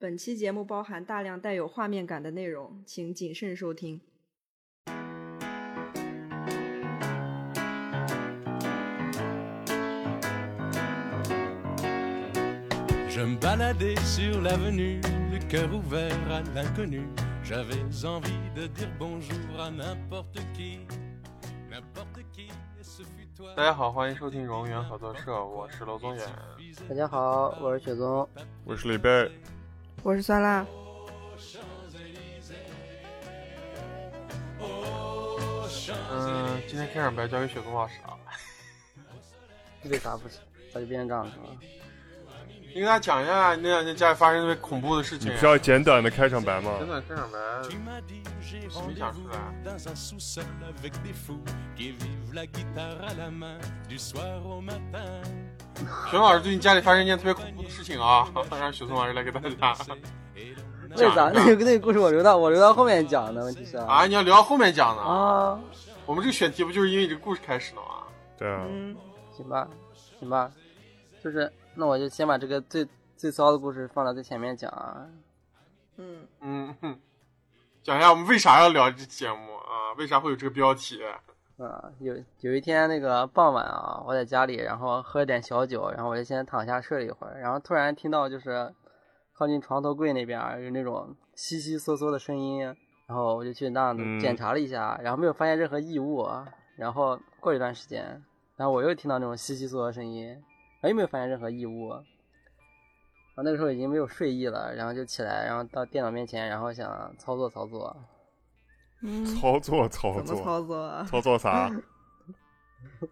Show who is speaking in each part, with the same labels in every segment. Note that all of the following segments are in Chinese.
Speaker 1: 本期节目包含大量带有画面感的内容，请谨慎收听。
Speaker 2: Je me baladais sur l'avenue, le cœur ouvert à l'inconnu. J'avais envie de dire bonjour à n'importe qui. N'importe qui, et ce fut toi.
Speaker 3: 大家好，欢迎收听荣源合作社，我是娄宗远。
Speaker 4: 大家好，我是雪宗。
Speaker 5: 我是李贝，
Speaker 1: 我是酸辣，
Speaker 3: 嗯，今天开场白交给雪松老师啊，
Speaker 4: 这为啥不行？咋就变成这样子了？
Speaker 3: 你给大家讲一下那两天家里发生特别恐怖的事
Speaker 5: 你
Speaker 3: 情。啊
Speaker 5: 不是要简短的开场白吗
Speaker 3: 简？短开场白，
Speaker 2: Tu m'as dit j'ai
Speaker 3: Jean-Claude.
Speaker 2: rendez-vous
Speaker 3: 啊
Speaker 2: dans un sous-sol avec des fous qui vivent la guitare à la main du soir au matin.
Speaker 3: 雪松老师最近家里发生一件特别恐怖的事情啊， 让雪松老师来给大 家
Speaker 2: Et l'on
Speaker 4: 为啥？
Speaker 3: 讲
Speaker 4: 那个那个故事我留到我留到后面讲的问题是
Speaker 3: 啊，你要聊到后面讲呢。
Speaker 4: 啊，
Speaker 3: 我们这个选题不就是因为这个故事开始的吗？
Speaker 5: 对啊，
Speaker 1: 嗯，
Speaker 4: 行吧，行吧，就是那我就先把这个最最骚的故事放到最前面讲啊。
Speaker 1: 嗯，
Speaker 3: 嗯， 哼讲一下我们为啥要聊这节目啊？为啥会有这个标题？
Speaker 4: 啊，有有一天那个傍晚啊，我在家里，然后喝了点小酒，然后我就先躺下睡了一会儿，然后突然听到就是靠近床头柜那边儿有那种窸窸窣窣的声音，然后我就去那
Speaker 5: 嗯
Speaker 4: 检查了一下，然后没有发现任何异物啊。然后过了一段时间，然后我又听到那种窸窸窣窣的声音，然后又没有发现任何异物。啊然后那个时候已经没有睡意了，然后就起来，然后到电脑面前，然后想操作操作，
Speaker 5: 操作
Speaker 4: 嗯
Speaker 5: 操
Speaker 1: 嗯怎么
Speaker 5: 作
Speaker 1: 操作啊？
Speaker 5: 操 作啥？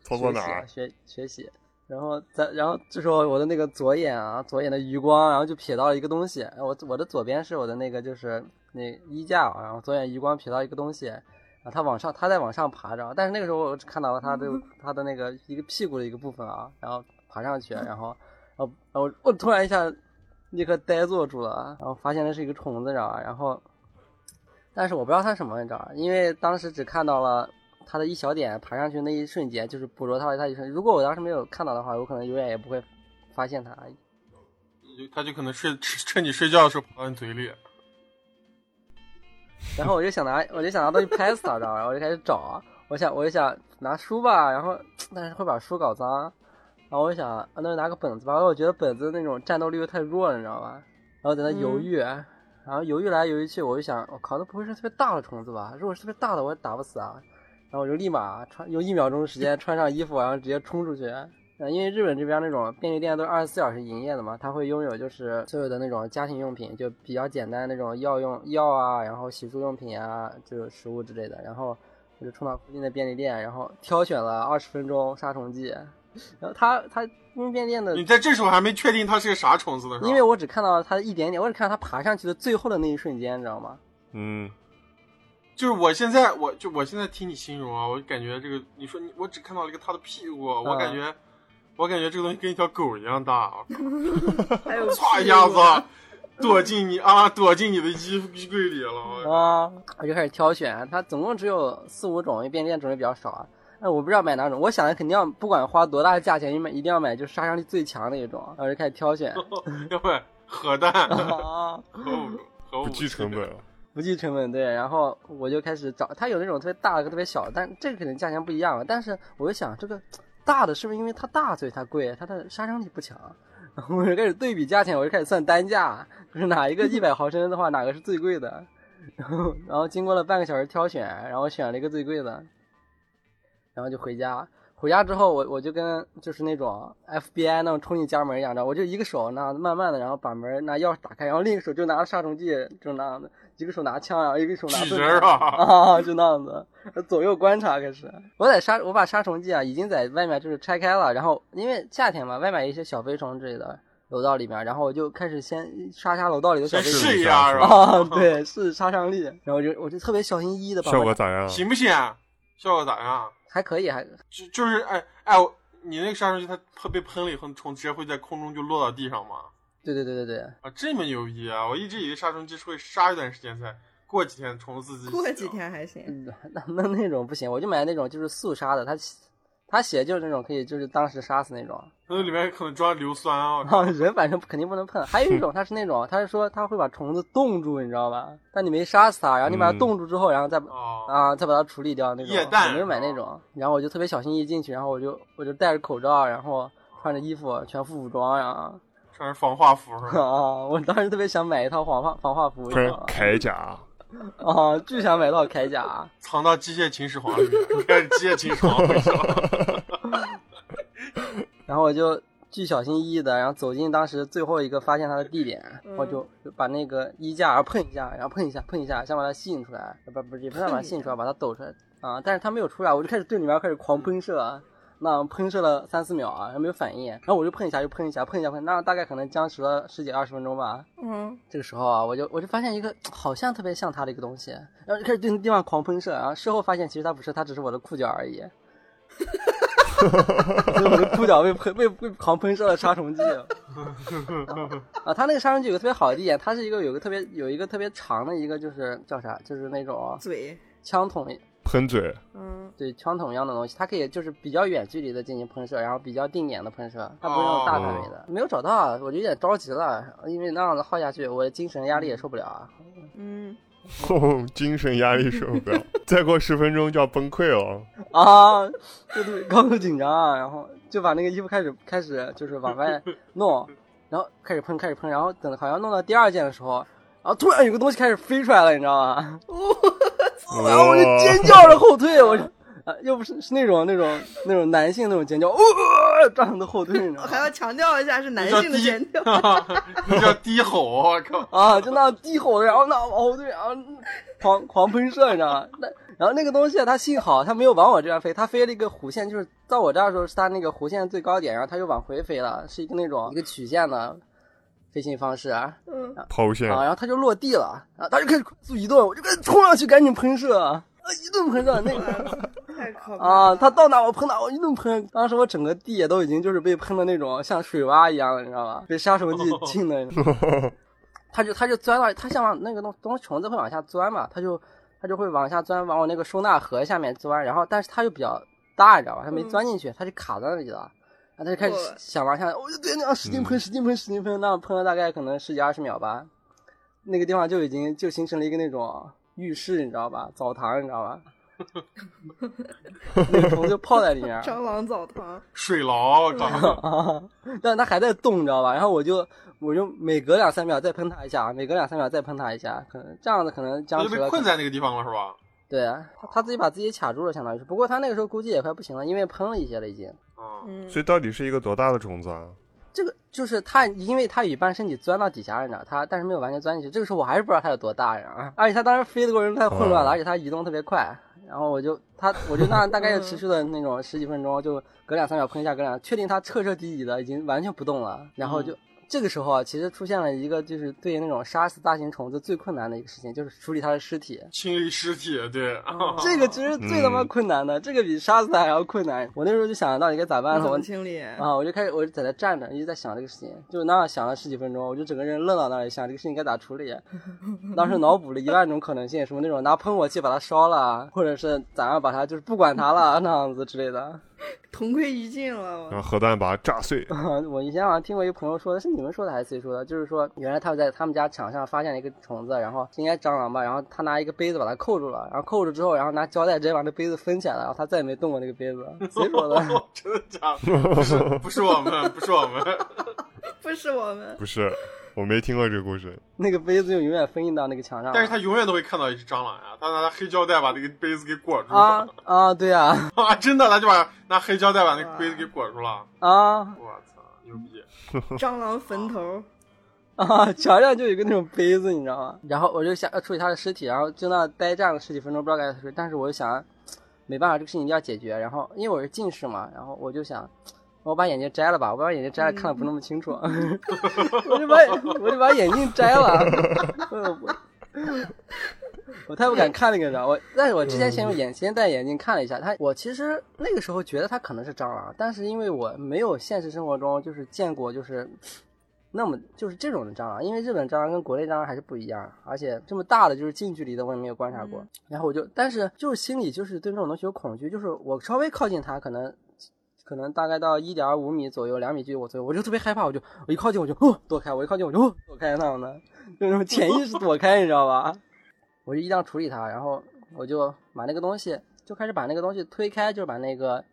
Speaker 5: 操作
Speaker 4: 学
Speaker 5: 哪
Speaker 4: 习啊
Speaker 5: 儿？
Speaker 4: 学学习，然后咱然后这时候我的那个左眼啊，左眼的余光，然后就瞥到了一个东西。我我的左边是我的那个就是那衣架啊，然后左眼余光瞥到一个东西，然后它往上，它在往上爬着。但是那个时候我只看到了它 的它的那个一个屁股的一个部分啊，然后爬上去，然后然后然后我突然一下立刻呆坐住了，啊然后发现那是一个虫子，你知道吧？然后但是我不知道它什么，你知道吧？因为当时只看到了它的一小点爬上去那一瞬间，就是捕捉到了它一瞬。如果我当时没有看到的话，我可能永远也不会发现它。
Speaker 3: 就他就可能睡 趁趁你睡觉的时候跑到你嘴里。
Speaker 4: 然后我就想拿，我就想拿东西拍死它，知道吧？然后我就开始找，我想我就想拿书吧，然后但是会把书搞脏，然后我就想啊那就拿个本子吧，我觉得本子那种战斗力又太弱了，你知道吧？然后在那犹豫，然后犹豫来犹豫去，我就想我靠，那不会是特别大的虫子吧？如果是特别大的，我也打不死啊。然后我就立马穿用一秒钟的时间穿上衣服，然后直接冲出去。呃，因为日本这边那种便利店都是二十四小时营业的嘛，它会拥有就是所有的那种家庭用品，就比较简单的那种药用药啊，然后洗漱用品啊，就是食物之类的。然后我就冲到附近的便利店，然后挑选了二十分钟杀虫剂。然后它它因为便利店的
Speaker 3: 你在这时候还没确定它是个啥虫子的时候，
Speaker 4: 因为我只看到它一点点，我只看到它爬上去的最后的那一瞬间，你知道吗？
Speaker 5: 嗯，
Speaker 3: 就是我现在，我就我现在听你形容啊，我感觉这个，你说你，我只看到了一个他的屁股，啊我感觉，我感觉这个东西跟一条狗一样大，啊
Speaker 1: 还有
Speaker 3: 唰一下子躲进你啊，躲进你的衣服衣柜里了。
Speaker 4: 啊，我就开始挑选，它总共只有四五种，因为便利店种类比较少啊。哎，我不知道买哪种，我想的肯定要不管花多大的价钱，因为一定要买就是杀伤力最强的一种，然后就开始挑选。
Speaker 3: 要不然核弹、
Speaker 4: 啊，
Speaker 3: 核武、核武
Speaker 5: 不计成本啊。
Speaker 4: 不计成本对，然后我就开始找，它有那种特别大的跟特别小的，但这个肯定价钱不一样了。但是我就想，这个大的是不是因为它大所以它贵，它的杀伤力不强？啊然后 我就开始对比价钱，我就开始算单价，就是哪一个一百毫升的话，哪个是最贵的。然后，然后经过了半个小时挑选，然后选了一个最贵的，然后就回家。回家之后我，我就跟就是那种 FBI 那种冲进家门一样的，我就一个手拿慢慢的，然后把门拿钥匙打开，然后另一个手就拿杀虫剂，就那样的，一个手拿枪，然后一个手拿
Speaker 3: 举
Speaker 4: 盾
Speaker 3: 人啊，
Speaker 4: 啊，就那样子，左右观察开始。我在杀，我把杀虫剂啊已经在外面就是拆开了，然后因为夏天嘛，外面有一些小飞虫之类的楼道里面，然后我就开始先杀杀楼道里的小
Speaker 3: 先
Speaker 4: 飞虫
Speaker 3: 试一 下是吧？
Speaker 4: 啊，对，是杀伤力。然后我就我就特别小心翼翼的把
Speaker 5: 效
Speaker 4: 我
Speaker 5: 果咋样？
Speaker 3: 行不行？效果咋样？啊
Speaker 4: 还可以，还
Speaker 3: 就就是哎哎，我你那个杀虫剂它喷被喷了以后，虫直接会在空中就落到地上吗？
Speaker 4: 对对对对对，
Speaker 3: 啊，这么牛逼啊！我一直以为杀虫剂是会杀一段时间才过几天虫子自己死
Speaker 1: 过几天还行。
Speaker 4: 嗯那那那种不行，我就买那种就是速杀的，它他写就是那种可以就是当时杀死那种，
Speaker 3: 那里面可能装硫酸啊，我
Speaker 4: 然
Speaker 3: 靠
Speaker 4: 后 人反正肯定不能碰。还 有一种他是那种，他是说他会把虫子冻住，你知道吧？但你没杀死它，然后你把它
Speaker 5: 嗯
Speaker 4: 冻住之后，然后再
Speaker 3: 哦，
Speaker 4: 啊，再把它处理掉那种。
Speaker 3: 液氮
Speaker 4: 我没有买那种，然后我就特别小心翼翼进去，然后我就我就戴着口罩，然后穿着衣服，全副武装，然后
Speaker 3: 穿着防化服是吧？
Speaker 4: 啊，我当时特别想买一套防化防化服，你
Speaker 5: 不
Speaker 4: 知
Speaker 5: 然
Speaker 4: 道吗
Speaker 5: 铠甲，
Speaker 4: 啊，巨想买一套铠甲。
Speaker 3: 藏到机械秦始皇里面，应该是机械秦始皇回去了。
Speaker 4: 然后我就巨小心翼翼的，然后走进当时最后一个发现它的地点，
Speaker 1: 嗯
Speaker 4: 我就把那个衣架然后碰一下，然后碰一下，碰一下，想把它吸引出来，不不也不算把它吸引出来，把它抖出来啊！但是它没有出来，我就开始对里面开始狂喷射，啊那喷射了三四秒啊，还没有反应，然后我就碰一下，又碰一下，碰一下，碰一下，那大概可能僵持了十几二十分钟吧。
Speaker 1: 嗯，
Speaker 4: 这个时候啊，我就我就发现一个好像特别像它的一个东西，然后就开始对那地方狂喷射，然后事后发现其实它不是，它只是我的裤脚而已。 所以我的裤脚被喷被被狂喷射了杀虫剂。啊，它那个杀虫剂有个特别好的一点，它是一个有个特别有一个特别长的一个就是叫啥，就是那种
Speaker 1: 嘴，
Speaker 4: 枪筒
Speaker 5: 喷嘴，
Speaker 1: 嗯
Speaker 4: 对枪筒一样的东西，它可以就是比较远距离的进行喷射，然后比较定点的喷射，它不是那种大范围的。没有找到，啊我就有点着急了，因为那样子耗下去，我的精神压力也受不了啊。
Speaker 1: 嗯，
Speaker 5: 哦，精神压力受不了，再过十分钟就要崩溃了。
Speaker 4: 啊，就特别高度紧张啊，然后就把那个衣服开始开始就是往外弄，然后开始喷开始喷，然后等好像弄到第二件的时候，然后突然有个东西开始飞出来了，你知道吗？
Speaker 5: 哦
Speaker 4: 然后我就尖叫着后退，我就。啊，又不是是那种那种那种男性那种尖叫，哦，这样的后退，你知道
Speaker 1: 我
Speaker 4: 吗
Speaker 1: 还？要强调一下是男
Speaker 3: 叫
Speaker 1: 性的
Speaker 3: 低
Speaker 1: 尖叫，
Speaker 3: 那叫低吼，我靠！
Speaker 4: 啊，就那样低吼着，然后那样往后退，然后狂狂喷射，你知道吗？那然后那个东西它幸好它没有往我这边飞，它飞了一个弧线，就是到我这儿的时候是它那个弧线最高点，然后它又往回飞了，是一个那种一个曲线的飞行方式啊，
Speaker 1: 嗯，
Speaker 5: 抛线，
Speaker 4: 然后它就落地了，然后它就开始快速移动，我就赶紧冲上去赶紧喷射，啊，一顿喷射，那个
Speaker 1: 太可怕了
Speaker 4: 啊，它到哪我喷哪，我一顿喷，当时我整个地也都已经就是被喷的那种像水洼一样了，你知道吧？被杀虫剂浸的。他就他就钻到，他想往那个东东虫子会往下钻嘛，他就他就会往下钻，往我那个收纳盒下面钻，然后但是他又比较大，你知道吧？他没
Speaker 1: 嗯
Speaker 4: 钻进去，他就卡在那里了。然后他就开始
Speaker 1: 哇
Speaker 4: 想往下，我就对那样使劲喷，
Speaker 5: 嗯
Speaker 4: 使劲喷，使劲喷，那样喷了大概可能十几二十秒吧，那个地方就已经就形成了一个那种浴室，你知道吧？澡堂，你知 道吧？那个虫就泡在 里面，
Speaker 1: 蟑螂澡堂，
Speaker 3: 水牢，长 得
Speaker 4: 啊， 但它还在动，你知道吧？然后我就我就每隔两三秒再喷它一下，每隔两三秒再喷它一下，可能这样子可
Speaker 3: 他
Speaker 4: 能僵
Speaker 3: 就
Speaker 4: 持
Speaker 3: 被
Speaker 4: 了。
Speaker 3: 困在那个地方了，是吧？
Speaker 4: 对，啊它它自己把自己卡住了，相当于是。不过它那个时候估计也快不行了，因为喷了一些了已经。
Speaker 3: 啊，
Speaker 1: 嗯
Speaker 5: 所以到底是一个多大的虫子啊？
Speaker 4: 这个就是它，因为它有一半身体钻到底下，你知道，它但是没有完全钻进去。这个时候我还是不知道它有多大呀，啊而且它当时飞的过程中太混乱了，
Speaker 5: 嗯
Speaker 4: 而且它移动特别快。然后我就它，我就那大概就持续了那种十几分钟，就隔两三秒喷一下，隔两，确定它彻彻底底的已经完全不动了。然后就、这个时候啊，其实出现了一个就是对于那种杀死大型虫子最困难的一个事情，就是处理它的尸体。
Speaker 3: 清理尸体， 对，
Speaker 1: 哦
Speaker 4: 这个其实最他妈
Speaker 5: 嗯
Speaker 4: 困难的，这个比杀死它还要困难。我那时候就想到底该咋办
Speaker 1: 那
Speaker 4: 了，
Speaker 1: 怎
Speaker 4: 我
Speaker 1: 么清理？
Speaker 4: 啊，我就开始我就在那站着，一直在想这个事情，就那样想了十几分钟，我就整个人愣到那里，想这个事情该咋处理。当时脑补了一万种可能性，什么那种拿喷火器把它烧了，或者是咋样把它就是不管它了那样子之类的。
Speaker 1: 同归于尽了，
Speaker 5: 然后核弹把它炸碎，
Speaker 4: 我以前好像听过一朋友说的，是你们说的还是谁说的？就是说原来他们在他们家墙上发现了一个虫子，然后应该蟑螂吧，然后他拿一个杯子把它扣住了，然后扣住之后，然后拿胶带直接把那杯子分起来了，然后他再也没动过那个杯子。谁说的？
Speaker 3: 真的假的？不是，不是我们，不是我们，
Speaker 1: 不是我们，
Speaker 5: 不是，我没听过这个故事。
Speaker 4: 那个杯子就永远封印到那个墙上了。
Speaker 3: 但是他永远都会看到一只蟑螂呀。他拿黑胶带把那个杯子给裹住
Speaker 4: 啊
Speaker 3: 了，
Speaker 4: 啊，对啊。
Speaker 3: 啊，真的，他就把拿黑胶带把那个杯子给裹住了。
Speaker 4: 啊
Speaker 3: 我操，牛逼！
Speaker 1: 蟑螂坟头，
Speaker 4: 啊！ 墙上就有一个那种杯子，你知道吗？然后我就想要呃处理他的尸体，然后就那呆站了十几分钟，不知道该处理。但是我就想，没办法，这个事情一定要解决。然后因为我是近视嘛，然后我就想，我把眼镜摘了吧，我把眼镜摘了，看的不那么清楚， 我就把我就把眼镜摘了。 我我我太不敢看那个了，我但是我之前先用眼先戴眼镜看了一下它，我其实那个时候觉得它可能是蟑螂，但是因为我没有现实生活中就是见过就是那么就是这种的蟑螂，因为日本蟑螂跟国内蟑螂还是不一样，而且这么大的就是近距离的我也没有观察过。然后我就，但是就是心里就是对那种东西有恐惧，就是我稍微靠近它，可能可能大概到一点五米左右、两米距离我左右，我就特别害怕，我就我一靠近我就哦躲开，我一靠近我就哦躲开那样的，就那种潜意识躲开，你知道吧？ 我就一样处理它，然后我就把那个东西就开始把那个东西推开，就是把那个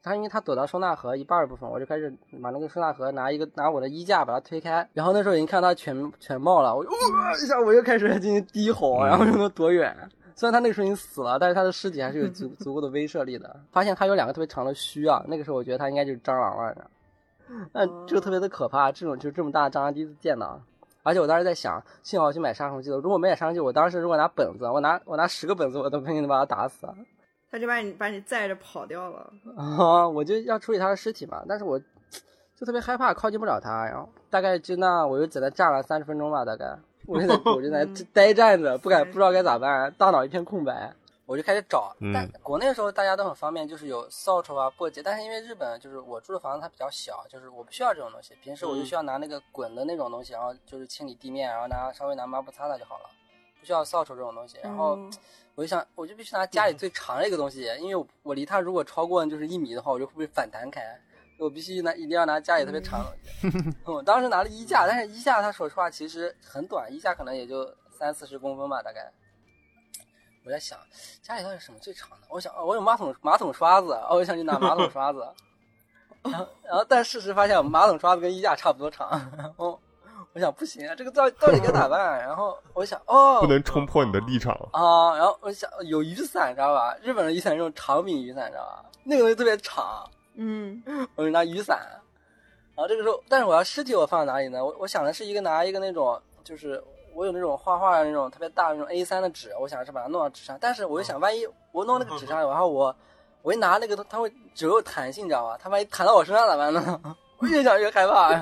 Speaker 4: 它因为它躲到收纳盒一半儿部分，我就开始把那个收纳盒拿一个拿我的衣架把它推开，然后那时候已经看到它全全貌了，我就、哇一下我又开始进行低吼，啊然后就能躲远。虽然它那个时候已经死了，但是它的尸体还是有足足够的威慑力的。发现它有两个特别长的须啊，那个时候我觉得它应该就是蟑螂了。那这个特别的可怕，这种就这么大的蟑螂第一次见到。而且我当时在想，幸好我去买杀虫剂了。如果没买杀虫剂，我当时如果拿本子，我拿我拿十个本子，我都不一定能把它打死啊。
Speaker 1: 他就把你把你载着跑掉了。
Speaker 4: 啊， 我就要处理他的尸体嘛，但是我就特别害怕，靠近不了他，然后大概就那我就在那站了三十分钟吧，大概我就在我就在那呆站着，不敢不知道该咋办，大脑一片空白，我就开始找。但
Speaker 5: 嗯
Speaker 4: 国内的时候大家都很方便，就是有扫帚啊、簸箕，但是因为日本就是我住的房子它比较小，就是我不需要这种东西，平时我就
Speaker 3: 嗯
Speaker 4: 需要拿那个滚的那种东西，然后就是清理地面，然后拿稍微拿抹布擦擦就好了，不需要扫帚这种东西，然后。
Speaker 1: 嗯
Speaker 4: 我就想，我就必须拿
Speaker 5: 嗯
Speaker 4: 家里最长的一个东西，因为我我离它如果超过就是一米的话，我就会被反弹开。我必须拿，一定要拿家里特别长的东
Speaker 5: 嗯
Speaker 4: 西。 我当时拿了衣架，但是衣架它说实话其实很短，衣架可能也就三四十公分吧，大概。我在想，家里到底有什么最长的？我想，哦我有马桶马桶刷子，哦，我想去拿马桶 刷子。然后，然后但事实发现，我马桶刷子跟衣架差不多长。 哦，我想不行啊，这个到到底该咋办？啊然后我想，哦，
Speaker 5: 不能冲破你的立场。
Speaker 4: 啊，然后我想有雨伞，知道吧？日本的雨伞是那种长柄雨伞，知道吧？那个东西特别长，
Speaker 1: 嗯，
Speaker 4: 我就拿雨伞。然后这个时候，但是我要尸体我放在哪里呢？我我想的是一个拿一个那种，就是我有那种画画的那种特别大的那种 A 3的纸，我想是把它弄到纸上，但是我又想，万一我弄那个纸上，然后我我一拿那个东，它会只有弹性，你知道吧？它万一弹到我身上咋办呢？我越想越害怕，哎，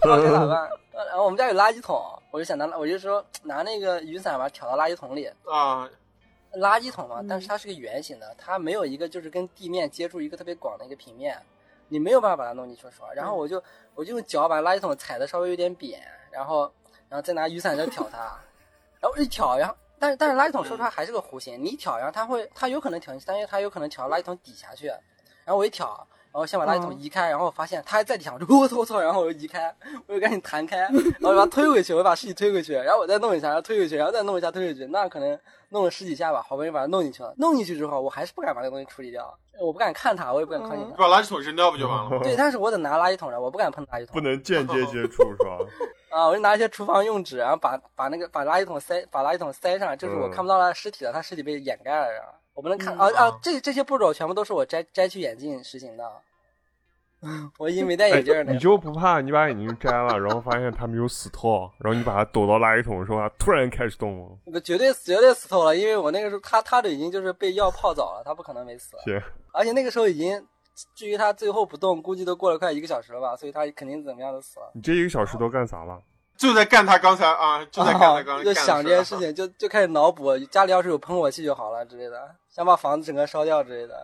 Speaker 4: 不知道该咋办。呃然后我们家有垃圾桶，我就想拿，我就说拿那个雨伞把它挑到垃圾桶里，
Speaker 3: 啊，
Speaker 4: 垃圾桶嘛，但
Speaker 1: 嗯
Speaker 4: 是它是个圆形的，它没有一个就是跟地面接触一个特别广的一个平面，你没有办法把它弄进去，说实话。然后我就我就用脚把垃圾桶踩的稍微有点扁，然后然后再拿雨伞再挑它，然后一挑，然后但是但是垃圾桶说实话还是个弧形，你一挑，然后它会它有可能挑进去，但是它有可能挑到垃圾桶底下去。然后我一挑，然后先把垃圾桶移开，然后我发现它还在底下，我就我操我操，然后我就移开，我就赶紧弹开，然后把它推回去，我就把尸体推回去，然后我再弄一下，然后推回去，然后再弄一下，推回去，那可能弄了十几下吧，好不容易把它弄进去了。弄进去之后，我还是不敢把那个东西处理掉，我不敢看它，我也不敢靠近它。
Speaker 3: 你把垃圾桶扔掉不就完了吗？
Speaker 4: 对，但是我得拿垃圾桶着，我不敢碰垃圾桶。
Speaker 5: 嗯不能间接接触是吧？
Speaker 4: 啊，我就拿一些厨房用纸，然后把把那个把垃圾桶塞把垃圾桶塞上，就是我
Speaker 5: 嗯
Speaker 4: 看不到它的尸体了，它尸体被掩盖了，然后我不能看、
Speaker 1: 嗯
Speaker 4: 啊啊！这这些步骤全部都是我摘摘去眼镜实行的，我已经
Speaker 3: 哎
Speaker 4: 没戴眼镜了。
Speaker 5: 哎你就不怕你把眼镜摘了，然后发现它没有死透，然后你把它抖到垃圾桶的时候，它突然开始动了。
Speaker 4: 我绝对死绝对死透了，因为我那个时候他他都已经就是被药泡澡了，他不可能没死，
Speaker 5: 天，
Speaker 4: 而且那个时候已经，至于他最后不动，估计都过了快一个小时了吧，所以他肯定怎么样都死了。
Speaker 5: 你这一个小时都干啥了？
Speaker 3: 就在干他刚才啊，就在干他刚才干的
Speaker 4: 啊
Speaker 3: 事儿
Speaker 4: 就想这件事情，就就开始脑补，家里要是有喷火器就好了之类的，想把房子整个烧掉之类的。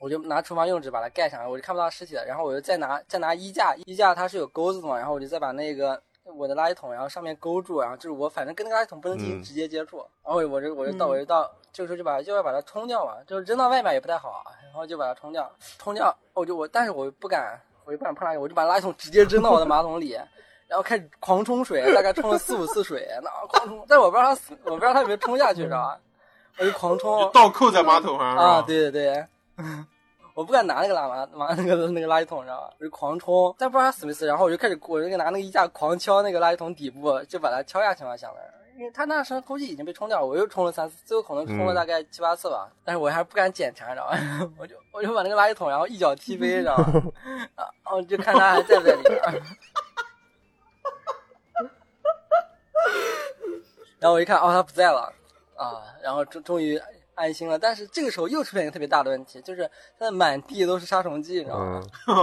Speaker 4: 我就拿厨房用纸把它盖上，我就看不到尸体了。然后我就再拿再拿衣架，衣架它是有钩子的嘛，然后我就再把那个我的垃圾桶，然后上面勾住，然后就是我反正跟那个垃圾桶不能进行
Speaker 5: 嗯
Speaker 4: 直接接触。然后我我就我就到
Speaker 1: 嗯
Speaker 4: 我就到这个时候就把就要把它冲掉嘛，就是扔到外面也不太好，啊然后就把它冲掉，冲掉我就我但是我又不敢，我就不敢碰垃圾，我就把垃圾桶直接扔到我的马桶里。然后开始狂冲水，大概冲了四五次水，那狂冲，但是我不知道他死，我不知道他有没有冲下去，知道吧？我就狂
Speaker 3: 就
Speaker 4: 冲
Speaker 3: 倒扣在马桶上
Speaker 4: 啊，，对对对，我不敢拿那个垃圾桶拿那个那个垃圾桶，知道吧？我就狂冲，但不知道他死没死。然后我就开始，我就拿那个衣架狂敲那个垃圾桶底部，就把它敲下去嘛，想的。因为他那时候估计已经被冲掉了，我又冲了三次，最后可能冲了大概七八次吧，但是我还是不敢检查，知道吧？ 我就我就把那个垃圾桶，然后一脚踢飞，知道吧？啊，哦，就看他还在不在里边儿。然后我一看，哦，他不在了，啊，然后终终于安心了。但是这个时候又出现一个特别大的问题，就是现在满地都是杀虫剂，你知道吗？
Speaker 5: 嗯，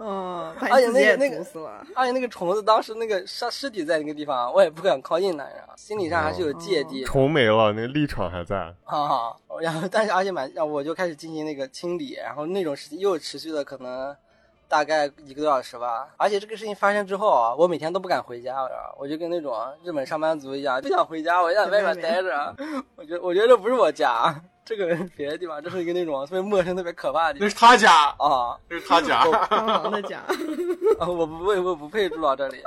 Speaker 1: 哦，
Speaker 4: 而
Speaker 1: 把
Speaker 4: 且
Speaker 1: 你自己
Speaker 4: 那
Speaker 1: 也
Speaker 4: 个那个
Speaker 1: 毒死了。
Speaker 4: 而且那个虫子当时那个杀尸体在那个地方，我也不敢靠近它，你知道吗？心理上还是有芥蒂的。
Speaker 5: 虫没了，那个立场还在。
Speaker 4: 啊，然后但是而且蛮，然后我就开始进行那个清理，然后那种事情又持续了可能大概一个多小时吧。而且这个事情发生之后啊，我每天都不敢回家，我知道我就跟那种日本上班族一样，不想回家，我就在外面待着。我觉得我觉得这不是我家，这个人别的地方，这是一个那种特别陌生、特别可怕的地
Speaker 3: 那
Speaker 4: 方
Speaker 3: 是他家，
Speaker 4: 啊
Speaker 3: 那是他 家。
Speaker 1: 蟑螂的家。
Speaker 4: 啊！我不配，我不配住到这里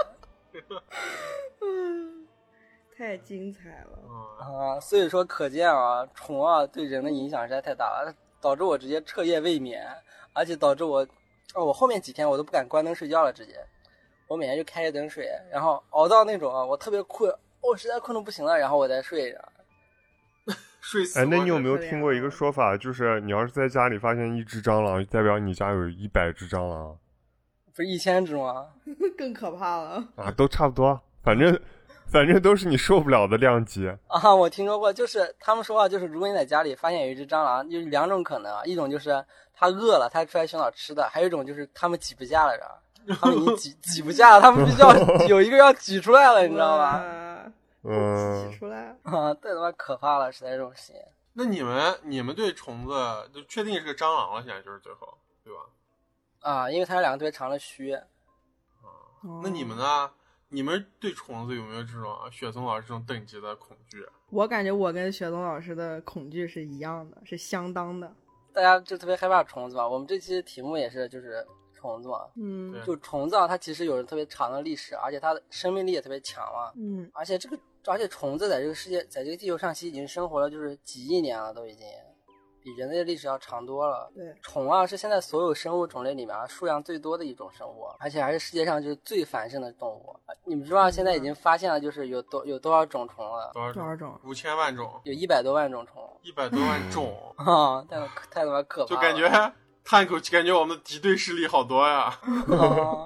Speaker 1: 太精彩了！
Speaker 4: 啊！所以说，可见啊，虫啊对人的影响实在太大了，导致我直接彻夜未眠，而且导致我，哦，我后面几天我都不敢关灯睡觉了，直接，我每天就开着灯睡，然后熬到那种啊，我特别困，我、实在困的不行了，然后我再睡着。
Speaker 3: 睡死
Speaker 5: 哎
Speaker 3: 我，
Speaker 5: 那你有
Speaker 3: 这
Speaker 5: 没有听过一个说法，就是你要是在家里发现一只蟑螂，就代表你家有一百只蟑螂啊
Speaker 4: 不是一千只吗？
Speaker 1: 更可怕了，
Speaker 3: 嗯
Speaker 5: 啊，都差不多，反正反正都是你受不了的量级。
Speaker 4: 啊，我听说过，就是他们说啊，就是如果你在家里发现有一只蟑螂，就是两种可能啊，一种就是它饿了，它出来寻找吃的，还有一种就是它们挤不下来了，它们已经挤挤不下了，它们必须要有一个要挤出来了，你知道吧？
Speaker 1: 吧？
Speaker 5: 嗯
Speaker 1: 挤，出来，
Speaker 4: 啊，太他妈可怕了，实在是不行。
Speaker 3: 那你们你们对虫子就确定是个蟑螂了，现在就是最后，对吧？
Speaker 4: 啊，因为它有两个特别长的须，
Speaker 1: 哦
Speaker 3: 那你们？呢？你们对虫子有没有这种啊雪松老师这种等级的恐惧？
Speaker 1: 我感觉我跟雪松老师的恐惧是一样的，是相当的。
Speaker 4: 大家就特别害怕虫子嘛。我们这期的题目也是就是虫子嘛，
Speaker 1: 嗯
Speaker 3: 对
Speaker 4: 就虫子啊，它其实有着特别长的历史，而且它的生命力也特别强嘛。
Speaker 1: 嗯，
Speaker 4: 而且这个，而且虫子在这个世界，在这个地球上，其实已经生活了就是几亿年了，都已经比人类历史要长多了。
Speaker 1: 对，
Speaker 4: 虫啊，是现在所有生物种类里面啊数量最多的一种生物，啊而且还是世界上就是最繁盛的动物。啊你们知道现在已经发现了，就是有多有多少种虫了？
Speaker 3: 多
Speaker 1: 多
Speaker 3: 少种？
Speaker 1: 少 种？
Speaker 3: 五千万种，
Speaker 4: 有一百多万种 虫，
Speaker 3: 一百多万种，
Speaker 4: 啊，太太他妈可怕
Speaker 3: 就
Speaker 4: 了！
Speaker 3: 感觉叹口气，感觉我们的敌对势力好多呀。
Speaker 4: 啊。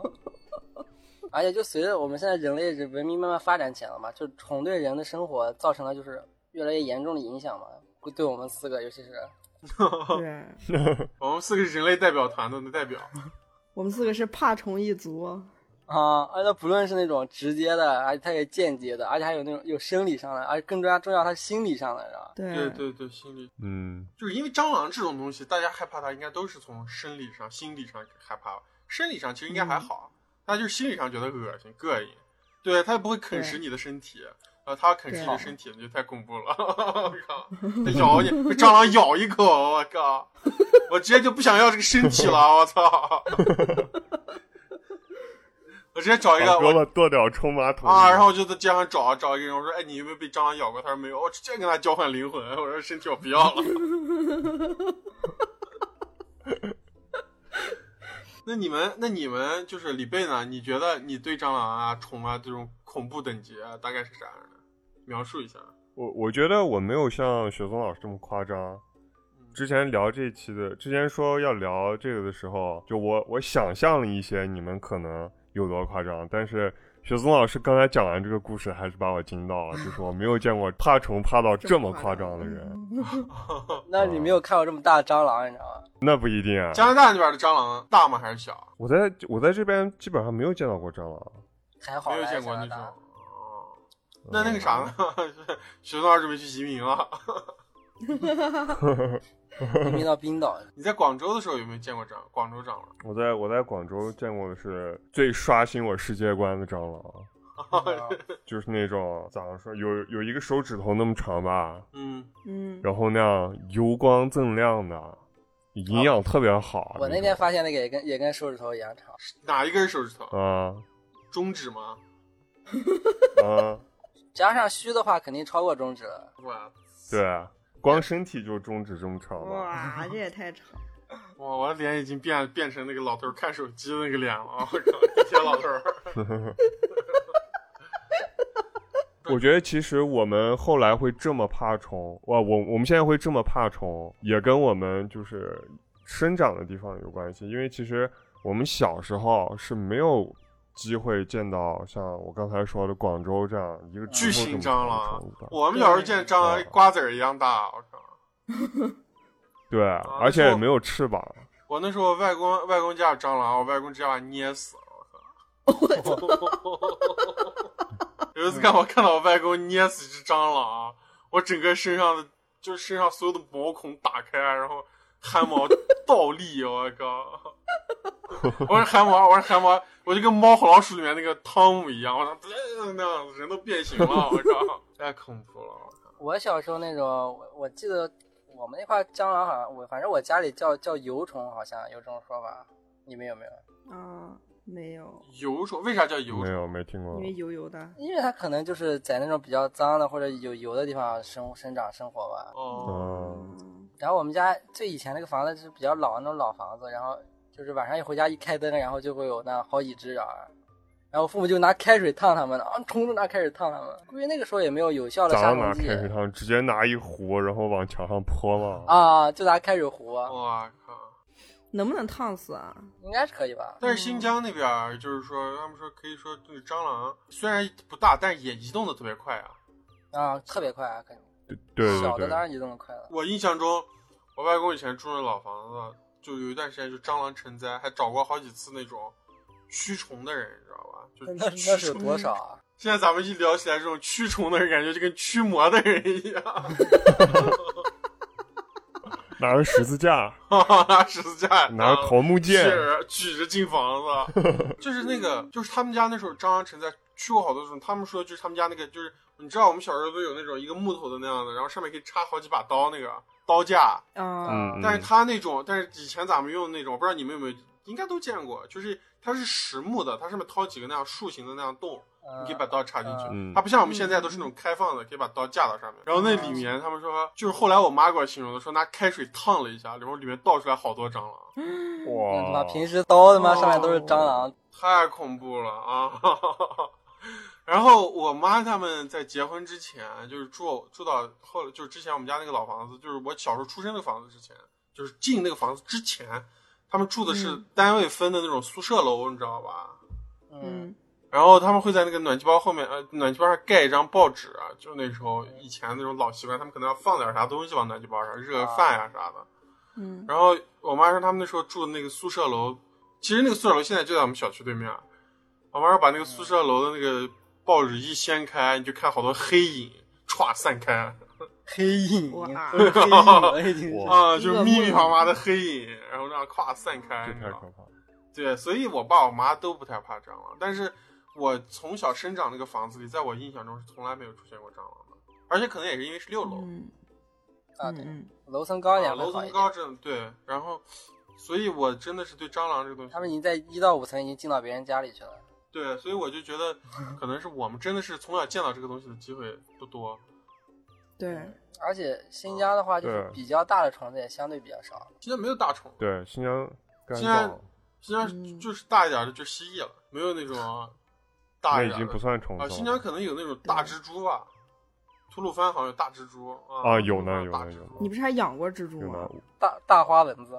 Speaker 4: 而且就随着我们现在人类文明慢慢发展起来了嘛，就虫对人的生活造成了就是越来越严重的影响嘛，会对我们四个，尤其是
Speaker 1: 对，
Speaker 3: 我们四个是人类代表团的代表，
Speaker 1: 我们四个是怕虫一族。
Speaker 4: 啊，而且不论是那种直接的，而且它也间接的，而且还有那种有生理上的，而且更加重要，它是心理上的，知道吧？
Speaker 1: 对
Speaker 3: 对对对，心理
Speaker 5: 嗯，
Speaker 3: 就是因为蟑螂这种东西，大家害怕它，应该都是从生理上、心理上害怕吧。生理上其实应该
Speaker 1: 嗯
Speaker 3: 还好，那、就是心理上觉得恶心、膈应。对，它也不会啃食
Speaker 1: 对
Speaker 3: 你的身体，呃，它要啃食
Speaker 1: 对
Speaker 3: 你的身体，那就太恐 怖了。我靠，它咬你，被蟑螂咬一口，我靠，我直接就不想要这个身体了，我 操！我直接找一个
Speaker 5: 把胳
Speaker 3: 我
Speaker 5: 膊剁掉冲马桶
Speaker 3: 啊，然后我就在街上找找一个人，我说：“哎，你有没有被蟑螂咬过？”他说：“没有。”我直接跟他交换灵魂，我说：“身体我不要了。”那你们，那你们就是李贝呢？你觉得你对蟑螂啊、虫啊这种恐怖等级啊，大概是啥样的？描述一下。
Speaker 5: 我我觉得我没有像雪松老师这么夸张。之前聊这期的，之前说要聊这个的时候，就我我想象了一些你们可能有多夸张，但是雪松老师刚才讲完这个故事，还是把我惊到了，就是我没有见过怕虫怕到这么夸张的人，
Speaker 4: 那你没有看过这么大的蟑螂，你知道吗？
Speaker 5: 那不一定啊。
Speaker 3: 加拿大那边的蟑螂大吗？还是小？
Speaker 5: 我在我在这边基本上没有见到过蟑螂，
Speaker 4: 还好
Speaker 3: 没有
Speaker 4: 吧
Speaker 3: 见过那
Speaker 4: 加
Speaker 3: 种
Speaker 4: 拿大。
Speaker 3: 哦那那个啥呢？学生二准备去移民了。
Speaker 4: 移民到啊冰岛，
Speaker 3: 你在广州的时候有没有见过蟑？广州蟑螂？
Speaker 5: 我在我在广州见过的是最刷新我世界观的蟑螂， 就是那种咋说，有有一个手指头那么长吧，
Speaker 3: 嗯，
Speaker 1: 嗯，
Speaker 5: 然后那样油光锃亮的，营养特别好。
Speaker 4: 啊我那
Speaker 5: 种
Speaker 4: 天发现那个也跟也跟手指头一样长，
Speaker 3: 哪一根手指头？
Speaker 5: 啊
Speaker 3: 中指吗？
Speaker 5: 啊，
Speaker 4: 加上须的话，肯定超过中指了。
Speaker 3: 哇，
Speaker 5: 对，光身体就中指这么长嘛。
Speaker 1: 哇，这也太长。
Speaker 3: 我我的脸已经变变成那个老头儿看手机的那个脸了，我靠，地铁老头 儿。
Speaker 5: 啊我觉得其实我们后来会这么怕虫，哇，我我们现在会这么怕虫，也跟我们就是生长的地方有关系。因为其实我们小时候是没有机会见到像我刚才说的广州这样一个
Speaker 3: 巨
Speaker 5: 指头
Speaker 3: 型
Speaker 5: 这么
Speaker 3: 蟑
Speaker 5: 长的
Speaker 3: 螂
Speaker 5: 虫子，
Speaker 3: 我们小时候见蟑螂
Speaker 5: 对
Speaker 3: 瓜子儿一样大，我靠！
Speaker 5: 对，而且也没有翅膀。
Speaker 3: 我那时候外公外公家有蟑螂，我外公直接把它捏死了，我靠！ 有一次看我看到我外公捏死一只蟑螂，我整个身上的就是身上所有的毛孔打开，然后汗毛倒立，我靠！ 我是汗毛，我是汗毛，我就跟《猫和老鼠》里面那个汤姆一样，我操，呃那样子人都变形了，我靠，太恐怖了！
Speaker 4: 我小时候那种，我我记得我我们那块蟑螂好像我反正我家里叫叫油虫，好像有这种说法，你们有没有？
Speaker 1: 啊，没有，
Speaker 3: 油虫为啥叫油
Speaker 5: 没
Speaker 3: 虫？
Speaker 5: 有没听过
Speaker 1: 因，为油油的。
Speaker 4: 因为它可能就是在那种比较脏的或者有油的地方生生长生活吧。
Speaker 3: 哦，
Speaker 5: 嗯，
Speaker 4: 然后我们家最以前那个房子就是比较老的那种老房子，然后就是晚上一回家一开灯，然后就会有那好几只啊，然后父母就拿开水烫它们啊，虫子拿开水烫它们。估计那个时候也没有有效的
Speaker 5: 咋
Speaker 4: 杀
Speaker 5: 拿
Speaker 4: 虫剂
Speaker 5: 开水烫？直接拿一壶，然后往墙上泼嘛。
Speaker 4: 啊，就拿开水壶，
Speaker 3: 我靠！
Speaker 1: 能不能烫死啊？
Speaker 4: 应该是可以吧？
Speaker 3: 但是新疆那边儿就是说，他们说可以说这个蟑螂虽然不大，但是也移动的特别快啊。
Speaker 4: 啊，特别快啊，肯定。
Speaker 5: 对
Speaker 4: 小
Speaker 5: 对
Speaker 4: 的当
Speaker 5: 对，
Speaker 4: 然移动的快了。
Speaker 3: 我印象中，我外公以前住那老房子，就有一段时间就蟑螂成灾，还找过好几次那种驱虫的人，你知道吧？
Speaker 4: 那
Speaker 3: 就
Speaker 4: 那
Speaker 3: 驱
Speaker 4: 那是有
Speaker 3: 虫
Speaker 4: 多少啊？
Speaker 3: 现在咱们一聊起来，这种驱虫的人，感觉就跟驱魔的人一样，
Speaker 5: 拿个十字架，
Speaker 3: 拿十字架，
Speaker 5: 拿个桃木剑
Speaker 3: 举，着举着进房 子，就是那个，就是他们家那时候蟑螂成灾，去过好多种。他们说就是他们家那个，就是你知道我们小时候都有那种一个木头的那样的，然后上面可以插好几把刀那个刀架，
Speaker 1: 啊，
Speaker 5: 嗯，
Speaker 3: 但是
Speaker 5: 嗯
Speaker 3: 他那种，但是以前咱们用的那种，不知道你们有没有，应该都见过，就是它是实木的，它上面掏几个那样竖形的那样洞，
Speaker 4: 嗯
Speaker 3: 你可以把刀插进去。
Speaker 5: 嗯
Speaker 3: 它不像我们现在都是那种开放的，可以把刀架到上面。然后那里面他们说，就是后来我妈给我形容的，说拿开水烫了一下，然后里面倒出来好多蟑螂，
Speaker 4: 那他
Speaker 5: 嗯哇
Speaker 4: 妈，平时刀他妈上面都是蟑螂，
Speaker 3: 太恐怖了啊！ 然后我妈他们在结婚之前，就是住住到后来，就是之前我们家那个老房子，就是我小时候出生那个房子之前，就是进那个房子之前，他们住的是
Speaker 1: 嗯
Speaker 3: 单位分的那种宿舍楼，你知道吧？
Speaker 4: 嗯，
Speaker 1: 嗯，
Speaker 3: 然后他们会在那个暖气包后面，呃，暖气包上盖一张报纸啊，就那时候以前那种老习惯，他们可能要放点啥东西往暖气包上，热个饭呀、啥的。
Speaker 1: 嗯，
Speaker 3: 然后我妈说他们那时候住的那个宿舍楼，其实那个宿舍楼现在就在我们小区对面。我妈说把那个宿舍楼的那个报纸一掀开，你就看好多黑影歘散
Speaker 4: 哦
Speaker 3: 开，
Speaker 4: 黑影，
Speaker 1: 哇
Speaker 4: 都是黑影了已经是。
Speaker 5: 哇
Speaker 3: 啊，就是密密麻麻的黑影，然后这样咵散开，
Speaker 5: 这
Speaker 3: 你
Speaker 5: 太
Speaker 3: 知道吗
Speaker 5: 可怕了。
Speaker 3: 对，所以我爸我妈都不太怕蟑螂，但是我从小生长那个房子里，在我印象中是从来没有出现过蟑螂的，而且可能也是因为是六楼，
Speaker 1: 嗯
Speaker 4: 啊，对，
Speaker 1: 嗯
Speaker 4: 楼层高一
Speaker 3: 啊
Speaker 4: 点
Speaker 3: 楼
Speaker 4: 会好
Speaker 3: 层
Speaker 4: 一
Speaker 3: 高
Speaker 4: 点。
Speaker 3: 真的对，然后，所以我真的是对蟑螂这个东西
Speaker 4: 他，们已经在一到五层已经进到别人家里去了。
Speaker 3: 对，所以我就觉得可能是我们真的是从小见到这个东西的机会不多，
Speaker 1: 对，
Speaker 4: 而且新疆的话，就是
Speaker 5: 对
Speaker 4: 比较大的虫子也相对比较少。
Speaker 3: 现在没有大虫，
Speaker 5: 对，新疆干
Speaker 3: 新疆
Speaker 5: 燥，
Speaker 3: 现在
Speaker 1: 嗯
Speaker 3: 就是大一点的就蜥蜴了，没有那种大
Speaker 5: 那
Speaker 3: 一
Speaker 5: 已
Speaker 3: 点
Speaker 5: 经不
Speaker 3: 的
Speaker 5: 算虫子
Speaker 3: 啊，
Speaker 5: 了。
Speaker 3: 新疆可能有那种大蜘蛛吧，吐鲁番好像有大蜘蛛啊
Speaker 5: 啊有呢
Speaker 3: 吐鲁番
Speaker 5: 有呢
Speaker 3: 大蜘蛛
Speaker 5: 有呢
Speaker 1: 你不啊是还养过蜘蛛
Speaker 5: 有
Speaker 1: 吗
Speaker 5: 吗？？
Speaker 4: 大大花蚊子，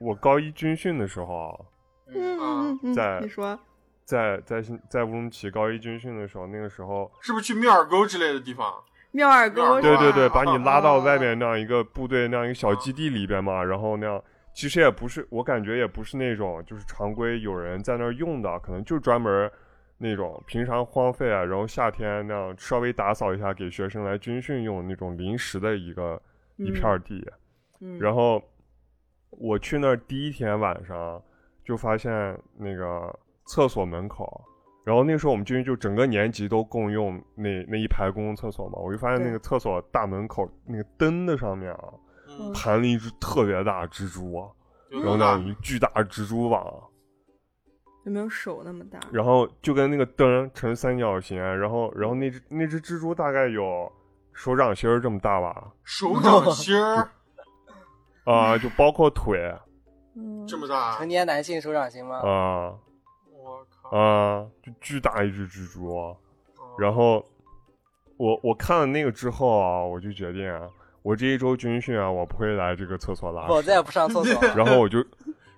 Speaker 5: 我高一军训的时候啊，
Speaker 1: 嗯嗯嗯
Speaker 5: 在
Speaker 1: 嗯，你说，
Speaker 5: 在在新在乌鲁木齐高一军训的时候，那个时候，
Speaker 3: 是不是去庙尔沟之类的地方？
Speaker 1: 妙耳沟
Speaker 3: 哇
Speaker 1: 是吧，哦
Speaker 5: 对对对，把
Speaker 3: 啊
Speaker 5: 你拉到外面那样一个部队那样一个小基地里边嘛，然后那样，其实也不是，我感觉也不是那种就是常规有人在那儿用的，可能就专门那种平常荒废啊，然后夏天那样稍微打扫一下给学生来军训用的那种临时的一个一片儿地，
Speaker 1: 嗯，
Speaker 5: 然后我去那儿第一天晚上就发现那个厕所门口，然后那时候我们军就整个年级都共用那那一排公共厕所嘛，我就发现那
Speaker 1: 对
Speaker 5: 个厕所大门口那个灯的上面啊
Speaker 3: 嗯，
Speaker 5: 盘了一只特别大的蜘蛛啊，
Speaker 3: 有
Speaker 5: 然
Speaker 3: 多
Speaker 5: 后那
Speaker 3: 大？
Speaker 5: 样一巨大的蜘蛛网啊，
Speaker 1: 有没有手那么大？
Speaker 5: 然后就跟那个灯成三角形，啊然后然后那只那只蜘蛛大概有手掌心儿这么大吧，
Speaker 3: 手掌心儿
Speaker 5: 啊、就包括腿啊。
Speaker 1: 嗯
Speaker 3: 这么大
Speaker 4: 成？年男性手掌心吗？
Speaker 5: 哦
Speaker 3: 我靠！嗯
Speaker 5: 啊，就巨大一只蜘蛛啊。然后我我看了那个之后啊，我就决定啊，我这一周军训啊，我不会来这个厕所拉
Speaker 4: 我
Speaker 5: 屎。
Speaker 4: 再也不上厕所了。
Speaker 5: 然后我就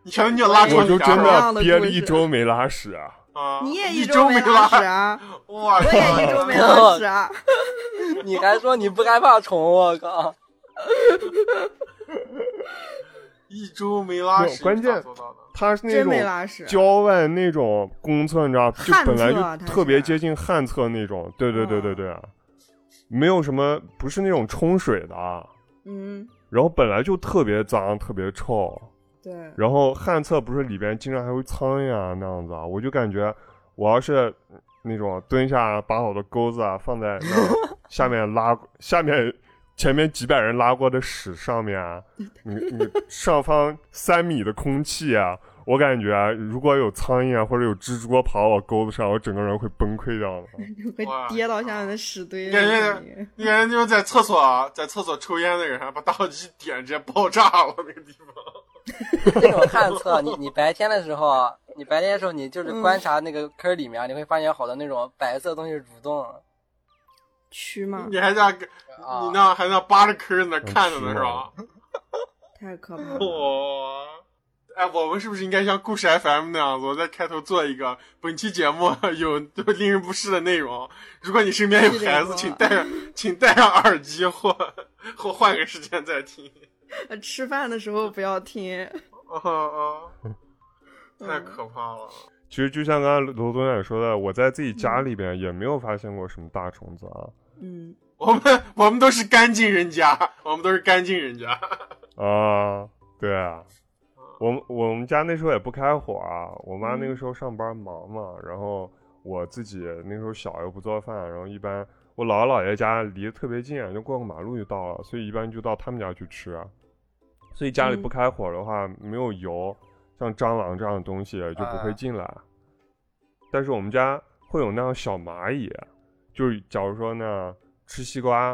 Speaker 3: 你瞧，你也拉出
Speaker 5: 我
Speaker 3: 来
Speaker 5: 就
Speaker 3: 点
Speaker 5: 真
Speaker 3: 儿
Speaker 1: 样的
Speaker 5: 的憋
Speaker 1: 故
Speaker 5: 了一
Speaker 1: 事
Speaker 5: 周没拉屎啊。
Speaker 3: 啊！
Speaker 1: 你也
Speaker 3: 一
Speaker 1: 周
Speaker 3: 没
Speaker 1: 拉屎
Speaker 3: 屎，
Speaker 1: 啊？
Speaker 3: 我
Speaker 1: 我也一周没
Speaker 4: 拉
Speaker 1: 拉屎啊？
Speaker 4: 你还说你不害怕虫？我靠！
Speaker 3: 一周没拉
Speaker 5: 没有
Speaker 3: 屎，
Speaker 5: 关键
Speaker 3: 你咋做到的
Speaker 5: 它是那
Speaker 1: 真
Speaker 5: 种
Speaker 1: 没拉屎啊
Speaker 5: 郊外那种公厕，你知道，就
Speaker 1: 旱
Speaker 5: 本来
Speaker 1: 厕啊
Speaker 5: 就
Speaker 1: 它
Speaker 5: 特别
Speaker 1: 是
Speaker 5: 接近旱厕那种。对对对对对啊，没有什么，不是那种冲水的啊。
Speaker 1: 嗯，
Speaker 5: 然后本来就特别脏，特别臭。
Speaker 1: 对，
Speaker 5: 然后旱厕不是里边经常还会苍蝇啊那样子啊，我就感觉我要是那种蹲下把我的钩子啊放在那儿下面拉下面前面几百人拉过的屎上面啊，你你上方三米的空气啊，我感觉啊，如果有苍蝇啊或者有蜘蛛爬我钩子上，我整个人会崩溃掉的。
Speaker 1: 就会
Speaker 3: 哇
Speaker 1: 跌到下面的屎堆
Speaker 3: 感觉
Speaker 1: 里。
Speaker 3: 你看，就是在厕所啊，在厕所抽烟的人啊，把打火机点直接爆炸了那个地方。
Speaker 4: 这种旱厕，你你白天的时候啊，你白天的时候你就是观察那个坑儿里面啊，你会发现好多那种白色东西蠕动
Speaker 1: 蛆嘛，
Speaker 3: 你还让
Speaker 4: 啊
Speaker 3: 你。那还让扒着坑儿在那看着呢是吧？
Speaker 1: 太可怕了。
Speaker 3: 哇！哎， 我们是不是应该像故事 FM 那样子，我在开头做一个本期节目 有令人不适的内容？如果你身边有
Speaker 1: 是的
Speaker 3: 孩子，请戴上，请戴上耳机或或换个时间再听。
Speaker 1: 呃吃饭的时候不要听，
Speaker 3: 啊啊！ 太
Speaker 1: 嗯
Speaker 3: 可怕了！
Speaker 5: 其实就像刚才罗总也说的，我在自己家里边也没有发现过什么大虫子啊
Speaker 1: 嗯，
Speaker 3: 我们我们都是干净人家，我们都是干净人家。
Speaker 5: 啊，对啊，我们我们家那时候也不开火啊，我妈那个时候上班忙嘛，然后我自己那时候小又不做饭，然后一般我姥姥姥爷家离得特别近啊，就过个马路就到了，所以一般就到他们家去吃啊。所以家里不
Speaker 1: 嗯
Speaker 5: 开火的话，没有油，像蟑螂这样的东西就不会
Speaker 4: 啊
Speaker 5: 进来。但是我们家会有那样小蚂蚁，就是假如说呢，吃西瓜，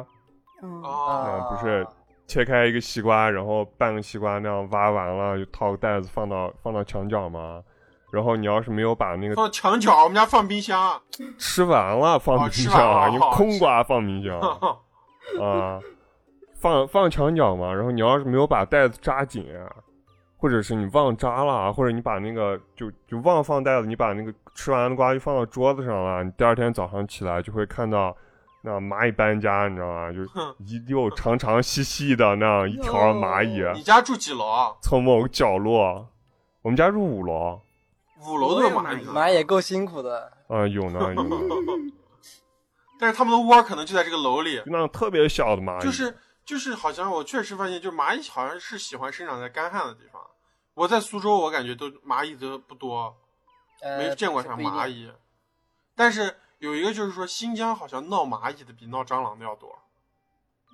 Speaker 1: 哦，
Speaker 3: 哦，
Speaker 5: 啊，不是切开一个西瓜，然后半个西瓜那样挖完了，就套个袋子放到放到墙角嘛。然后你要是没有把那个
Speaker 3: 放墙角，我们家放冰箱。啊
Speaker 5: 吃完了放
Speaker 3: 哦
Speaker 5: 冰
Speaker 3: 吃
Speaker 5: 箱
Speaker 3: 完
Speaker 5: 啊，
Speaker 3: 了
Speaker 5: 你
Speaker 3: 哦
Speaker 5: 空瓜放冰箱啊，放放墙角嘛。然后你要是没有把袋子扎紧啊，或者是你忘扎了啊，或者你把那个就就忘放袋子，你把那个吃完的瓜就放到桌子上了，你第二天早上起来就会看到。那蚂蚁搬家，你知道吗？就一溜长长细细的那样一条蚂蚁，
Speaker 1: 哟
Speaker 3: 你家住几楼啊？
Speaker 5: 从某个角落，我们家住五楼，
Speaker 3: 五楼都有蚂蚁。
Speaker 4: 蚂蚁也够辛苦的，
Speaker 5: 啊、有呢有呢，
Speaker 3: 但是他们的窝可能就在这个楼里
Speaker 5: 就，那种特别小的蚂蚁，
Speaker 3: 就是就是，好像我确实发现，就蚂蚁好像是喜欢生长在干旱的地方。我在苏州，我感觉都蚂蚁都不多，
Speaker 4: 呃，
Speaker 3: 没见过啥
Speaker 4: 不一定
Speaker 3: 蚂。蚁。但是有一个就是说，新疆好像闹蚂蚁的比闹蟑螂的要多。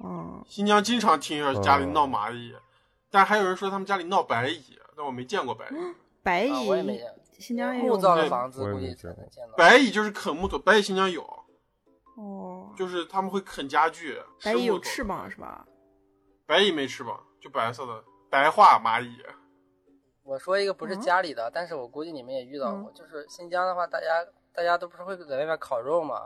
Speaker 1: 哦，
Speaker 3: 新疆经常听说家里闹蚂蚁，但还有人说他们家里闹白蚁，但我没见过白蚁。
Speaker 1: 白
Speaker 4: 啊，我也没
Speaker 1: 蚁，
Speaker 4: 见。
Speaker 1: 新疆也有
Speaker 4: 木造
Speaker 1: 吗
Speaker 4: 的房子
Speaker 5: 我也
Speaker 4: 估
Speaker 5: 没
Speaker 4: 计才
Speaker 5: 见过
Speaker 4: 能见到。
Speaker 3: 白蚁就是啃木头，白蚁新疆有，
Speaker 1: 哦，
Speaker 3: 就是他们会啃家具。
Speaker 1: 白蚁
Speaker 3: 吃
Speaker 1: 有
Speaker 3: 木头
Speaker 1: 翅膀是吧？
Speaker 3: 白蚁没翅膀，就白色的白化蚂蚁。
Speaker 4: 我说一个不是
Speaker 1: 嗯
Speaker 4: 家里的，但是我估计你们也遇到过，就是新疆的话，大家大家都不是会在外面烤肉嘛，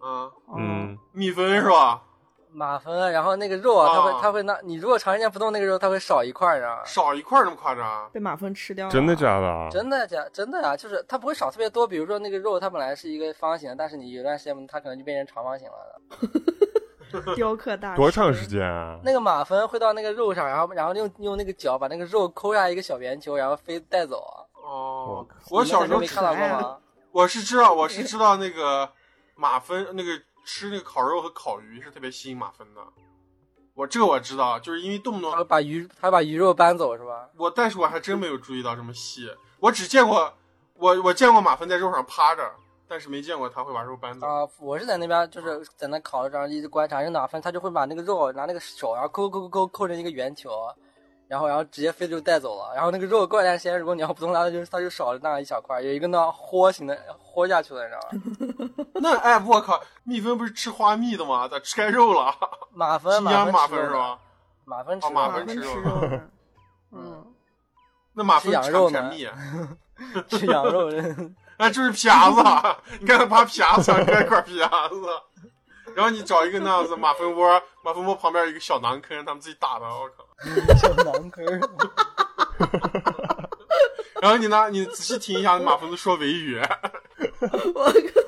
Speaker 3: 嗯，
Speaker 1: 哦，
Speaker 5: 嗯，
Speaker 3: 蜜蜂是吧？
Speaker 4: 马芬，然后那个肉啊，它
Speaker 3: 啊
Speaker 4: 会它会拿你如果长时间不动那个肉，它会少一块儿，你知道吗？
Speaker 3: 少一块儿那么夸张？啊
Speaker 1: 被马蜂吃掉了，
Speaker 5: 真的假的啊？
Speaker 4: 哦真的假？真的啊，就是它不会少特别多。比如说那个肉，它本来是一个方形，但是你有段时间它可能就变成长方形了。
Speaker 1: 雕刻大
Speaker 5: 多长
Speaker 1: 师
Speaker 5: 时？间啊？
Speaker 4: 那个马芬会到那个肉上，然后然后用用那个脚把那个肉抠下一个小圆球，然后飞带走。啊
Speaker 3: 哦
Speaker 5: 我靠，
Speaker 3: 我小时候
Speaker 4: 你们
Speaker 3: 吃
Speaker 4: 没看到过
Speaker 1: 可爱
Speaker 4: 吗？
Speaker 3: 我是知道，我是知道那个马芬那个吃那个烤肉和烤鱼是特别吸引马芬的。我这个我知道，就是因为动不动
Speaker 4: 它会把鱼，它把鱼肉搬走是吧？
Speaker 3: 我，但是我还真没有注意到这么细，我只见过我我见过马芬在肉上趴着，但是没见过他会把肉搬走。
Speaker 4: 啊、我是在那边，就是在那烤着，然后一直观察，是哪分，他就会把那个肉拿那个手，然后抠抠抠抠抠成一个圆球，然后然后直接飞就带走了。然后那个肉过一段时间，如果你要不动它，它就它就少了那样一小块，有一个那样豁形的豁下去的，你知道吗？
Speaker 3: 那哎，我靠，蜜蜂不是吃花蜜的吗？咋吃开肉了？
Speaker 4: 马芬，
Speaker 3: 新疆马
Speaker 4: 马
Speaker 3: 芬是吧？？
Speaker 4: 马芬吃
Speaker 3: 哦
Speaker 4: 肉
Speaker 3: 马
Speaker 1: 马
Speaker 3: 芬
Speaker 1: 蜂
Speaker 3: 吃肉
Speaker 1: 啊肉呢，嗯，
Speaker 3: 那马
Speaker 4: 吃
Speaker 3: 芬
Speaker 4: 羊
Speaker 3: 产
Speaker 4: 肉
Speaker 3: 不产
Speaker 4: 呢
Speaker 3: 蜜？
Speaker 4: 吃羊肉，真
Speaker 3: 哎，就是皮伢子，你看他扒皮伢子，割一块皮伢子， 然后你找一个那样子马蜂窝，马蜂窝旁边有一个小馕坑，他们自己打的，我靠。
Speaker 4: 小嗯南坑儿。
Speaker 3: 然后你呢，你仔细听一下马蜂都说维语，
Speaker 1: 我靠，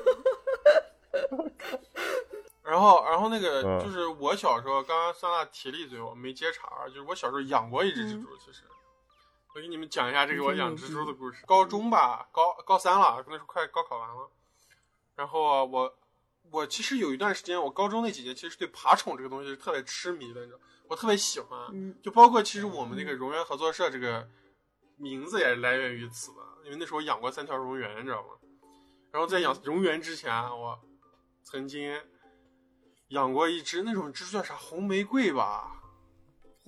Speaker 3: 然后然后那个
Speaker 5: 嗯
Speaker 3: 就是我小时候，刚刚桑娜提了一嘴，我没接茬儿，就是我小时候养过一只蜘蛛，其实。我给你们讲一下这个我养蜘蛛的故事。高中吧，高高三了，那时候快高考完了。然后啊我我其实有一段时间，我高中那几年其实对爬虫这个东西是特别痴迷的，你知道，我特别喜欢。
Speaker 1: 嗯，
Speaker 3: 就包括其实我们那个荣源合作社这个名字也是来源于此的，因为那时候养过三条荣源，
Speaker 1: 嗯
Speaker 3: 你知道吗？然后在养荣源之前啊，我曾经养过一只那种蜘蛛叫啥红玫瑰吧，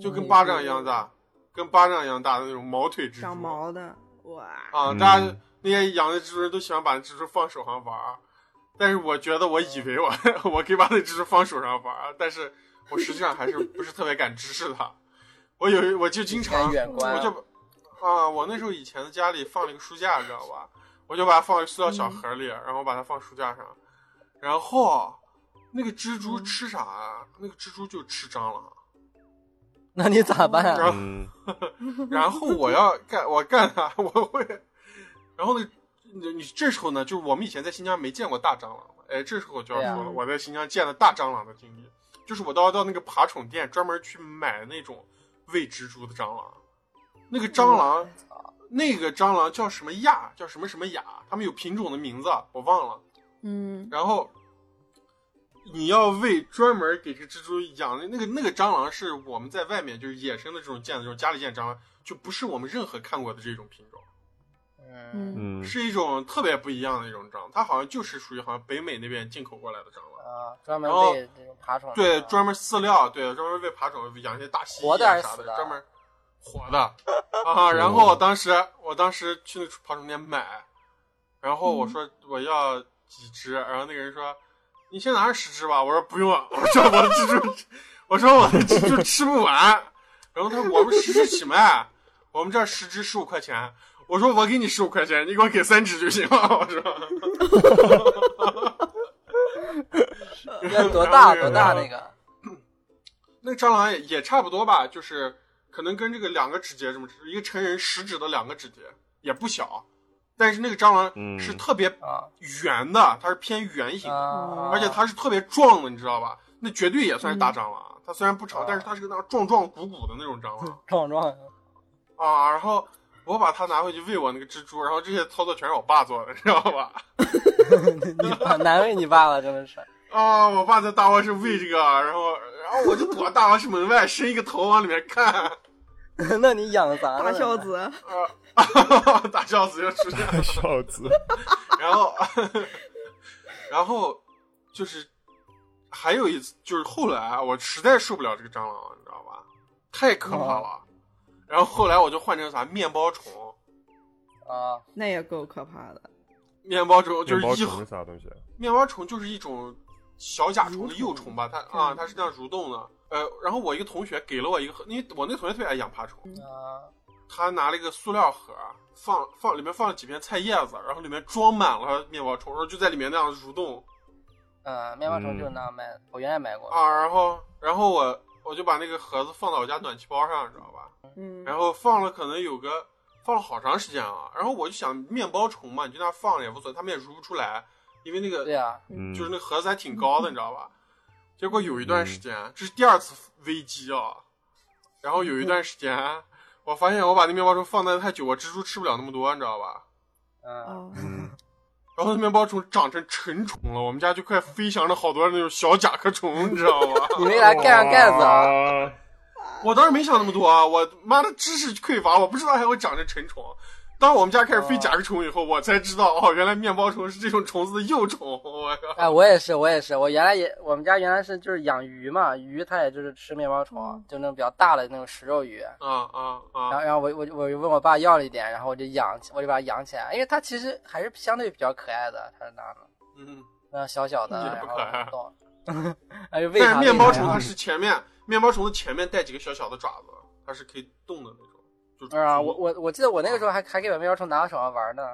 Speaker 3: 就跟巴掌一样大，跟巴掌一样大的那种毛腿蜘蛛。
Speaker 1: 长毛的，哇，
Speaker 3: 啊，
Speaker 5: 嗯
Speaker 3: 大家那些养的蜘蛛人都喜欢把蜘蛛放手上玩儿，但是我觉得我以为我 我可以把那蜘蛛放手上玩儿，但是我实际上还是不是特别敢直视它。我有一我就经常
Speaker 4: 看远观
Speaker 3: 我就把啊，我那时候以前的家里放了一个书架，知道吧？我就把它放在塑料
Speaker 4: 嗯
Speaker 3: 小盒里，然后把它放书架上，然后那个蜘蛛
Speaker 4: 嗯
Speaker 3: 吃啥啊？那个蜘蛛就吃蟑螂。
Speaker 4: 那你咋办
Speaker 3: 然
Speaker 4: 啊？
Speaker 3: 后
Speaker 5: 嗯，
Speaker 3: 然后我要干， 我干啥？我会。然后呢，你你这时候呢，就是我们以前在新疆没见过大蟑螂嘛。哎，这时候我就要说
Speaker 1: 对啊
Speaker 3: 了，我在新疆见了大蟑螂的经历，就是我到到那个爬虫店专门去买那种喂蜘蛛的蟑螂，那个蟑螂，
Speaker 1: 嗯
Speaker 3: 那个蟑螂叫什么亚，叫什么什么亚，它们有品种的名字，啊我忘了。
Speaker 1: 嗯，
Speaker 3: 然后你要喂专门给这蜘蛛养的那个那个蟑螂，是我们在外面就是野生的这种见的这种家里见的蟑螂，就不是我们任何看过的这种品种，
Speaker 1: 嗯
Speaker 5: 嗯，
Speaker 3: 是一种特别不一样的一种蟑螂，它好像就是属于好像北美那边进口过来的蟑螂。
Speaker 4: 啊，专门
Speaker 3: 然后
Speaker 4: 喂这种爬虫。啊
Speaker 3: 对，专门饲料，对，专门喂爬虫，养一些大蜥
Speaker 4: 活的还
Speaker 3: 蜴啊
Speaker 4: 是
Speaker 3: 啥
Speaker 4: 死
Speaker 3: 的，
Speaker 4: 的
Speaker 3: 专门活的啊。然后我当时，我当时去那爬虫店买，然后我说我要几只，然后那个人说你先拿着十只吧，我说不用，我说我的蜘蛛， 我说我的蜘蛛吃不完，然后他说我们十只起卖，我们这儿十只十五块钱。我说我给你十五块钱，你给我给三只就行了。我说，
Speaker 4: 要多 大多大那个？
Speaker 3: 嗯那个蟑螂也也差不多吧，就是可能跟这个两个指节这么一个成人食指的两个指节也不小，但是那个蟑螂
Speaker 5: 嗯
Speaker 3: 是特别
Speaker 4: 啊
Speaker 3: 圆的，它是偏圆形的，
Speaker 4: 啊！
Speaker 3: 而且它是特别壮的，你知道吧？那绝对也算是大蟑螂，它虽然不长
Speaker 4: 嗯啊，
Speaker 3: 但是它是个那种壮壮鼓鼓的那种蟑螂
Speaker 4: 壮壮，嗯
Speaker 3: 啊。然后我把它拿回去喂我那个蜘蛛，然后这些操作全是我爸做的，你知道吧？
Speaker 4: 你爸难为你爸了，真的是。
Speaker 3: 啊，我爸在大卧室喂这个，啊然后然后我就躲大卧室门外，伸一个头往里面看。
Speaker 4: 那你养啥呢？
Speaker 1: 大孝子，
Speaker 3: 大孝子又出现了，
Speaker 5: 孝子，
Speaker 3: 然后， 然后就是还有一次，就是后来啊我实在受不了这个蟑螂了，你知道吧？太可怕了。然后后来我就换成啥面包虫，
Speaker 4: 啊，
Speaker 1: 那也够可怕的。
Speaker 3: 面包虫就
Speaker 5: 面
Speaker 3: 是
Speaker 5: 包
Speaker 3: 一
Speaker 5: 虫是啥东西？
Speaker 3: 面包虫就是一种小甲虫的
Speaker 1: 蠕
Speaker 3: 幼
Speaker 1: 虫
Speaker 3: 虫吧，它
Speaker 1: 嗯
Speaker 3: 啊它是这样蠕动的。呃，然后我一个同学给了我一个盒，因为我那同学特别爱养爬虫，
Speaker 4: 啊，
Speaker 3: 他拿了一个塑料盒，放放里面放了几片菜叶子，然后里面装满了面包虫，然后就在里面那样蠕动。
Speaker 4: 嗯，面包虫就是那样卖的，我原来买过。
Speaker 3: 啊，然后然后我我就把那个盒子放到我家暖气包上，你知道吧？
Speaker 1: 嗯，
Speaker 3: 然后放了可能有个放了好长时间啊，然后我就想面包虫嘛，你就那放着也无所谓，它们也蠕不出来，因为那个
Speaker 4: 对啊呀，
Speaker 5: 嗯，
Speaker 3: 就是那盒子还挺高的，你知道吧？结果有一段时间，这是第二次危机啊。然后有一段时间，我发现我把那面包虫放在太久，我蜘蛛吃不了那么多，你知道吧？
Speaker 4: 嗯，
Speaker 1: 哦，
Speaker 5: 嗯，
Speaker 3: 然后那面包虫长成成虫了，我们家就快飞翔着好多那种小甲壳虫，你知道吗？
Speaker 4: 你没给它盖上盖子啊？
Speaker 5: 啊！
Speaker 3: 我当时没想那么多啊，我妈的知识匮乏，我不知道还会长成成虫。当我们家开始
Speaker 4: 哦
Speaker 3: 飞甲壳虫以后，我才知道哦，原来面包虫是这种虫子的幼虫。我靠！
Speaker 4: 哎，我也是，我也是，我原来也，我们家原来是就是养鱼嘛，鱼它也就是吃面包虫
Speaker 1: 嗯，
Speaker 4: 就那种比较大的那种食肉鱼。
Speaker 3: 啊啊
Speaker 4: 然
Speaker 3: 啊！
Speaker 4: 后，然后我我我就问我爸要了一点，然后我就养，我就把它养起来，因为它其实还是相对比较可爱的，它是那样的，
Speaker 3: 嗯，
Speaker 4: 那样小小的，
Speaker 3: 也
Speaker 4: 然
Speaker 3: 不
Speaker 4: 后
Speaker 3: 可爱
Speaker 4: 动，还是喂
Speaker 3: 但
Speaker 4: 它
Speaker 3: 是面包
Speaker 4: 喂
Speaker 3: 虫
Speaker 4: 它
Speaker 3: 它是前面，面包虫的前面带几个小小的爪子，它是可以动的那种。就是
Speaker 4: 啊，我我我记得我那个时候还还给把面包虫拿到手上玩呢，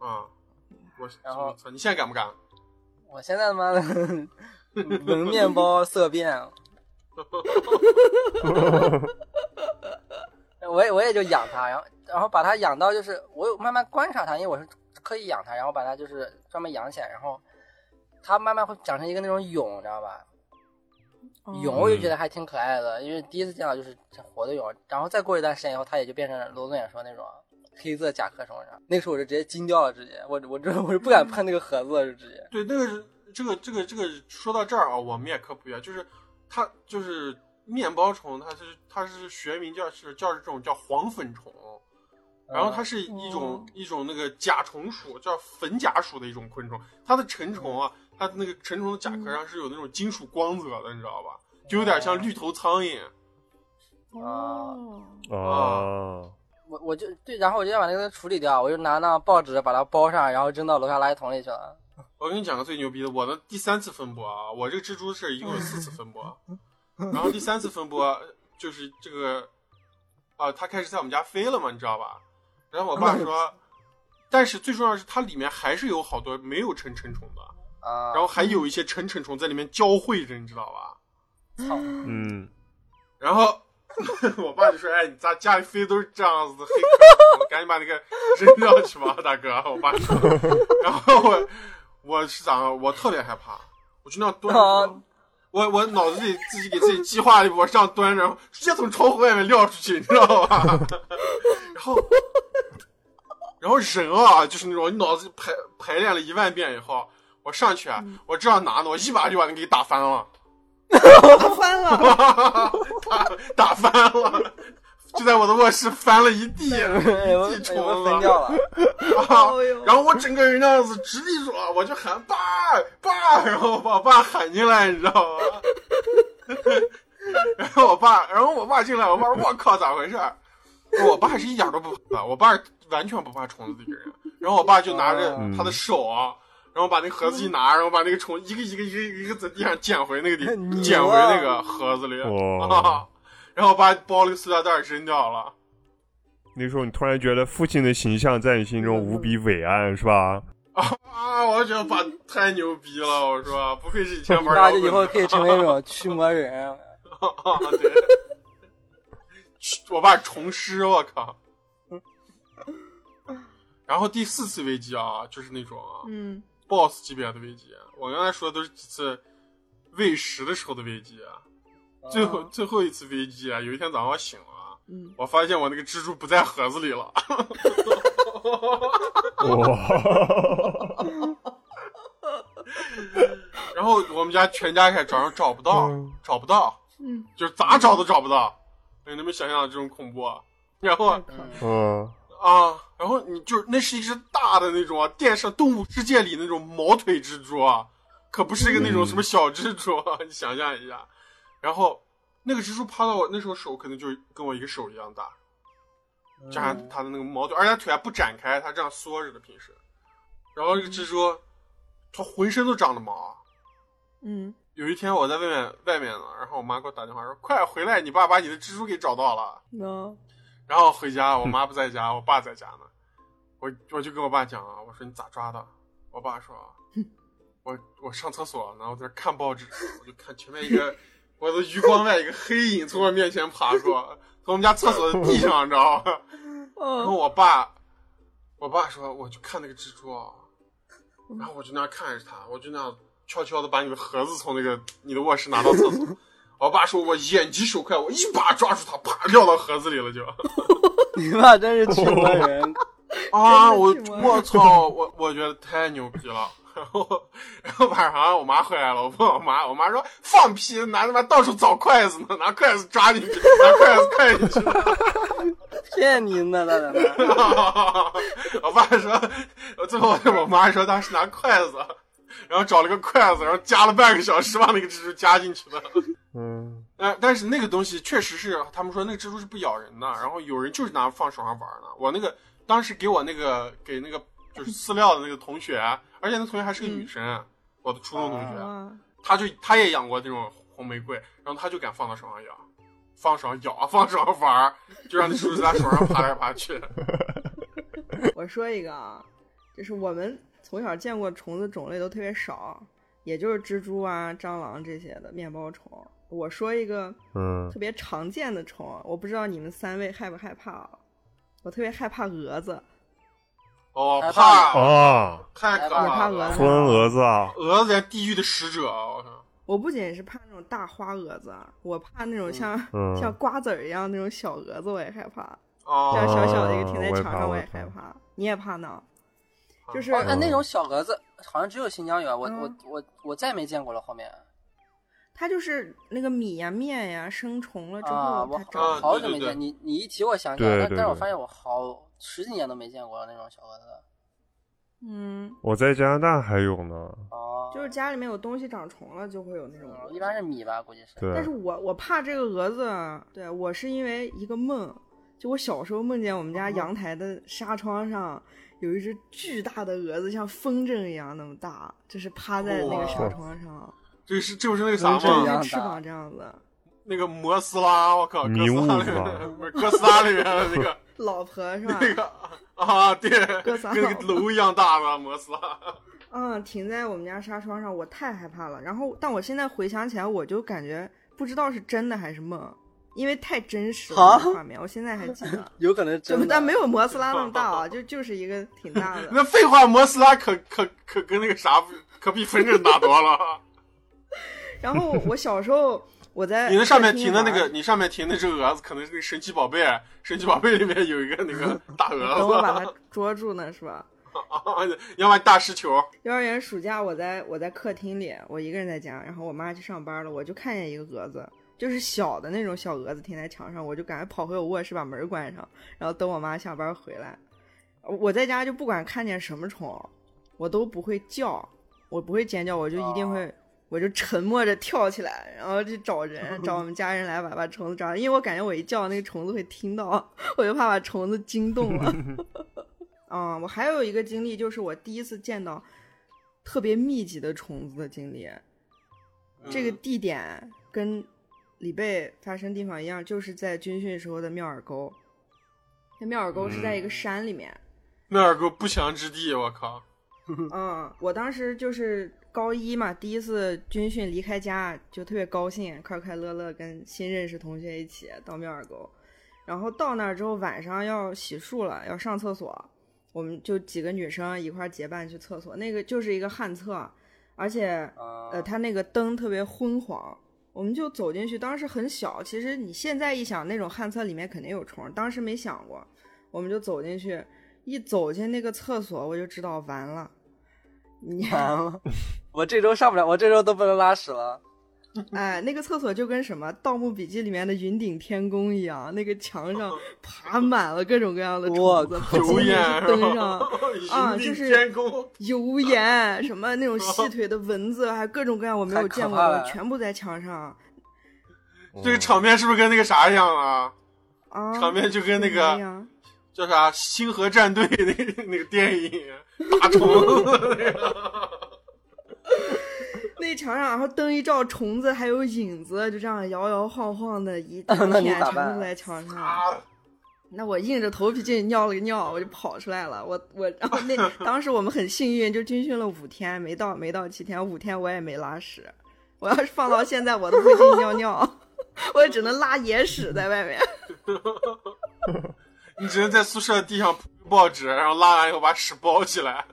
Speaker 3: 啊，我
Speaker 4: 然后
Speaker 3: 我操！你现在敢不敢？
Speaker 4: 我现在他妈的闻面包色变，我也我也就养它，然后然后把它养到就是我有慢慢观察它，因为我是刻意养它，然后把它就是专门养起来，然后它慢慢会长成一个那种蛹，你知道吧？蛹
Speaker 1: 有
Speaker 4: 我就觉得还挺可爱的，因为第一次见到就是活的蛹，然后再过一段时间以后，它也就变成罗总也说那种黑色甲壳虫，然后那个时候我就直接惊掉了，直接我我这我就不敢碰那个盒子了，就直接。
Speaker 3: 对，那个是这个这个这个说到这儿啊，我们也科普一下，就是它就是面包虫，它是它是学名叫是叫这种叫黄粉虫，然后它是一种、
Speaker 1: 哦
Speaker 3: 一种那个甲虫属，叫粉甲属的一种昆虫，它的成虫啊它那个成虫的甲壳上是有那种金属光泽的，你知道吧？就有点像绿头苍蝇。
Speaker 1: 哦，
Speaker 5: 啊，
Speaker 4: 我我就对，然后我就要把那个处理掉，我就拿那报纸把它包上，然后扔到楼下垃圾桶里去了。
Speaker 3: 我跟你讲个最牛逼的，我的第三次分拨啊，我这个蜘蛛是一共有四次分拨， 然后第三次分拨就是这个，啊、它开始在我们家飞了嘛，你知道吧？然后我爸说，但是最重要的是它里面还是有好多没有成成虫的，
Speaker 4: 啊，
Speaker 3: 然后还有一些成成虫在里面交汇着，你知道吧？
Speaker 4: 操，
Speaker 5: 嗯，
Speaker 3: 然后 我爸就说：“哎，你咱家里飞的都是这样子的黑壳，我赶紧把那个扔掉去吧，大哥。”我爸说。 然后我我是咋样？我特别害怕，我就那样蹲
Speaker 4: 啊
Speaker 3: 着，我我脑子里自己给自己计划了一波，这样蹲着，然后直接从窗户外面撂出去，你知道吧？ 然后。然后人啊，就是那种你脑子排排练了一万遍以后，我上去，啊
Speaker 1: 嗯
Speaker 3: 我这样拿的，我一把就把你给打翻了。
Speaker 1: 翻 了，
Speaker 3: 打 打翻了， 就在我的卧室翻了一地，
Speaker 4: 哎我
Speaker 3: 一地
Speaker 4: 被
Speaker 3: 虫
Speaker 4: 分 掉了，
Speaker 3: 啊
Speaker 1: 哎呦！
Speaker 3: 然后我整个人那样子直立住了，我就喊爸爸，然后我把我爸喊进来，你知道吗？然后我爸，然后我爸进来，我爸说：“我靠，咋回事儿？”我爸是一点儿都不怕的，我爸完全不怕虫子的一个人。然后我爸就拿着他的手啊，然后把那个盒子一拿，然后把那个虫一个一个一个一个在地上捡回那个地，
Speaker 4: 牛啊
Speaker 3: 捡回那个盒子里。
Speaker 5: 哇
Speaker 3: 然后我爸包了个塑料袋儿扔掉了。
Speaker 5: 那时候你突然觉得父亲的形象在你心中无比伟岸，是吧？
Speaker 3: 啊！我觉得爸太牛逼了，我说不愧是以前
Speaker 4: 你
Speaker 3: 玩
Speaker 4: 爸
Speaker 3: 摇
Speaker 4: 就
Speaker 3: 滚的。
Speaker 4: 以后可以成为那种驱 魔人。
Speaker 3: 啊，对，我爸重师，我靠。然后第四次危机啊，就是那种啊、
Speaker 1: 嗯，
Speaker 3: boss 级别的危机。我刚才说的都是几次喂食的时候的危机啊，最后、最后一次危机啊，有一天早上我醒了啊，
Speaker 1: 嗯
Speaker 3: 我发现我那个蜘蛛不在盒子里了。
Speaker 5: 哇，
Speaker 3: 然后我们家全家开始找，找不到，找不到，
Speaker 1: 嗯，
Speaker 3: 就是咋找都找不到。哎你能不能想象这种恐怖啊？然后
Speaker 5: 嗯，
Speaker 3: 啊，然后你就那是一只大的那种啊，电视《动物世界》里那种毛腿蜘蛛啊，可不是一个那种什么小蜘蛛啊， 你想象一下。然后那个蜘蛛趴到我那时候手可能就跟我一个手一样大，加上它的那个毛腿，而且它腿还不展开，它这样缩着的平时。然后这个蜘蛛，它浑身都长了毛。啊
Speaker 1: 嗯，
Speaker 3: 有一天我在外面外面呢，然后我妈给我打电话说：“快回来，你爸把你的蜘蛛给找到了。”
Speaker 1: 那
Speaker 3: 然后回家，我妈不在家，我爸在家呢。我我就跟我爸讲啊，我说你咋抓的？我爸说啊，我我上厕所呢，我在那看报纸，我就看前面一个我的余光外一个黑影从我面前爬过，从我们家厕所的地上，你知道吗？然后
Speaker 1: 哦，
Speaker 3: 我爸，我爸说我就看那个蜘蛛啊，然后我就那样看着它，我就那样悄悄的把你的盒子从那个你的卧室拿到厕所。我爸说我眼疾手快，我一把抓住它，啪撂到盒子里了就。
Speaker 4: 你爸真是驱魔人，
Speaker 3: 啊！
Speaker 1: 真的
Speaker 3: 我
Speaker 1: 挺玩
Speaker 3: 我操！我我觉得太牛逼了。 然后然后晚上我妈回来了，我问我妈，我妈说放屁，拿他妈到处找筷子呢，拿筷子抓进去，拿筷子筷进去。
Speaker 4: 骗你呢，大胆的。
Speaker 3: 我爸说，我最后我妈说她是拿筷子，然后找了个筷子，然后夹了半个小时把那个蜘蛛夹进去的。
Speaker 5: 嗯，
Speaker 3: 呃，但是那个东西确实是，他们说那个蜘蛛是不咬人的，然后有人就是拿放手上玩呢。我那个当时给我那个给那个就是饲料的那个同学，而且那同学还是个女生，我的初中同学，
Speaker 1: 哇，
Speaker 3: 她就她也养过那种红玫瑰，然后她就敢放到手上咬，放手上咬，啊放手上玩儿，就让那蜘蛛在她手上爬来爬去。
Speaker 1: 我说一个啊，就是我们从小见过虫子种类都特别少，也就是蜘蛛啊、蟑螂这些的面包虫。我说一个
Speaker 5: 嗯，
Speaker 1: 特别常见的虫，啊我不知道你们三位害不害怕啊？我特别害怕蛾子，
Speaker 3: 哦，
Speaker 4: 害怕
Speaker 3: 怕
Speaker 5: 啊，
Speaker 3: 太可
Speaker 1: 也怕
Speaker 3: 怕
Speaker 1: 蛾
Speaker 3: 了，
Speaker 1: 子
Speaker 5: 春蛾子啊，
Speaker 3: 蛾子才地狱的使者啊！我靠，
Speaker 1: 我不仅是怕那种大花蛾子啊，我怕那种像、
Speaker 5: 嗯
Speaker 1: 像瓜子儿一样那种小蛾子，我也害怕。这样
Speaker 3: 哦，
Speaker 1: 小小的一个停在
Speaker 5: 我也
Speaker 1: 墙
Speaker 5: 怕
Speaker 1: 上，
Speaker 5: 我
Speaker 1: 我
Speaker 5: 也
Speaker 1: 也
Speaker 5: 怕嗯
Speaker 1: 害怕。你也怕呢？就是
Speaker 4: 哦，哎，那种小蛾子好像只有新疆有啊，我我
Speaker 1: 嗯
Speaker 4: 我我再没见过了。后面
Speaker 1: 它就是那个米呀、面呀生虫了之
Speaker 4: 啊，
Speaker 1: 后，
Speaker 4: 我
Speaker 1: 它
Speaker 4: 好
Speaker 1: 长。
Speaker 4: 好久没
Speaker 3: 对对对
Speaker 4: 见你，你一提我想起来，
Speaker 5: 对
Speaker 4: 但
Speaker 5: 对
Speaker 4: 但是我
Speaker 5: 对
Speaker 4: 发现我好十几年都没见过了那种小蛾子。
Speaker 1: 嗯，
Speaker 5: 我在加拿大还有呢，
Speaker 4: 哦，嗯
Speaker 1: 就是家里面有东西长虫了，就会有那种
Speaker 4: 一般是米吧，估计是。
Speaker 5: 对
Speaker 1: 但是，我我怕这个蛾子啊，对我是因为一个梦，就我小时候梦见我们家阳台的纱窗上有一只巨大的蛾子，像风筝一样那么大，就是趴在那个纱窗上，
Speaker 3: 这是这不是那个啥
Speaker 4: 这
Speaker 1: 张
Speaker 4: 样
Speaker 3: 吗？
Speaker 1: 开
Speaker 4: 大
Speaker 1: 翅膀这样子。
Speaker 3: 那个摩斯拉，我靠，哥
Speaker 5: 迷雾
Speaker 3: 斯拉里
Speaker 5: 吧
Speaker 3: 面不是哥斯拉里面的那 个
Speaker 1: 老婆是吧？
Speaker 3: 那个啊，对，
Speaker 1: 哥斯拉
Speaker 3: 跟那个楼一样大的摩斯拉，
Speaker 1: 嗯，停在我们家纱窗上，我太害怕了。然后，但我现在回想起来，我就感觉不知道是真的还是梦，因为太真实了
Speaker 4: 啊。
Speaker 1: 那个画面，我现在还记得
Speaker 4: 有可能是
Speaker 1: 就
Speaker 4: 真的，
Speaker 1: 但没有摩斯拉 那么大啊，就就是一个挺大的。
Speaker 3: 那废话，摩斯拉可 可可跟那个啥不可比风筝大多了。
Speaker 1: 然后我小时候我在
Speaker 3: 你那上面
Speaker 1: 客
Speaker 3: 停
Speaker 1: 厅
Speaker 3: 的那个，
Speaker 1: 玩
Speaker 3: 你上面停的这个蛾子，可能是那个神奇宝贝， 神奇宝贝里面有一个那个大
Speaker 1: 等我把
Speaker 3: 蛾
Speaker 1: 它捉住呢，是吧？
Speaker 3: 子， 要么大石球，
Speaker 1: 幼儿园暑假，我在我在客厅里，我一个人在家，然后我妈去上班了，我就看见一个蛾子，就是小的那种小蛾子停在墙上，我就赶快跑回我卧室把门关上，然后等我妈下班回来。我在家就不管看见什么虫，我都不会叫，我不会尖叫，我就一定会，我就沉默着跳起来，然后去找人，找我们家人来把把虫子抓，因为我感觉我一叫那个虫子会听到， 我就怕把虫子惊动了。嗯，我还有一个经历，就是我第一次见到特别密集的虫子的经历。这个地点跟李贝发生地方一样，就是在军训时候的庙尔沟。那庙尔沟是在一个山里面。
Speaker 3: 那尔沟不祥之地，我靠，
Speaker 1: 嗯，我当时就是高一嘛，第一次军训离开家，就特别高兴，快快乐乐跟新认识同学一起到庙尔沟。然后到那儿之后，晚上要洗漱了，要上厕所，我们就几个女生一块儿结伴去厕所。那个就是一个旱厕，而且
Speaker 4: 啊
Speaker 1: 呃，它那个灯特别昏黄，我们就走进去。当时很小，其实你现在一想，那种旱厕里面肯定有虫，当时没想过。我们就走进去，一走进那个厕所，我就知道完了。你
Speaker 4: 啊 我这周上不了，我这周都不能拉屎了。
Speaker 1: 哎，那个厕所就跟什么《盗墓笔记》里面的云顶天宫一样，那个墙
Speaker 3: 哦
Speaker 1: 上爬满了各种各样的虫
Speaker 4: 我
Speaker 1: 子，不
Speaker 3: 九
Speaker 1: 仅仅
Speaker 3: 眼哦
Speaker 1: 是
Speaker 3: 是
Speaker 1: 灯
Speaker 3: 吧
Speaker 1: 上，？啊
Speaker 3: 云
Speaker 1: 就
Speaker 3: 顶
Speaker 1: 是
Speaker 3: 天宫，
Speaker 1: 油盐，什么那种细腿的蚊子，还各种各样我没有
Speaker 4: 太可
Speaker 1: 见过
Speaker 4: 怕
Speaker 1: 的，
Speaker 4: 了
Speaker 1: 全部在墙上
Speaker 3: 这个场面是不是跟那个啥一样啊？
Speaker 1: 啊，
Speaker 3: 场面就跟那
Speaker 1: 什么
Speaker 3: 个
Speaker 1: 呀
Speaker 3: 叫啥《星河战队》那个那个电影大虫子那个，
Speaker 1: 那墙上，然后灯一照，虫子还有影子，就这样摇摇晃晃的 一大
Speaker 4: 那你
Speaker 1: 片
Speaker 4: 咋
Speaker 1: 全
Speaker 4: 办
Speaker 1: 部在墙上。
Speaker 3: 啊，
Speaker 1: 那我硬着头皮进去尿了个尿，我就跑出来了。我我然后 那当时我们很幸运，就军训了五天，没到没到七天，五天我也没拉屎。我要是放到现在，我都不会进去尿尿， 我也只能拉野屎在外面。
Speaker 3: 你只能在宿舍地上铺个报纸，然后拉完以后把屎包起来。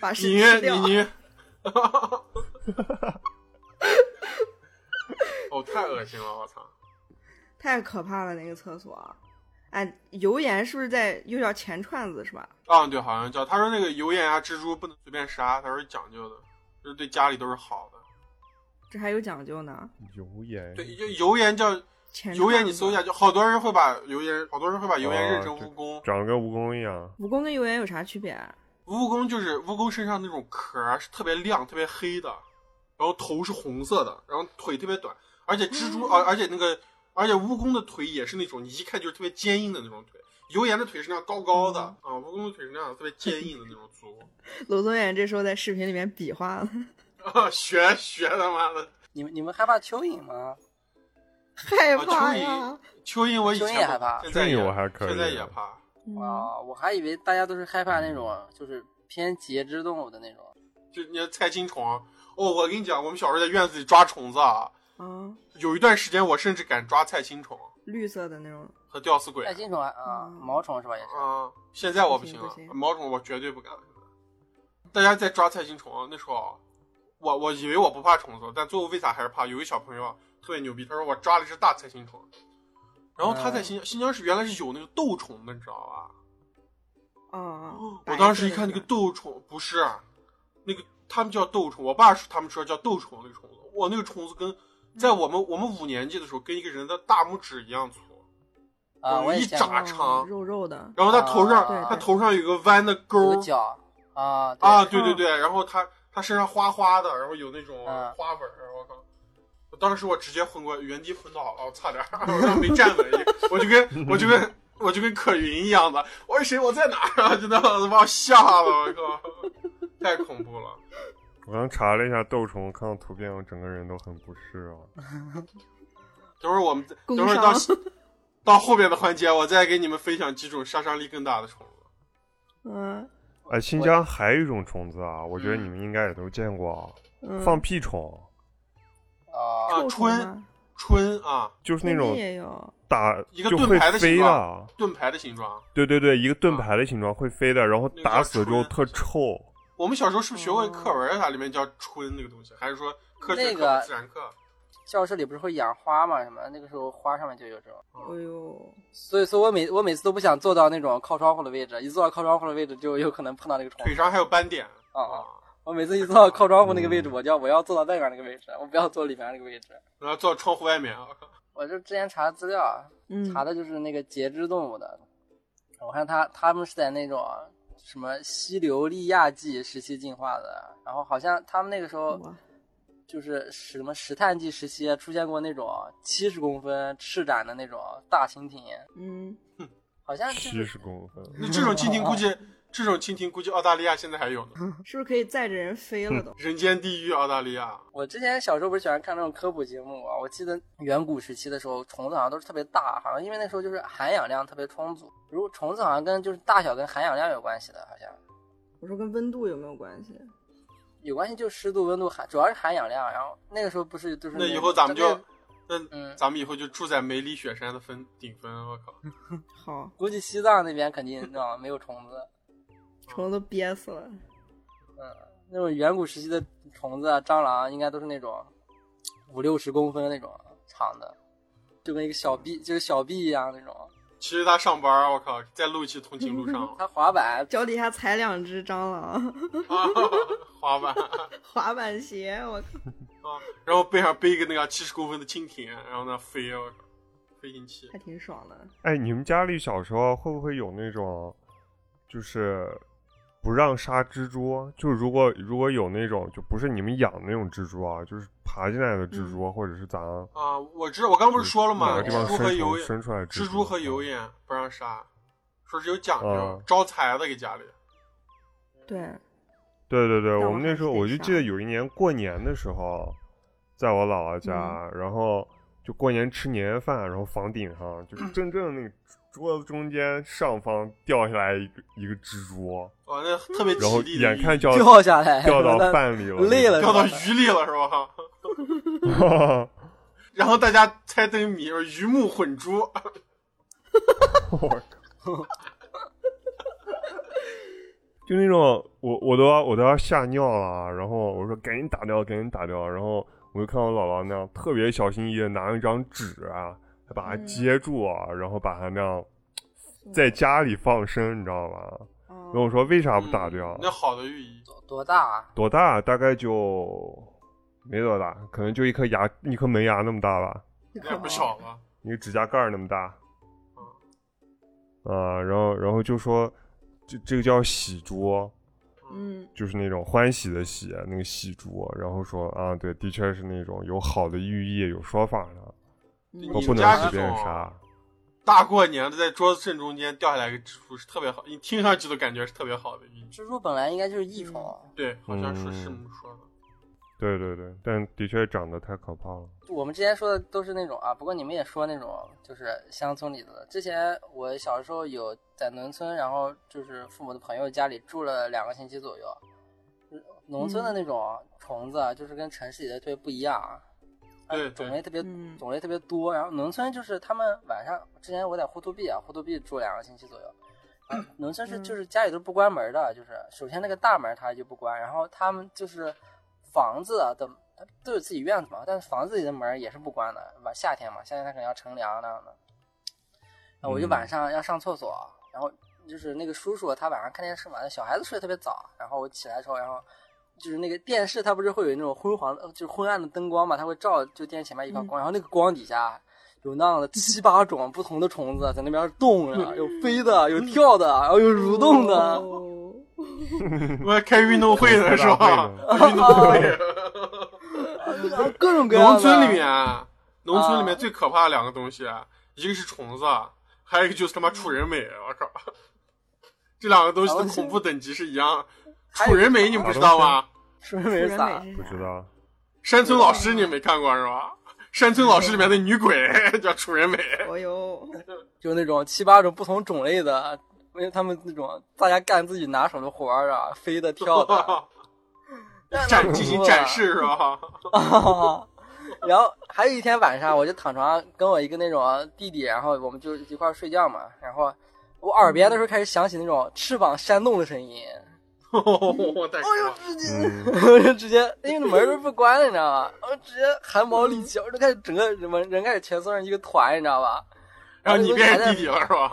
Speaker 1: 把屎
Speaker 3: 你宁
Speaker 1: 吃
Speaker 3: 愿
Speaker 1: 掉
Speaker 3: 你。宁愿，哦，太恶心了，我操！
Speaker 1: 太可怕了那个厕所。哎，油盐是不是在又叫钱串子是吧？
Speaker 3: 啊，对，好像叫他说那个油盐啊、蜘蛛不能随便杀，他说是讲究的，就是对家里都是好的。
Speaker 1: 这还有讲究呢。
Speaker 5: 油盐，
Speaker 3: 对，就油盐叫
Speaker 1: 钱
Speaker 3: 油盐，
Speaker 1: 串
Speaker 3: 你
Speaker 1: 子
Speaker 3: 搜一下，就好多人会把油盐，好多人会把油盐认成
Speaker 5: 哦
Speaker 3: 蜈蚣。
Speaker 5: 长得跟蜈蚣一样，
Speaker 1: 蜈蚣跟油盐有啥区别啊？
Speaker 3: 蜈蚣就是蜈蚣身上那种壳儿是特别亮、特别黑的，然后头是红色的，然后腿特别短，而且蜘蛛啊，而且那个，而且蜈蚣的腿也是那种你一看就是特别坚硬的那种腿。油盐的腿是那样高高的、啊，蜈蚣的腿是那样特别坚硬的那种足，
Speaker 1: 娄宗远这时候在视频里面比划了，
Speaker 3: 啊，学学他妈的
Speaker 4: 你们你们害怕蚯蚓吗？
Speaker 1: 害
Speaker 3: 蚯
Speaker 1: 怕
Speaker 3: 蚓
Speaker 1: 呀！
Speaker 3: 蚯蚓，我以
Speaker 4: 蚯蚓
Speaker 3: 前
Speaker 4: 也
Speaker 3: 不
Speaker 4: 害怕
Speaker 3: 现在也
Speaker 5: 蚯蚓我还可以
Speaker 3: 现在也怕。哦
Speaker 1: 嗯
Speaker 4: 啊，我还以为大家都是害怕那
Speaker 5: 嗯
Speaker 4: 种就是偏节肢动物的那种。
Speaker 3: 就你要菜青虫，哦，我跟你讲，我们小时候在院子里抓虫子啊，
Speaker 1: 啊，
Speaker 3: 有一段时间我甚至敢抓菜青虫
Speaker 1: 绿色的那种，
Speaker 3: 和吊死鬼。
Speaker 4: 带金虫啊啊，
Speaker 1: 嗯
Speaker 4: 毛虫是吧？也是。
Speaker 3: 啊，现在我不行
Speaker 1: 不
Speaker 3: 了
Speaker 1: 行，不行
Speaker 3: 毛虫我绝对不敢了。大家在抓菜青虫那时候，我我以为我不怕虫子，但最后为啥还是怕？有一小朋友特别牛逼，他说我抓了一只大菜青虫，然后他在
Speaker 4: 嗯
Speaker 3: 新疆、新疆是原来是有那个豆虫的，你知道吧？
Speaker 1: 啊啊！白
Speaker 3: 哦我
Speaker 1: 色
Speaker 3: 当时一
Speaker 1: 的
Speaker 3: 看那个豆虫，不是那个他们叫豆虫，我爸说他们说叫豆虫那个虫子，哇，那个虫子跟在我们我们五年级的时候跟一个人的大拇指一样粗，
Speaker 4: 啊，
Speaker 3: 我
Speaker 4: 我也
Speaker 3: 一
Speaker 4: 见
Speaker 3: 眨
Speaker 4: 过
Speaker 3: 大肠
Speaker 1: 哦肉肉的，
Speaker 3: 然后他头上、
Speaker 4: 啊
Speaker 3: 他头上有个弯的
Speaker 4: 有
Speaker 3: 钩
Speaker 4: 个，角，啊
Speaker 3: 啊，对对对，然后他他身上花花的，然后有那种
Speaker 4: 嗯
Speaker 3: 花纹儿，我靠！我当时我直接昏过，原地昏倒了，我差点儿 我没站稳，我就跟我就跟我就跟可云一样的，我是谁？我在哪儿啊？真的把我吓了，我靠！太恐怖了，
Speaker 5: 我刚查了一下豆虫，看到图片，我整个人都很不适啊。
Speaker 3: 等会儿我们
Speaker 1: 工
Speaker 3: 等会儿到
Speaker 1: 伤
Speaker 3: 到后面的环节，我再给你们分享几种杀伤力更大的宠物。
Speaker 1: 嗯
Speaker 5: 哎，新疆还有一种虫子啊，我觉得你们应该也都见过啊，
Speaker 1: 嗯，
Speaker 5: 放屁虫，
Speaker 4: 啊，
Speaker 3: 啊
Speaker 1: 臭虫
Speaker 3: 春啊
Speaker 1: 吗
Speaker 3: 春啊，
Speaker 5: 就是那
Speaker 1: 那
Speaker 5: 种
Speaker 1: 也有，
Speaker 5: 打
Speaker 3: 一个
Speaker 5: 就
Speaker 3: 盾
Speaker 5: 会
Speaker 3: 牌的
Speaker 5: 飞
Speaker 3: 形
Speaker 5: 的
Speaker 3: 状
Speaker 5: 啊，
Speaker 3: 盾牌的形状。
Speaker 5: 对对对，一个盾牌的形状会飞的，然后
Speaker 3: 那个
Speaker 5: 打
Speaker 3: 叫
Speaker 5: 死之后
Speaker 3: 春
Speaker 5: 特臭。
Speaker 3: 我们小时候是不是学过课文啊？它里面叫春那个东西，还是说科学
Speaker 4: 那
Speaker 3: 课、
Speaker 4: 个
Speaker 3: 自然课？
Speaker 4: 教室里不是会养花嘛？什么那个时候花上面就有这种，
Speaker 1: 哎呦，
Speaker 4: 所以说我每我每次都不想坐到那种靠窗户的位置，一坐到靠窗户的位置就有可能碰到那个虫
Speaker 3: 腿。上还有斑点
Speaker 4: 啊啊！我每次一坐到靠窗户那个位
Speaker 1: 嗯
Speaker 4: 置，我就要我要坐到外面那个位置，我不要坐里面那个位置。
Speaker 3: 然后坐窗户外面，啊我靠
Speaker 4: 我就之前查资料啊，
Speaker 1: 嗯，
Speaker 4: 查的就是那个节肢动物的，我看它它们是在那种什么西流利亚纪时期进化的，然后好像他们那个时候
Speaker 1: 哇
Speaker 4: 就是什么石炭纪时期啊出现过那种七十公分翅展的那种大蜻蜓，
Speaker 1: 嗯，
Speaker 4: 好像就
Speaker 5: 七
Speaker 4: 是
Speaker 5: 十公分，
Speaker 3: 那这种蜻蜓估
Speaker 5: 哦
Speaker 3: 计，这种蜻蜓估计澳大利亚现在还有呢。
Speaker 1: 是不是可以载着人飞了
Speaker 5: 嗯
Speaker 1: 都？
Speaker 3: 人间地狱，澳大利亚。
Speaker 4: 我之前小时候不是喜欢看那种科普节目啊，我记得远古时期的时候，虫子好像都是特别大，好像因为那时候就是含氧量特别充足，如果虫子好像跟就是大小跟含氧量有关系的，好像。
Speaker 1: 我说跟温度有没有关系？
Speaker 4: 有关系，就湿度、温度含，主要是含氧量。然后那个时候不是
Speaker 5: 嗯
Speaker 4: 就是
Speaker 3: 那以
Speaker 4: 个
Speaker 3: 后咱们就
Speaker 4: 特别，
Speaker 3: 那
Speaker 4: 嗯
Speaker 3: 咱们以后就住在梅里雪山的峰顶峰，我靠！
Speaker 1: 好，
Speaker 3: 啊
Speaker 4: 估计西藏那边肯定你知道吗没有虫子，
Speaker 1: 虫都憋死了。
Speaker 4: 那种远古时期的虫子啊、蟑螂啊应该都是那种五六十公分那种长的，就跟一个小臂就是小臂一样那种。
Speaker 3: 其实他上班，我靠，在录一期通勤路上
Speaker 4: 它滑板
Speaker 1: 脚底下踩两只蟑螂，
Speaker 3: 啊，滑板啊，
Speaker 1: 滑板鞋，我靠！
Speaker 3: 然后背上背一个那个七十公分的蜻蜓，然后呢飞，啊我靠，飞行器。
Speaker 1: 还挺爽的。
Speaker 5: 哎，你们家里小时候会不会有那种，就是不让杀蜘蛛？就如果如果有那种，就不是你们养的那种蜘蛛啊，就是爬进来的蜘蛛，或者是咱
Speaker 3: 啊，我知道，我刚不是说了
Speaker 5: 哪
Speaker 3: 吗？
Speaker 5: 嗯个地方
Speaker 3: 嗯蜘蛛和
Speaker 5: 生虫
Speaker 3: 油烟，
Speaker 5: 生出来的
Speaker 3: 蜘
Speaker 5: 蛛啊
Speaker 3: 蛛和油烟不让杀，说是有讲究
Speaker 5: 嗯，
Speaker 3: 招财的给家里。
Speaker 1: 对，
Speaker 5: 对对对，
Speaker 1: 但
Speaker 5: 我
Speaker 1: 我
Speaker 5: 们
Speaker 1: 还
Speaker 5: 那时候
Speaker 1: 是得
Speaker 5: 我就记得有一年过年的时候，在我姥姥家，
Speaker 1: 嗯
Speaker 5: 然后就过年吃年夜饭，然后房顶上
Speaker 1: 嗯
Speaker 5: 就是真正那个桌子中间上方掉下来一个一个蜘蛛，
Speaker 3: 哇，那特别
Speaker 5: 然
Speaker 3: 吉
Speaker 5: 后
Speaker 3: 利的
Speaker 5: 眼
Speaker 3: 寓意，
Speaker 5: 看就要
Speaker 4: 掉下来，
Speaker 5: 掉到
Speaker 4: 那
Speaker 5: 饭里了，
Speaker 4: 累了
Speaker 3: 掉到鱼里了是吧？ 然后大家猜灯谜，鱼目混珠。
Speaker 5: 就那种我我都要我都要吓尿了，然后我说赶紧打掉，赶紧打掉，然后我就看我姥姥那样特别小心翼翼的拿一张纸啊，还把它
Speaker 1: 嗯
Speaker 5: 接住啊，然后把它那样
Speaker 3: 嗯
Speaker 5: 在家里放生，你知道吗？然后我
Speaker 1: 哦，
Speaker 5: 说为啥不打掉？
Speaker 3: 嗯那好的寓意，
Speaker 4: 多多大啊？
Speaker 5: 多大？大概就没多大，可能就一颗牙一颗门牙那么大吧，
Speaker 3: 那不小了。
Speaker 5: 一个指甲盖儿那么大。
Speaker 3: 嗯
Speaker 5: 啊，然后然后就说这这个叫喜猪。
Speaker 1: 嗯，
Speaker 5: 就是那种欢喜的喜，那个喜猪，然后说啊，对，的确是那种有好的寓意，有说法的，
Speaker 1: 嗯
Speaker 3: 你
Speaker 5: 我
Speaker 3: 们
Speaker 5: 不
Speaker 3: 家啊
Speaker 5: 能
Speaker 3: 这
Speaker 5: 随便
Speaker 3: 种
Speaker 5: 杀。
Speaker 3: 大过年的，在桌子正中间掉下来一个蜘蛛是特别好，你听上去都感觉是特别好的寓意。
Speaker 4: 蜘蛛本来应该就是益虫，
Speaker 3: 对，好像是
Speaker 5: 嗯
Speaker 3: 是这么说的。
Speaker 5: 对对对，但的确长得太可怕了。
Speaker 4: 我们之前说的都是那种啊，不过你们也说那种就是乡村里的。之前我小时候有在农村，然后就是父母的朋友家里住了两个星期左右。嗯农村
Speaker 3: 嗯
Speaker 4: 的那种虫子啊，就是跟城市里的特别不一样啊，啊
Speaker 3: 对对
Speaker 4: 种类特别
Speaker 1: 嗯
Speaker 4: 种类特别多。然后农村就是他们晚上，之前我在胡图壁啊，胡图壁住两个星期左右。 啊农村是
Speaker 1: 嗯
Speaker 4: 就是家里都不关门的，就是首先那个大门它就不关，然后他们就是房子啊的，它都有自己院子嘛，但是房子里的门也是不关的，晚夏天嘛，夏天它可能要乘凉那样的。然后我就
Speaker 5: 嗯
Speaker 4: 晚上要上厕所，然后就是那个叔叔他晚上看电视嘛，那小孩子睡得特别早，然后我起来的时候，然后就是那个电视它不是会有那种昏黄的，呃就是昏暗的灯光嘛，它会照就电视前面一道
Speaker 3: 嗯
Speaker 4: 光，然后那个光底下有那样的七八种不
Speaker 3: 嗯
Speaker 4: 同的虫子在那边动着，有飞的，有跳的，然后有蠕动的，
Speaker 1: 哦
Speaker 3: 我开运动会呢 是吧？运动会，
Speaker 4: 各种各样的。
Speaker 3: 农村里面，啊农村里面最可怕的两个东西，啊一个是虫子，啊还有一个就是他妈楚人美，我靠， 这两个东西的恐怖等级是一样。楚人美你们不知道
Speaker 5: 啊
Speaker 3: 吗？
Speaker 4: 楚
Speaker 1: 楚
Speaker 4: 人
Speaker 1: 人
Speaker 4: 美啥？
Speaker 1: 美
Speaker 5: 不知
Speaker 1: 是啥？
Speaker 5: 道，
Speaker 3: 山村老师你没看过是吧？山村老师里面的女鬼 叫楚人美，
Speaker 1: 哦哟，
Speaker 4: 就那种七八种不同种类的，因为他们那种大家干自己拿手的活儿啊，飞的、跳的，
Speaker 3: 展进行展示是吧？
Speaker 4: 然后还有一天晚上，我就躺床上跟我一个那种弟弟，然后我们就一块儿睡觉嘛。然后我耳边的时候开始响起那种翅膀扇动的声音，哦
Speaker 3: 我太
Speaker 4: 我就直接，
Speaker 5: 嗯，
Speaker 4: 我就直接，因为门都不关了，你知道吗？我直接汗毛立起，我就开始整个人人开始蜷缩成一个团，你知道吧？
Speaker 3: 然后你变成弟弟了是吧？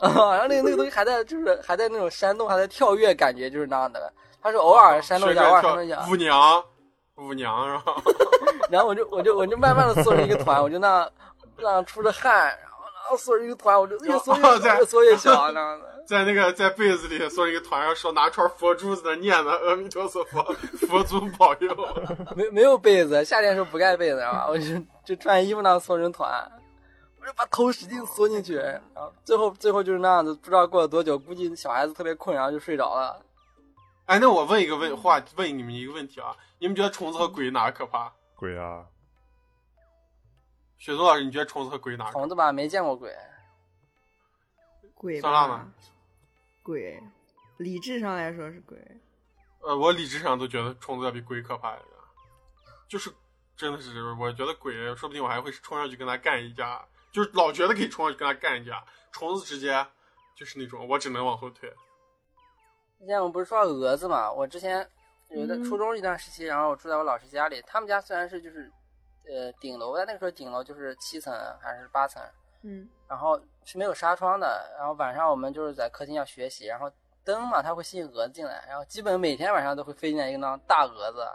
Speaker 4: 啊，然后那个那个东西还在就是还在那种扇动，还在跳跃，感觉就是那样的。他是偶尔扇动一下，偶尔扇动一下，
Speaker 3: 舞娘，舞娘是吧？
Speaker 4: 然后我就我就我就慢慢的缩成一个团，我就那样那样出着汗，然后那样缩成一个团，我就越缩越小，越缩越小，那样的。
Speaker 3: 在那个在被子里缩一个团，要说拿串佛珠在那念呢，阿弥陀佛，佛祖保佑。
Speaker 4: 没没有被子，夏天时候不盖被子啊，我就就穿衣服那样缩成团，我就把头使劲缩进去，然后最后最后就是那样子，不知道过了多久，估计小孩子特别困，然后就睡着了。
Speaker 3: 哎，那我问一个问话，问你们一个问题啊，你们觉得虫子和鬼哪个可怕？
Speaker 5: 鬼啊，
Speaker 3: 雪松老师，你觉得虫子和鬼哪个？
Speaker 4: 虫子吧，没见过鬼，
Speaker 1: 鬼
Speaker 3: 算辣
Speaker 1: 吧
Speaker 3: 吗？
Speaker 1: 鬼，理智上来说是鬼。
Speaker 3: 呃，我理智上都觉得虫子要比鬼可怕一点，就是真的是，我觉得鬼说不定我还会冲上去跟他干一架，就是老觉得可以冲上去跟他干一架，虫子直接就是那种我只能往后退。
Speaker 4: 之前我不是说到蛾子嘛，我之前有一段
Speaker 1: 嗯
Speaker 4: 初中一段时期，然后我住在我老师家里，他们家虽然是就是呃顶楼，但那个时候顶楼就是七层啊还是八层，
Speaker 1: 嗯
Speaker 4: 然后是没有纱窗的，然后晚上我们就是在客厅要学习，然后灯嘛，它会吸引蛾子进来，然后基本每天晚上都会飞进来一个那样大蛾子。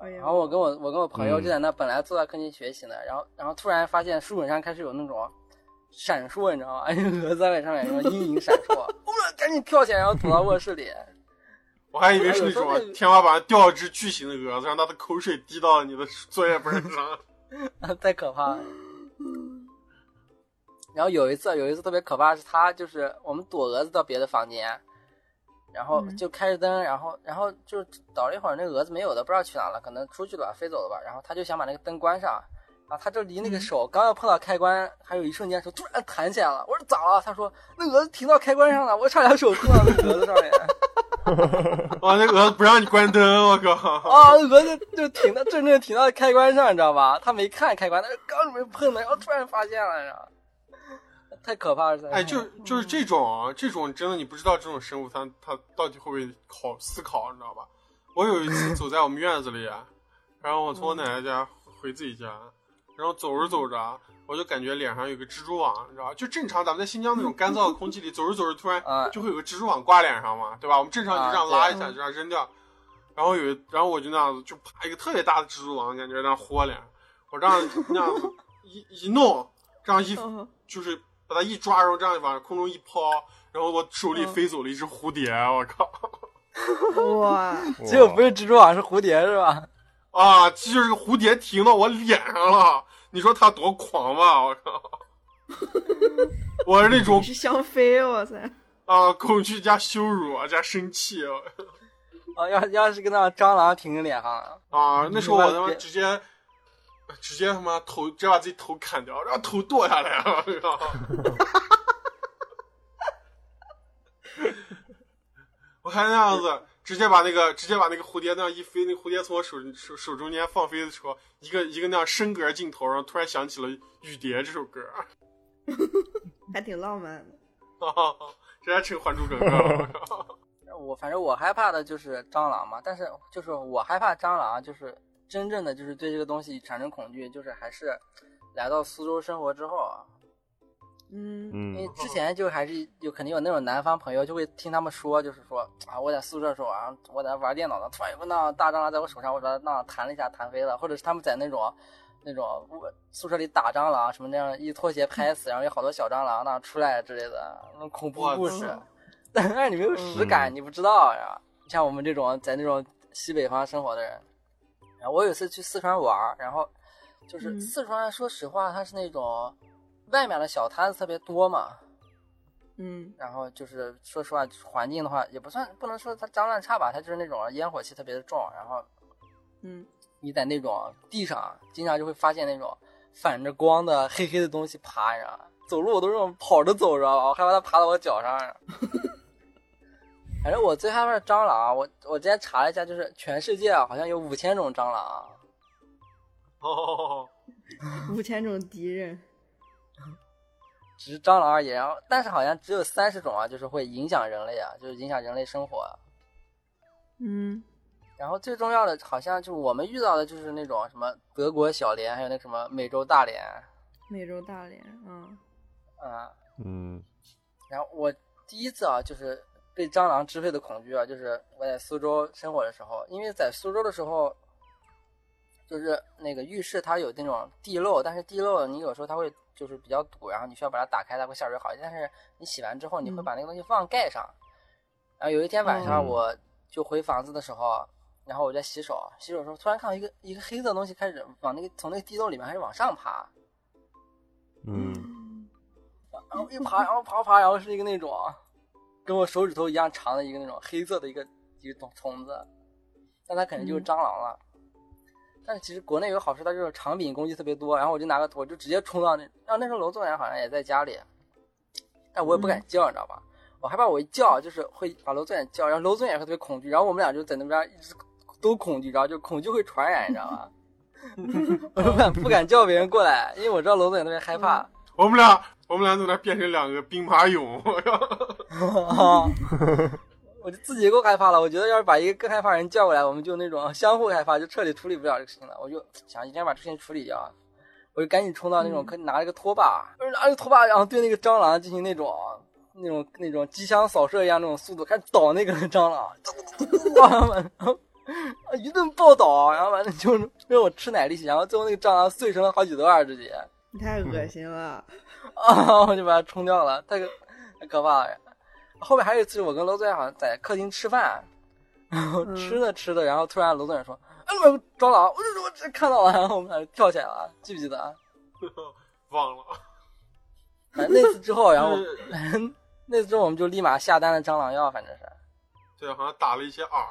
Speaker 1: 哎呀
Speaker 4: 然后我跟我我跟我朋友
Speaker 5: 嗯
Speaker 4: 就在那本来坐在客厅学习呢，然后然后突然发现书本上开始有那种闪烁，你知道吗？ 哎，蛾子在上面，然后阴影闪烁， 我们赶紧跳起来，然后躲到卧室里。
Speaker 3: 我还以为是那
Speaker 4: 哎有时候
Speaker 3: 种
Speaker 4: 那
Speaker 3: 天花板上吊一只巨型的蛾子，让它的口水滴到你的 作业本上。
Speaker 4: 太可怕了。然后有一次，有一次特别可怕，是他就是我们躲蛾子到别的房间，然后
Speaker 1: 嗯
Speaker 4: 就开着灯，然后然后就是倒了一会儿，那蛾子没有的，不知道去哪了，可能出去了，飞走了吧。然后他就想把那个灯关上，然后他就离那个
Speaker 1: 嗯
Speaker 4: 手刚要碰到开关，还有一瞬间的时候，突然弹起来了。我说咋了？他说那蛾子停到开关上了，我差点手碰到那蛾子上面。
Speaker 3: 啊，那蛾子不让你关灯，我靠！
Speaker 4: 啊，蛾子就停到真正停到开关上，你知道吧？他没看开关，他刚准备碰的，然后突然发现了，你知道吗太可怕了！实在是
Speaker 3: 哎，就就是这种啊，这种真的你不知道这种生物它它到底会不会考思考，你知道吧？我有一次走在我们院子里，然后我从我奶奶家回自己家，然后走着走着，啊我就感觉脸上有个蜘蛛网，你知道吧？就正常咱们在新疆那种干燥的空气里走着走着，突然
Speaker 4: 啊
Speaker 3: 就会有个蜘蛛网挂脸上嘛，对吧？我们正常就这样
Speaker 4: 啊
Speaker 3: 拉
Speaker 4: 对
Speaker 3: 一下，就这样扔掉。然后有一，然后我就那样子，就啪一个特别大的蜘蛛网，感觉那样豁脸，我这样那样子一一弄，这样一
Speaker 1: 嗯
Speaker 3: 就是把它一抓，然后这样往空中一抛，然后我手里
Speaker 1: 嗯
Speaker 3: 飞走了一只蝴蝶，我靠！
Speaker 1: 哇，
Speaker 4: 结果
Speaker 5: 哇
Speaker 4: 不是蜘蛛网，是蝴蝶是吧？
Speaker 3: 啊，这就是蝴蝶停到我脸上了，你说它多狂吧，我靠！我是那种
Speaker 1: 你是香妃，哇塞！
Speaker 3: 啊恐惧加羞辱啊加生气啊！
Speaker 4: 啊，要要是跟那蟑螂停个脸上，
Speaker 3: 啊，那时候我他
Speaker 4: 明
Speaker 3: 妈
Speaker 4: 白
Speaker 3: 直接，直接他妈头直接把自己头砍掉，然后头剁下来了。 我靠我还那样子，直接把那个直接把那个蝴蝶那样一飞，那蝴蝶从我手手手中间放飞的时候，一个一个那样升格镜头，然后突然响起了《雨蝶》这首歌，
Speaker 1: 还挺浪漫的。
Speaker 3: 这还成《还珠格格》 了。我靠
Speaker 4: 我反正我害怕的就是蟑螂嘛，但是就是我害怕蟑螂，啊就是真正的就是对这个东西产生恐惧，就是还是来到苏州生活之后啊，
Speaker 1: 嗯，
Speaker 4: 因为
Speaker 5: 嗯，
Speaker 4: 之前就还是有肯定有那种南方朋友就会听他们说，就是说啊，我在宿舍的时候啊，我在玩电脑呢，突然有个那样大蟑螂在我手上，我把它那样弹了一下，弹飞了，或者是他们在那种那种我宿舍里打蟑螂什么那样一拖鞋拍死，然后有好多小蟑螂那样出来之类的，那种恐怖
Speaker 3: 哇
Speaker 4: 故事
Speaker 1: 嗯。
Speaker 4: 但是你没有实感，你不知道呀。你像我们这种在那种西北方生活的人，然后我有一次去四川玩儿，然后就是
Speaker 1: 嗯
Speaker 4: 四川，说实话，它是那种外面的小摊子特别多嘛，
Speaker 1: 嗯
Speaker 4: 然后就是说实话，环境的话也不算不能说它脏乱差吧，它就是那种烟火气特别的重，然后
Speaker 1: 嗯，
Speaker 4: 你在那种地上，经常就会发现那种反着光的黑黑的东西爬，你知道吗？走路我都是那种跑着走，知道吧？我害怕它爬到我脚上。啊反正我最害怕的蟑螂，啊我我之前查了一下，就是全世界啊好像有五千种蟑螂，啊
Speaker 3: 哦，
Speaker 1: 五千种敌人，
Speaker 4: 只是蟑螂而已。然后，但是好像只有三十种啊，就是会影响人类啊，就是影响人类生活啊、
Speaker 1: 嗯
Speaker 4: 然后最重要的，好像就是我们遇到的就是那种什么德国小蠊，还有那什么美洲大蠊，
Speaker 1: 美洲大蠊，嗯
Speaker 4: 啊、
Speaker 5: 嗯
Speaker 4: 然后我第一次啊，就是被蟑螂支配的恐惧啊，就是我在苏州生活的时候，因为在苏州的时候，就是那个浴室它有那种地漏，但是地漏你有时候它会就是比较堵，然后你需要把它打开，它会下水好一点。但是你洗完之后，你会
Speaker 1: 嗯
Speaker 4: 把那个东西放盖上。然后有一天晚上，
Speaker 5: 嗯
Speaker 4: 我就回房子的时候，然后我在洗手，洗手的时候突然看到一个一个黑色的东西开始往那个从那个地漏里面开始往上爬，
Speaker 5: 嗯，
Speaker 4: 然后一爬，然后爬爬，然后是一个那种跟我手指头一样长的一个那种黑色的一个一个虫虫子，但它肯定就是
Speaker 1: 嗯
Speaker 4: 蟑螂了。但是其实国内有个好处，它就是长柄攻击特别多，然后我就拿个我就直接冲到那，然后那时候楼作人好像也在家里，但我也不敢叫，你知道吧？我害怕我一叫就是会把楼作人叫，然后楼作人也会特别恐惧，然后我们俩就在那边一直都恐惧，然后就恐惧会传染，你知道吧？我就不敢不敢叫别人过来，因为我知道楼作人特别害怕。
Speaker 3: 我们俩我们俩怎么变成两个兵马俑？ 我靠！
Speaker 4: 啊！我就自己够害怕了。我觉得要是把一个更害怕的人叫过来，我们就那种相互害怕，就彻底处理不了这个事情了。我就想一定要把这个事情处理掉，啊我就赶紧冲到那种，
Speaker 1: 嗯
Speaker 4: 可以拿了个拖把，就是拿着拖把，然后对那个蟑螂进行那种。那种那种机枪扫射一样那种速度，开始倒那个蟑 螂，然后一顿暴倒，然后完了就让我吃奶力气，然后最后那个蟑螂碎成了好几段儿，直接。
Speaker 1: 你太恶心了，
Speaker 4: 啊，我就把它冲掉了，太可太可怕了。后面还有一次，我跟楼总好像在客厅吃饭，然后
Speaker 1: 嗯
Speaker 4: 吃着吃着，然后突然楼总说：“哎，我蟑螂！”我就说：“我这看到了。”然后我们俩就跳起来了，记不记得啊？
Speaker 3: 忘了，
Speaker 4: 反正那次之后，然后
Speaker 3: 就是
Speaker 1: 嗯
Speaker 4: 那次之后我们就立马下单了蟑螂药，反正是。
Speaker 3: 对，好像打了一些饵。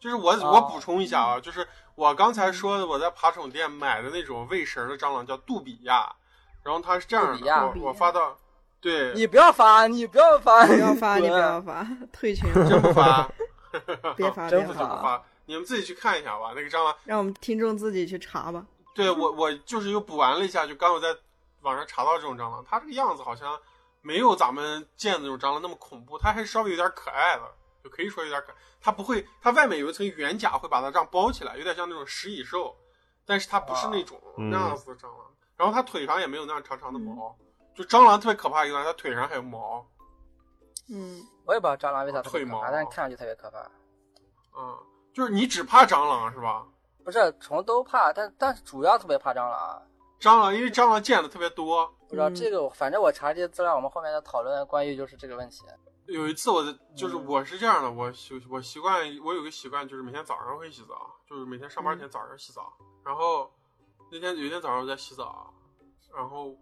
Speaker 3: 就是我、
Speaker 4: 哦
Speaker 3: 我补充一下啊，就是我刚才说的，我在爬宠店买的那种喂食的蟑螂叫杜比亚，然后它是这样
Speaker 4: 杜比亚
Speaker 3: 的，我我发到，对，
Speaker 4: 你不要发，你不要发，
Speaker 1: 不要发，
Speaker 4: 滚
Speaker 1: 你不要发，退群，
Speaker 3: 真不发，
Speaker 1: 别发，
Speaker 4: 真
Speaker 1: 别
Speaker 3: 不
Speaker 4: 发
Speaker 1: 发，
Speaker 3: 发，你们自己去看一下吧。那个蟑螂，
Speaker 1: 让我们听众自己去查吧。
Speaker 3: 对我我就是又补完了一下，就刚我在网上查到这种蟑螂，它这个样子好像没有咱们见的那种蟑螂那么恐怖，它还是稍微有点可爱的，就可以说有点可爱。它不会，它外面有一层圆甲会把它这样包起来，有点像那种食蚁兽，但是它不是那种
Speaker 5: 嗯
Speaker 3: 那样子的蟑螂。然后它腿上也没有那样长长的毛，就蟑螂特别可怕一个，它腿上还有毛，
Speaker 1: 嗯，
Speaker 4: 我也不知道蟑螂为啥特别
Speaker 3: 退
Speaker 4: 可
Speaker 3: 毛
Speaker 4: 怕，但是看上去特别可怕。
Speaker 3: 嗯，就是你只怕蟑螂是吧？
Speaker 4: 不是虫都怕，但但是主要特别怕蟑螂。啊
Speaker 3: 蟑螂，因为蟑螂见的特别多，
Speaker 4: 不知道
Speaker 1: 嗯
Speaker 4: 这个我，反正我查这些资料，我们后面再讨论关于就是这个问题。
Speaker 3: 有一次我的就是
Speaker 4: 嗯
Speaker 3: 我是这样的，我习我习惯我有个习惯就是每天早上会洗澡，就是每天上班前早上洗澡。然后那天有一天早上我在洗澡，然后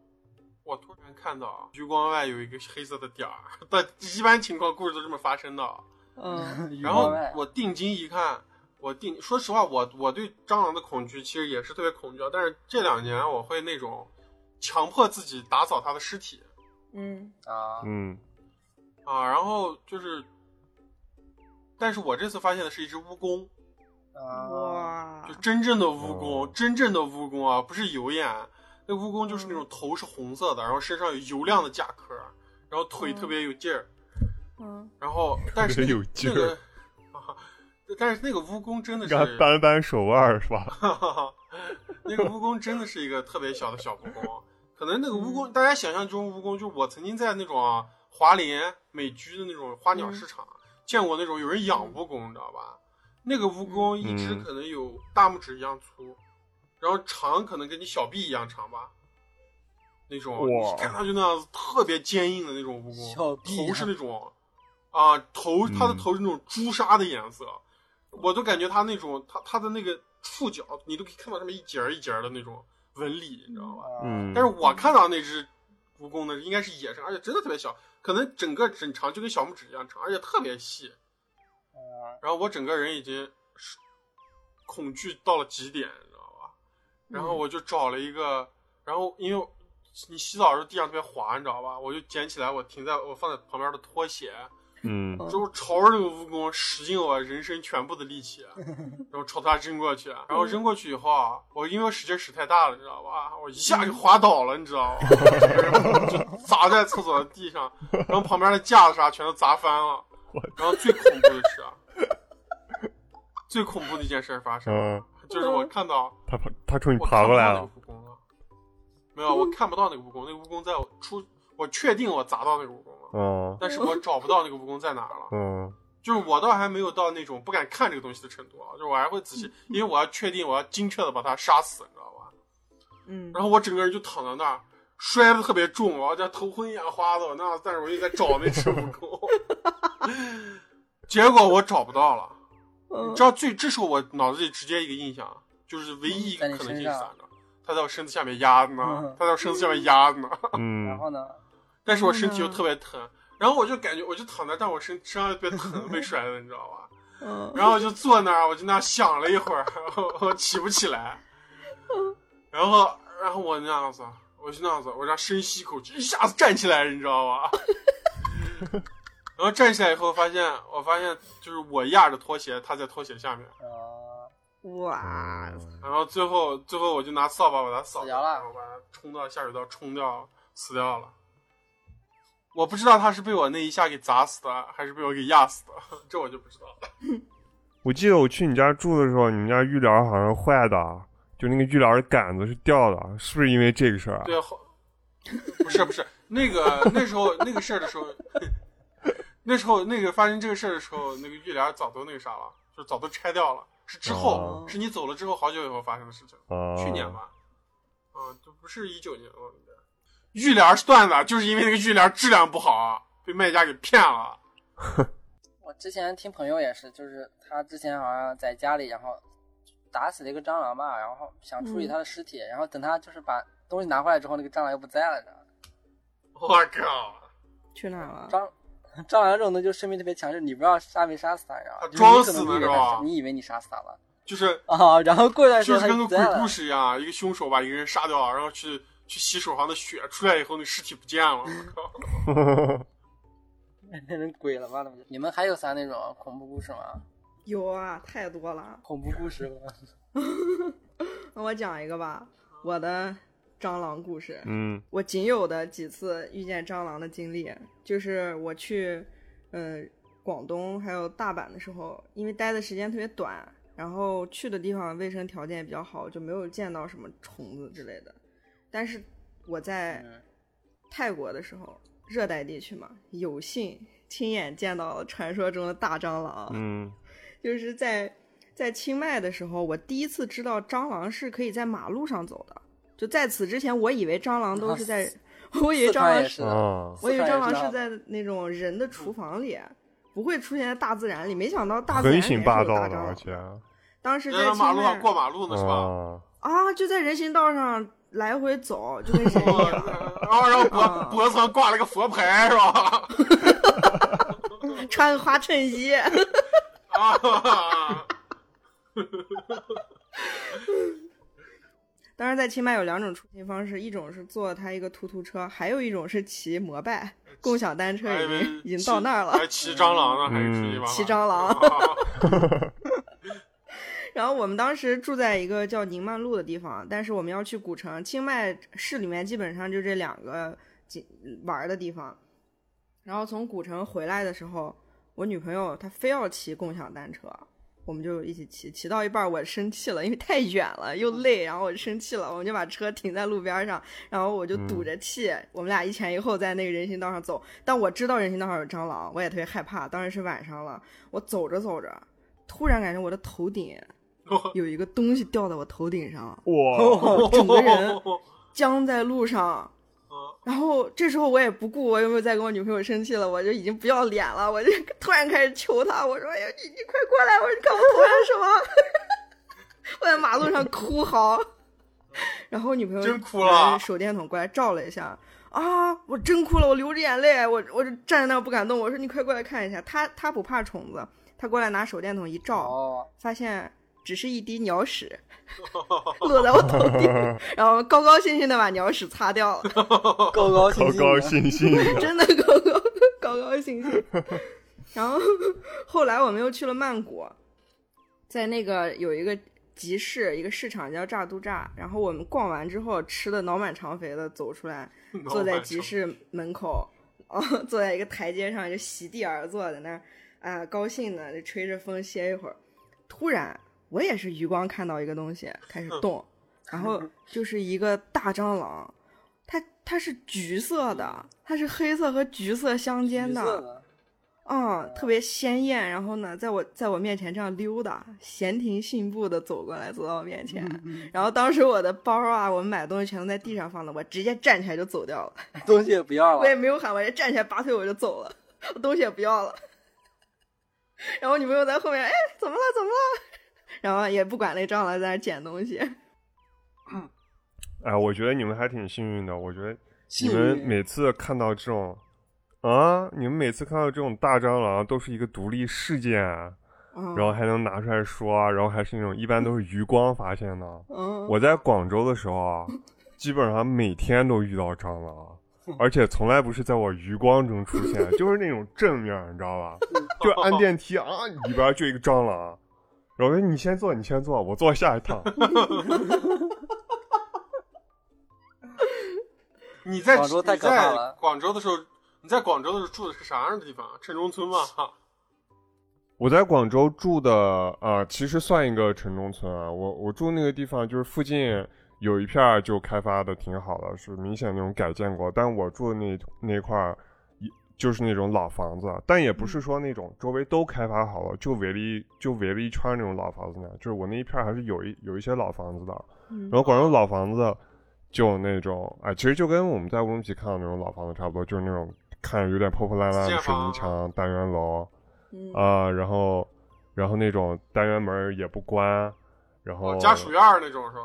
Speaker 3: 我突然看到余光外有一个黑色的点儿， 但一般情况故事都这么发生的。
Speaker 1: 嗯，
Speaker 3: 然后我定睛一看，我定说实话，我我对蟑螂的恐惧其实也是特别恐惧，啊，但是这两年我会那种强迫自己打扫它的尸体。
Speaker 1: 嗯，
Speaker 4: 啊，
Speaker 5: 嗯
Speaker 3: 啊，然后就是，但是我这次发现的是一只蜈蚣，
Speaker 4: 啊，
Speaker 1: 哇
Speaker 3: 就，真正的蜈蚣，
Speaker 5: 哦
Speaker 3: 真正的蜈蚣啊，不是油眼，那蜈蚣就是那
Speaker 5: 嗯
Speaker 3: 种头是红色的，然后身上有油亮的甲壳，然后腿特别有劲儿，
Speaker 1: 嗯，
Speaker 3: 然后但是
Speaker 5: 特别
Speaker 3: 那
Speaker 5: 有劲儿
Speaker 3: 那个啊，但是那个蜈蚣真的
Speaker 5: 你
Speaker 3: 是，
Speaker 5: 看扳扳手腕儿 是吧？
Speaker 3: 那个蜈蚣真的是一个特别小的小蜈蚣，可能那个蜈蚣，
Speaker 4: 嗯
Speaker 3: 大家想象中蜈蚣，就是我曾经在那种啊华联美居的那种花鸟
Speaker 4: 嗯
Speaker 3: 市场、见过那种有人养蜈蚣，你知道吧？那个蜈蚣一只
Speaker 5: 嗯
Speaker 3: 可能有大拇指一样粗，然后长可能跟你小臂一样长吧，那种
Speaker 5: 哇
Speaker 3: 你看上去那样子特别坚硬的那种蜈
Speaker 4: 小
Speaker 3: 蚣，
Speaker 4: 臂啊
Speaker 3: 头是那种啊，头他的
Speaker 5: 嗯
Speaker 3: 头是那种朱砂的颜色，我都感觉他那种他他的那个触角，你都可以看到上面一节儿一节儿的那种纹理，你知道吧？
Speaker 5: 嗯，
Speaker 3: 但是我看到那只蜈蚣呢，应该是野生，而且真的特别小，可能整个整长就跟小拇指一样长，而且特别细。然后我整个人已经是恐惧到了极点，你知道吧？然后我就找了一个，然后因为你洗澡的时候地上特别滑，你知道吧？我就捡起来，我停在我放在旁边的拖鞋，
Speaker 5: 嗯
Speaker 3: 就是朝着那个蜈蚣使尽我人生全部的力气，啊 然后朝它扔过去，然
Speaker 5: 嗯
Speaker 3: 后扔过去以后啊，我因为使劲使太大了，你知道吧？我一下就滑倒了，你知道吗？ 就砸在厕所的地上，然后旁边的架子啥全都砸翻了。然后最恐怖的是啊，最恐怖的一件事发生了，
Speaker 5: 嗯，
Speaker 3: 就是我看到
Speaker 5: 他爬，他冲你
Speaker 3: 我
Speaker 5: 爬
Speaker 3: 看
Speaker 5: 过
Speaker 3: 不
Speaker 5: 来
Speaker 3: 到那个
Speaker 5: 了，
Speaker 3: 蜈蚣了，没有，我看不到那个蜈蚣，那个蜈蚣在我出，我确定我砸到那个蜈蚣了，
Speaker 5: 嗯
Speaker 3: 但是我找不到那个蜈蚣在哪儿了。
Speaker 5: 嗯
Speaker 3: 就是我倒还没有到那种不敢看这个东西的程度啊，就是我还会仔细，因为我要确定，我要精确的把它杀死，你知道吧？
Speaker 1: 嗯，
Speaker 3: 然后我整个人就躺在那儿，摔的特别重，我这头昏眼花的，我那但是我又在找那只蜈蚣， 结果我找不到了。你知道最，这是我脑子里直接一个印象，啊就是唯一一个可能性是啥呢？它在我身子下面压着呢
Speaker 4: 嗯，
Speaker 3: 它在我身子下面压着呢。
Speaker 4: 然
Speaker 5: 嗯
Speaker 4: 后呢？
Speaker 3: 但是我身体又特别疼，然后我就感觉我就躺在，但我身身上又特别疼，被摔的，你知道吧？
Speaker 1: 嗯
Speaker 3: 然后我就坐那儿，我就那儿想了一会儿， 我起不起来。然后，然后我那样子，我就那样子，我这样深吸一口气，一下子站起来，你知道吧？ 然后站起来以后，发现我发现就是我压着拖鞋，他在拖鞋下面。
Speaker 4: 啊，
Speaker 1: 哇，
Speaker 5: 嗯
Speaker 3: 然后最后，最后我就拿扫把把它扫
Speaker 4: 死掉了
Speaker 3: 然后把它冲到下水道冲掉，死掉了。我不知道他是被我那一下给砸死的，还是被我给压死的， 这我就不知道了。
Speaker 5: 我记得我去你家住的时候，你们家浴帘好像坏的，啊就那个浴帘的杆子是掉的，啊是不是因为这个事儿啊？
Speaker 3: 对，好，不是不是，那个那时候那个事儿的时候， 那时候那个发生这个事儿的时候，那个浴帘早都那个啥了，就早都拆掉了。是之后，
Speaker 5: 哦
Speaker 3: 是你走了之后好久以后发生的事情，
Speaker 5: 啊，
Speaker 3: 去年吧，啊，就不是一九年了。应该浴帘是断的，就是因为那个浴帘质量不好啊，被卖家给骗了。
Speaker 4: 我之前听朋友也是，就是他之前好像在家里，然后打死了一个蟑螂吧，然后想处理他的尸体，然后等他就是把东西拿回来之后，那个蟑螂又不在了，你知道吗
Speaker 3: 我靠，
Speaker 1: 去哪儿了？
Speaker 4: 蟑蟑螂这种东西就生命特别强，就是你不知道杀没杀死它，你知道吗
Speaker 3: 它
Speaker 4: 就是
Speaker 3: 装死
Speaker 4: 你可能不
Speaker 3: 的
Speaker 4: 以
Speaker 3: 是
Speaker 4: 为它
Speaker 3: 吧
Speaker 4: 你以为你杀死它了
Speaker 3: 就是
Speaker 4: 啊，然后过一段时
Speaker 3: 就
Speaker 4: 间
Speaker 3: 是跟
Speaker 4: 它就
Speaker 3: 个
Speaker 4: 不在
Speaker 3: 鬼
Speaker 4: 了。
Speaker 3: 故事一样，啊一个凶手把一个人杀掉，然后去去洗手上的血，出来以后那尸体不见了。我 靠。
Speaker 4: 变成鬼了，妈的！你们还有啥那种恐怖故事吗？
Speaker 1: 有啊，太多了。
Speaker 4: 恐怖故事吗？
Speaker 1: 那我讲一个吧，我的蟑螂故事。
Speaker 5: 嗯
Speaker 1: 我仅有的几次遇见蟑螂的经历，就是我去，呃，广东还有大阪的时候，因为待的时间特别短，然后去的地方卫生条件也比较好，就没有见到什么虫子之类的。但是我在
Speaker 4: 嗯
Speaker 1: 泰国的时候，热带地区嘛，有幸亲眼见到了传说中的大蟑螂。
Speaker 5: 嗯
Speaker 1: 就是在在清迈的时候，我第一次知道蟑螂是可以在马路上走的。就在此之前，我以为蟑螂都是在，我以为
Speaker 4: 啊
Speaker 1: 蟑
Speaker 4: 四川
Speaker 1: 螂
Speaker 4: 也
Speaker 1: 是，
Speaker 4: 是的，
Speaker 5: 啊，
Speaker 1: 我以为
Speaker 4: 四
Speaker 1: 蟑
Speaker 4: 川也
Speaker 1: 螂
Speaker 4: 知道
Speaker 1: 是在那种人的厨房里，不会出现在大自然里。没想到大自然
Speaker 5: 横
Speaker 1: 里面
Speaker 5: 行
Speaker 1: 是
Speaker 5: 霸
Speaker 1: 有
Speaker 5: 道
Speaker 1: 大
Speaker 5: 的，
Speaker 1: 蟑
Speaker 5: 而
Speaker 1: 螂。
Speaker 5: 且
Speaker 1: 当时在
Speaker 3: 人在
Speaker 1: 清
Speaker 3: 马路
Speaker 1: 迈
Speaker 3: 上过马路呢，是吧？
Speaker 5: 啊，
Speaker 1: 啊，就在人行道上来回走，就跟人一
Speaker 3: 哦
Speaker 1: 样。
Speaker 3: 然后然后脖
Speaker 1: 啊
Speaker 3: 脖子上挂了个佛牌是吧？
Speaker 1: 穿个花衬衣。 哎
Speaker 3: 啊，
Speaker 1: 当时在清迈有两种出行方式，一种是坐它一个突突车，还有一种是骑摩拜共享单车，
Speaker 3: 还以
Speaker 1: 已
Speaker 3: 为
Speaker 1: 经已经到那儿了。
Speaker 3: 还骑哎蟑螂呢，还是出去玩玩
Speaker 1: 嗯骑蟑 螂
Speaker 3: 啊
Speaker 1: 然后我们当时住在一个叫宁曼路的地方，但是我们要去古城，清迈市里面基本上就这两个景玩儿的地方。然后从古城回来的时候，我女朋友她非要骑共享单车，我们就一起骑，骑到一半儿我生气了，因为太远了又累，然后我生气了，我们就把车停在路边儿上，然后我就堵着气，我们俩一前一后在那个人行道上走，但我知道人行道上有蟑螂，我也特别害怕，当时是晚上了，我走着走着。突然感觉我的头顶有一个东 西掉在我头顶上，
Speaker 5: 哇，
Speaker 1: 整个人僵在路上。
Speaker 3: 嗯
Speaker 1: 然后这时候我也不顾我有没有在跟我女朋友生气了，我就已经不要脸了，我就 突然开始求她，我说：“哎呀，你你快过来！”我说：“你看我头上什么？” 我在马路上哭嚎， 然后女朋友
Speaker 3: 嗯真哭了
Speaker 1: 拿着手电筒过来照了一下，啊，我真哭了，我流着眼泪，我我就站在那儿不敢动，我说：“你快过来看一下。她”她不怕虫子，她过来拿手电筒一照，
Speaker 4: 哦，
Speaker 1: 发现只是一滴鸟屎落在我头顶，然后高高兴兴的把鸟屎擦掉了，
Speaker 4: 高高兴
Speaker 5: 高
Speaker 4: 兴的
Speaker 5: 高兴兴的
Speaker 1: 真的高高高高兴兴。然后后来我们又去了曼谷，在那个有一个集市，一个市场叫炸都炸。然后我们逛完之后，吃的脑满肠肥的走出来，坐在集市门口，哦， 坐在一个台阶上就席地而坐，在那儿啊、高兴的就吹着风歇一会儿。突然，我也是余光看到一个东西开始动，然后就是一个大蟑螂，它它是橘色的，它是黑色和橘色相间
Speaker 4: 橘
Speaker 1: 的，
Speaker 4: 色的，
Speaker 1: 啊、特别鲜艳。然后呢，在我在我面前这样溜达，闲庭信步的走过来，走到我面
Speaker 4: 嗯
Speaker 1: 前。然后当时我的包啊，我们买的东西全都在地上放的，我直接站起来就走掉了，
Speaker 4: 东西也不要
Speaker 1: 我也
Speaker 4: 了，
Speaker 1: 没有喊，我就站起来拔腿我就走了，我东西也不要了。然后女朋友在后面，哎，怎么了？怎么了？然后也不管那蟑螂，在那捡东西。
Speaker 5: 哎，我觉得你们还挺幸运的。我觉得你
Speaker 4: 幸
Speaker 5: 们
Speaker 4: 运
Speaker 5: 每次看到这种啊，你们每次看到这种大蟑螂都是一个独立事件啊，
Speaker 1: 嗯，
Speaker 5: 然后还能拿出来说啊，然后还是那种一般都是余光发现的。
Speaker 1: 嗯，
Speaker 5: 我在广州的时候啊，基本上每天都遇到蟑螂。而且从来不是在我余光中出现，就是那种正面，你知道吧？就按电梯啊，里边就一个蟑螂，然后我说你先坐，你先坐，我坐下一趟。
Speaker 3: 你在
Speaker 4: 广州太
Speaker 3: 你
Speaker 4: 可怕
Speaker 3: 在
Speaker 4: 了
Speaker 3: 广州的时候，你在广州的时候住的是啥样的地方啊？城中村吧？
Speaker 4: 哦
Speaker 3: 哈
Speaker 5: 我在广州住的啊、其实算一个城中村啊。我我住那个地方，就是附近有一片儿就开发的挺好的，是明显那种改建过。但我住的那那块儿，一就是那种老房子，啊但也不是说那种周围都开发好了，就围了一就围了一圈儿那种老房子那样。就是我那一片儿还是有一有一些老房子的。
Speaker 1: 嗯
Speaker 5: 然后广州老房子就有那种，哎，其实就跟我们在乌鲁木齐看到那种老房子差不多，就是那种看着有点破破烂烂
Speaker 3: 建
Speaker 5: 的水
Speaker 3: 房
Speaker 5: 泥墙、单元楼。
Speaker 1: 嗯
Speaker 5: 啊、然后然后那种单元门儿也不关，然后、
Speaker 3: 哦，家属院儿那种是吧？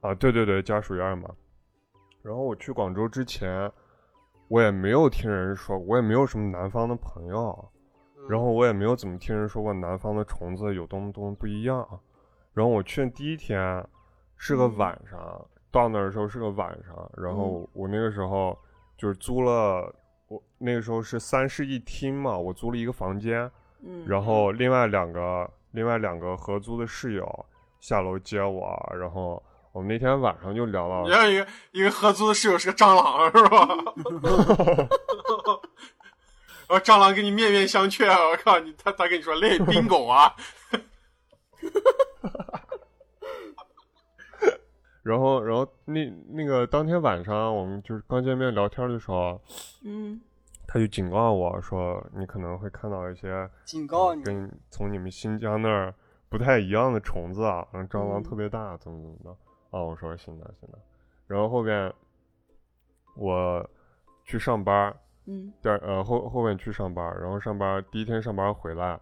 Speaker 5: 啊，对对对，家属院嘛。然后我去广州之前，我也没有听人说，我也没有什么南方的朋友，
Speaker 3: 嗯
Speaker 5: 然后我也没有怎么听人说过南方的虫子有多么多么不一样。然后我去的第一天是个
Speaker 3: 嗯
Speaker 5: 晚上，到那儿的时候是个晚上，然后我那个时候就是租了，我那个时候是三室一厅嘛，我租了一个房间，
Speaker 1: 嗯，
Speaker 5: 然后另外两个另外两个合租的室友下楼接我，啊然后我们那天晚上就聊到
Speaker 3: 你，让一个一个合租的室友是个蟑螂是吧？ 然后蟑螂跟你面面相觑，我靠你他他跟你说累冰狗啊，
Speaker 5: 然后然后那那个当天晚上我们就是刚见面聊天的时候，
Speaker 1: 嗯
Speaker 5: 他就警告我说你可能会看到一些
Speaker 4: 警告你，
Speaker 5: 跟从你们新疆那儿不太一样的虫子啊，然后蟑螂
Speaker 1: 嗯
Speaker 5: 特别大，怎么怎么的啊？我说行的行的，然后后面我去上班儿，
Speaker 1: 嗯
Speaker 5: 第二呃后后面去上班，然后上班第一天上班回来，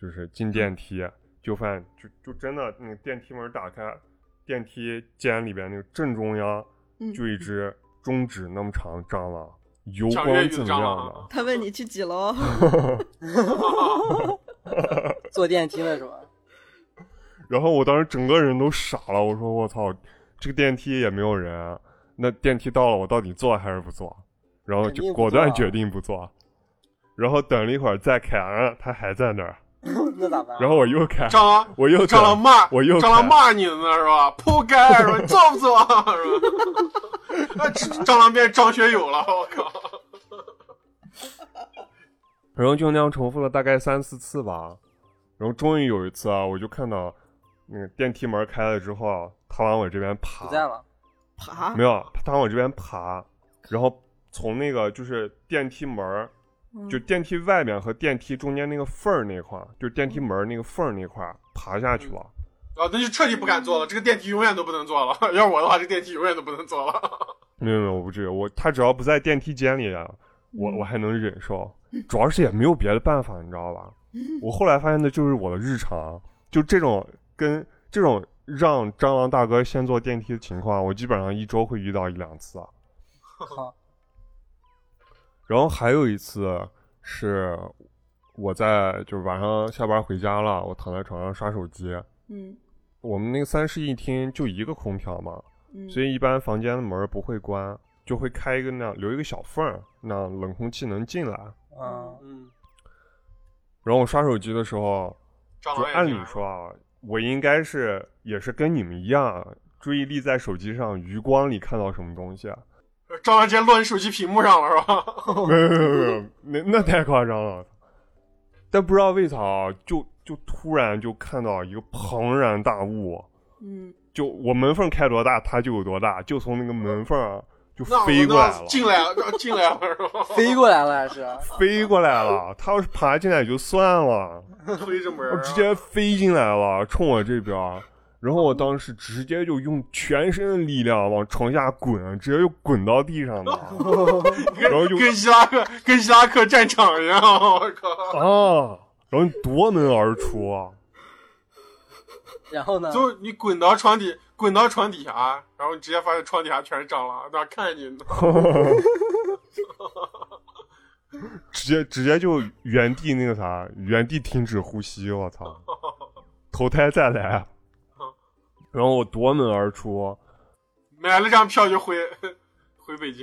Speaker 5: 就是进
Speaker 3: 嗯
Speaker 5: 电梯就发现就就真的那个电梯门打开，电梯间里边那个正中央
Speaker 1: 嗯，
Speaker 5: 就一只中指那么长的蟑螂，油
Speaker 3: 像越
Speaker 5: 光
Speaker 3: 狱的
Speaker 5: 锃
Speaker 3: 蟑
Speaker 5: 亮
Speaker 3: 螂啊
Speaker 5: 的，
Speaker 1: 他问你去几 楼？
Speaker 4: 坐电梯那时候，
Speaker 5: 然后我当时整个人都傻了，我说我操，这个电梯也没有人，那电梯到了，我到底坐还是不坐？然后
Speaker 4: 肯定
Speaker 5: 就
Speaker 4: 不
Speaker 5: 果
Speaker 4: 坐
Speaker 5: 断
Speaker 4: 啊
Speaker 5: 决定不坐，然后等了一会儿再开，啊它还在那儿，
Speaker 4: 那咋办？啊
Speaker 5: 然后我又开，
Speaker 3: 蟑螂
Speaker 5: 我又
Speaker 3: 蟑螂
Speaker 5: 等
Speaker 3: 骂
Speaker 5: 我又
Speaker 3: 蟑螂
Speaker 5: 看
Speaker 3: 骂你呢是吧？扑街是吧？你做不做是吧？ 那蟑螂变张学友了，我靠！
Speaker 5: 然后就那样重复了大概三四次吧。然后终于有一次啊，我就看到那个电梯门开了之后啊，它往我这边爬，
Speaker 4: 不在了，
Speaker 1: 爬
Speaker 5: 没有，它往我这边爬，然后从那个就是电梯门儿，就
Speaker 4: 嗯
Speaker 5: 电梯外面和电梯中间那个缝儿那块儿，就是电梯门儿那个缝儿那块儿爬下去了。
Speaker 3: 啊，那就彻底不敢坐了，这个电梯永远都不能坐了。要我的话，这电梯永远都不能坐了。
Speaker 5: 没有没有，我不至于，我他只要不在电梯间里啊，我我还能忍受，主要是也没有别的办法，你知道吧？我后来发现的就是我的日常，就这种跟这种让蟑螂大哥先坐电梯的情况，我基本上一周会遇到一两次啊。
Speaker 4: 好，
Speaker 5: 然后还有一次是我在就是晚上下班回家了，我躺在床上刷手机，
Speaker 1: 嗯
Speaker 5: 我们那个三室一厅就一个空调嘛，
Speaker 1: 嗯，
Speaker 5: 所以一般房间的门不会关，就会开一个那样留一个小缝儿，那样冷空气能进来。
Speaker 4: 嗯，
Speaker 3: 嗯，
Speaker 5: 然后我刷手机的时候，
Speaker 3: 蟑
Speaker 5: 就
Speaker 3: 螂也
Speaker 5: 按
Speaker 3: 进
Speaker 5: 理
Speaker 3: 来了
Speaker 5: 说，啊，我应该是也是跟你们一样，注意力在手机上，余光里看到什么东西啊？
Speaker 3: 蟑螂直接落你手机屏幕上了是吧？
Speaker 5: 没有没有没有， 那那太夸张了。但不知道为啥啊，就就突然就看到一个庞然大物，
Speaker 1: 嗯
Speaker 5: 就我门缝开多大，它就有多大，就从那个门缝儿啊就
Speaker 3: 那
Speaker 5: 飞过来
Speaker 3: 那
Speaker 5: 了，
Speaker 3: 进来了 进来了是吧？
Speaker 4: 飞过来了还是？
Speaker 5: 飞过来了。它要是爬进来也就算了，
Speaker 3: 推着门
Speaker 5: 我
Speaker 3: 儿，啊
Speaker 5: 直接飞进来了，冲我这边儿。然后我当时直接就用全身的力量往床下滚，直接就滚到地 上了
Speaker 3: 跟
Speaker 5: 然后就啊
Speaker 3: 跟希拉克跟希拉克战场一样，我靠！
Speaker 5: 啊！然后夺门而出啊！
Speaker 4: 然后呢？
Speaker 3: 就是你滚到床底，滚到床底下，然后你直接发现床底下全是蟑螂，那看你呢？
Speaker 5: 直接直接就原地那个啥，原地停止呼吸，我 操！投胎再来，啊然后我夺门而出，
Speaker 3: 买了张票就回回北京。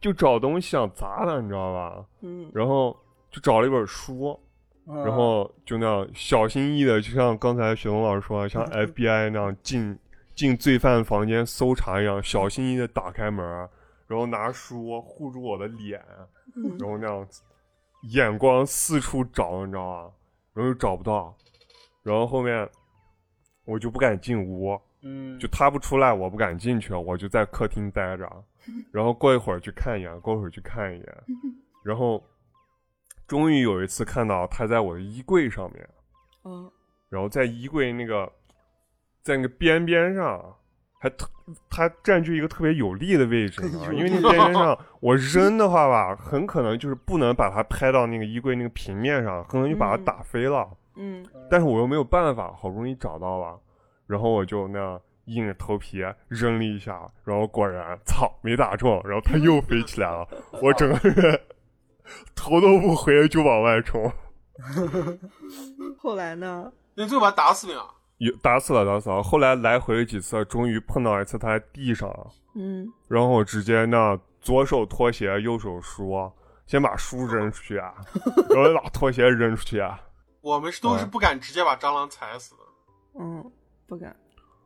Speaker 5: 就找东西想砸它，你知道吧？
Speaker 1: 嗯
Speaker 5: 然后就找了一本书，
Speaker 4: 嗯
Speaker 5: 然后就那样小心翼翼的，就像刚才雪龙老师说，的，像 FBI 那样进进罪犯房间搜查一样，小心翼翼的打开门，啊然后拿书啊护住我的脸，
Speaker 1: 嗯
Speaker 5: 然后那样子眼光四处找，你知道吗？然后又找不到，然后后面我就不敢进屋，
Speaker 4: 嗯，
Speaker 5: 就他不出来，我不敢进去，我就在客厅待着，然后过一会儿去看一眼，过一会儿去看一眼，然后终于有一次看到他在我的衣柜上面，
Speaker 1: 哦
Speaker 5: 然后在衣柜那个在那个边边上，还特它占据一个特别有利的位置呢
Speaker 4: 有，利
Speaker 5: 因为那个边边上我扔的话吧，很可能就是不能把它拍到那个衣柜那个平面上，可能就把它
Speaker 1: 嗯
Speaker 5: 打飞了。
Speaker 1: 嗯
Speaker 5: 但是我又没有办法，好不容易找到了，然后我就那样硬着头皮扔了一下，然后果然，操，没打中，然后它又飞起来了，我整个人头都不回就往外冲，
Speaker 1: 后来呢？
Speaker 3: 你最后把他打死没啊有？
Speaker 5: 有打死了，打死了。后来来回了几次，终于碰到一次它在地上，
Speaker 1: 嗯
Speaker 5: 然后我直接那左手拖鞋，右手书，先把书扔出去啊，然后把拖鞋扔出去啊，
Speaker 3: 我们是都是
Speaker 5: 嗯
Speaker 3: 不敢直接把蟑螂踩死的。
Speaker 1: 嗯，不敢。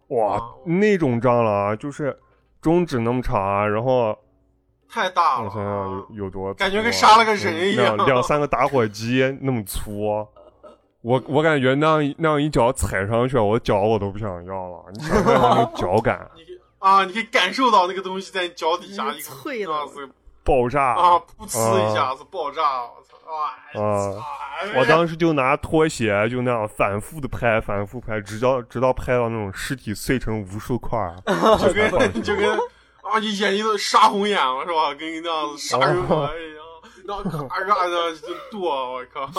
Speaker 5: 哇，那种蟑螂啊就是中指那么长啊，然后。
Speaker 3: 太大
Speaker 5: 我
Speaker 3: 了
Speaker 5: 想想有
Speaker 3: 啊，
Speaker 5: 有多粗啊，
Speaker 3: 感觉跟杀了个人一样
Speaker 5: 嗯两两三个打火机那么粗。啊我我感觉那样一那样一脚踩上去，我脚我都不想要了。你想想那个脚感
Speaker 3: 你可以啊，你可以感受到那个东西在你脚底下
Speaker 1: 嗯
Speaker 3: 一个
Speaker 1: 脆的
Speaker 3: 啊是
Speaker 5: 爆 炸
Speaker 3: 啊，噗呲一下子爆炸，我操啊！哎
Speaker 5: 我当时就拿拖鞋就那样反复的拍，反复拍，直到直到拍到那种尸体碎成无数块 儿，这才放
Speaker 3: 你
Speaker 5: 心
Speaker 3: 就跟啊，你眼睛都杀红眼了是吧？跟那样子杀人
Speaker 5: 啊
Speaker 3: 魔一样，然后咔咔的就剁，我靠！
Speaker 5: 啊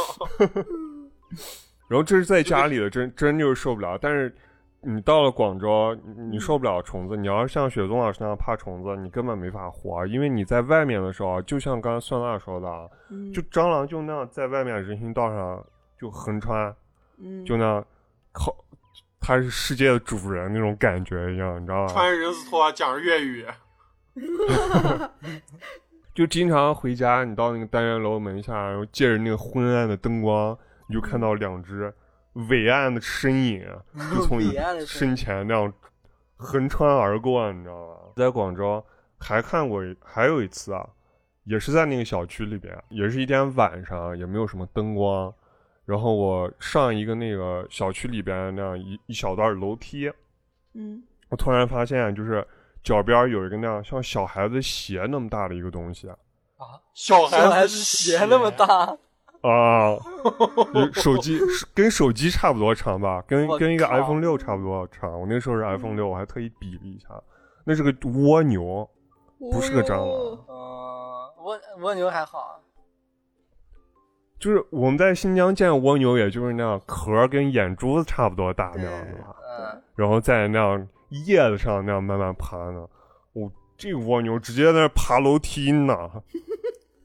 Speaker 5: 然后这是在家里的，真真就是受不了。但是你到了广州，你你受不了虫子。你要是像雪宗老师那样怕虫子，你根本没法活，因为你在外面的时候，啊就像刚才酸辣说的啊，
Speaker 1: 嗯
Speaker 5: 就蟑螂就那样在外面人行道上就横穿，
Speaker 1: 嗯
Speaker 5: 就那样靠，它是世界的主人那种感觉一样，你知道吗？
Speaker 3: 穿着人字拖，讲着粤语，
Speaker 5: 就经常回家，你到那个单元楼门下，然后借着那个昏暗的灯光，你就看到两只伟岸的身影，啊就从你
Speaker 4: 伟岸的身
Speaker 5: 身前那样横穿而过，你知道吗？在广州还看过一，还有一次啊，也是在那个小区里边，也是一天晚上，也没有什么灯光，然后我上一个那个小区里边那样一一小段楼梯，
Speaker 1: 嗯
Speaker 5: 我突然发现就是脚边有一个那样像小孩子鞋那么大的一个东西啊。
Speaker 3: 小
Speaker 4: 小孩
Speaker 3: 孩
Speaker 4: 子鞋那么，大，
Speaker 5: 啊，有手机是跟手机差不多长吧，跟
Speaker 4: 我
Speaker 5: 跟一个
Speaker 4: 靠
Speaker 5: iPhone 六差不多长。我那时候是 iPhone 六，我还特意比了一下，那是个蜗牛，
Speaker 1: 不
Speaker 5: 是个蟑螂
Speaker 4: 哦，蜗蜗牛还好，
Speaker 5: 就是我们在新疆见蜗牛，也就是那样壳儿跟眼珠子差不多大那样子吧，
Speaker 4: 嗯，
Speaker 5: 然后在那样叶子上那样慢慢爬呢。我、这个蜗牛直接在那爬楼梯呢，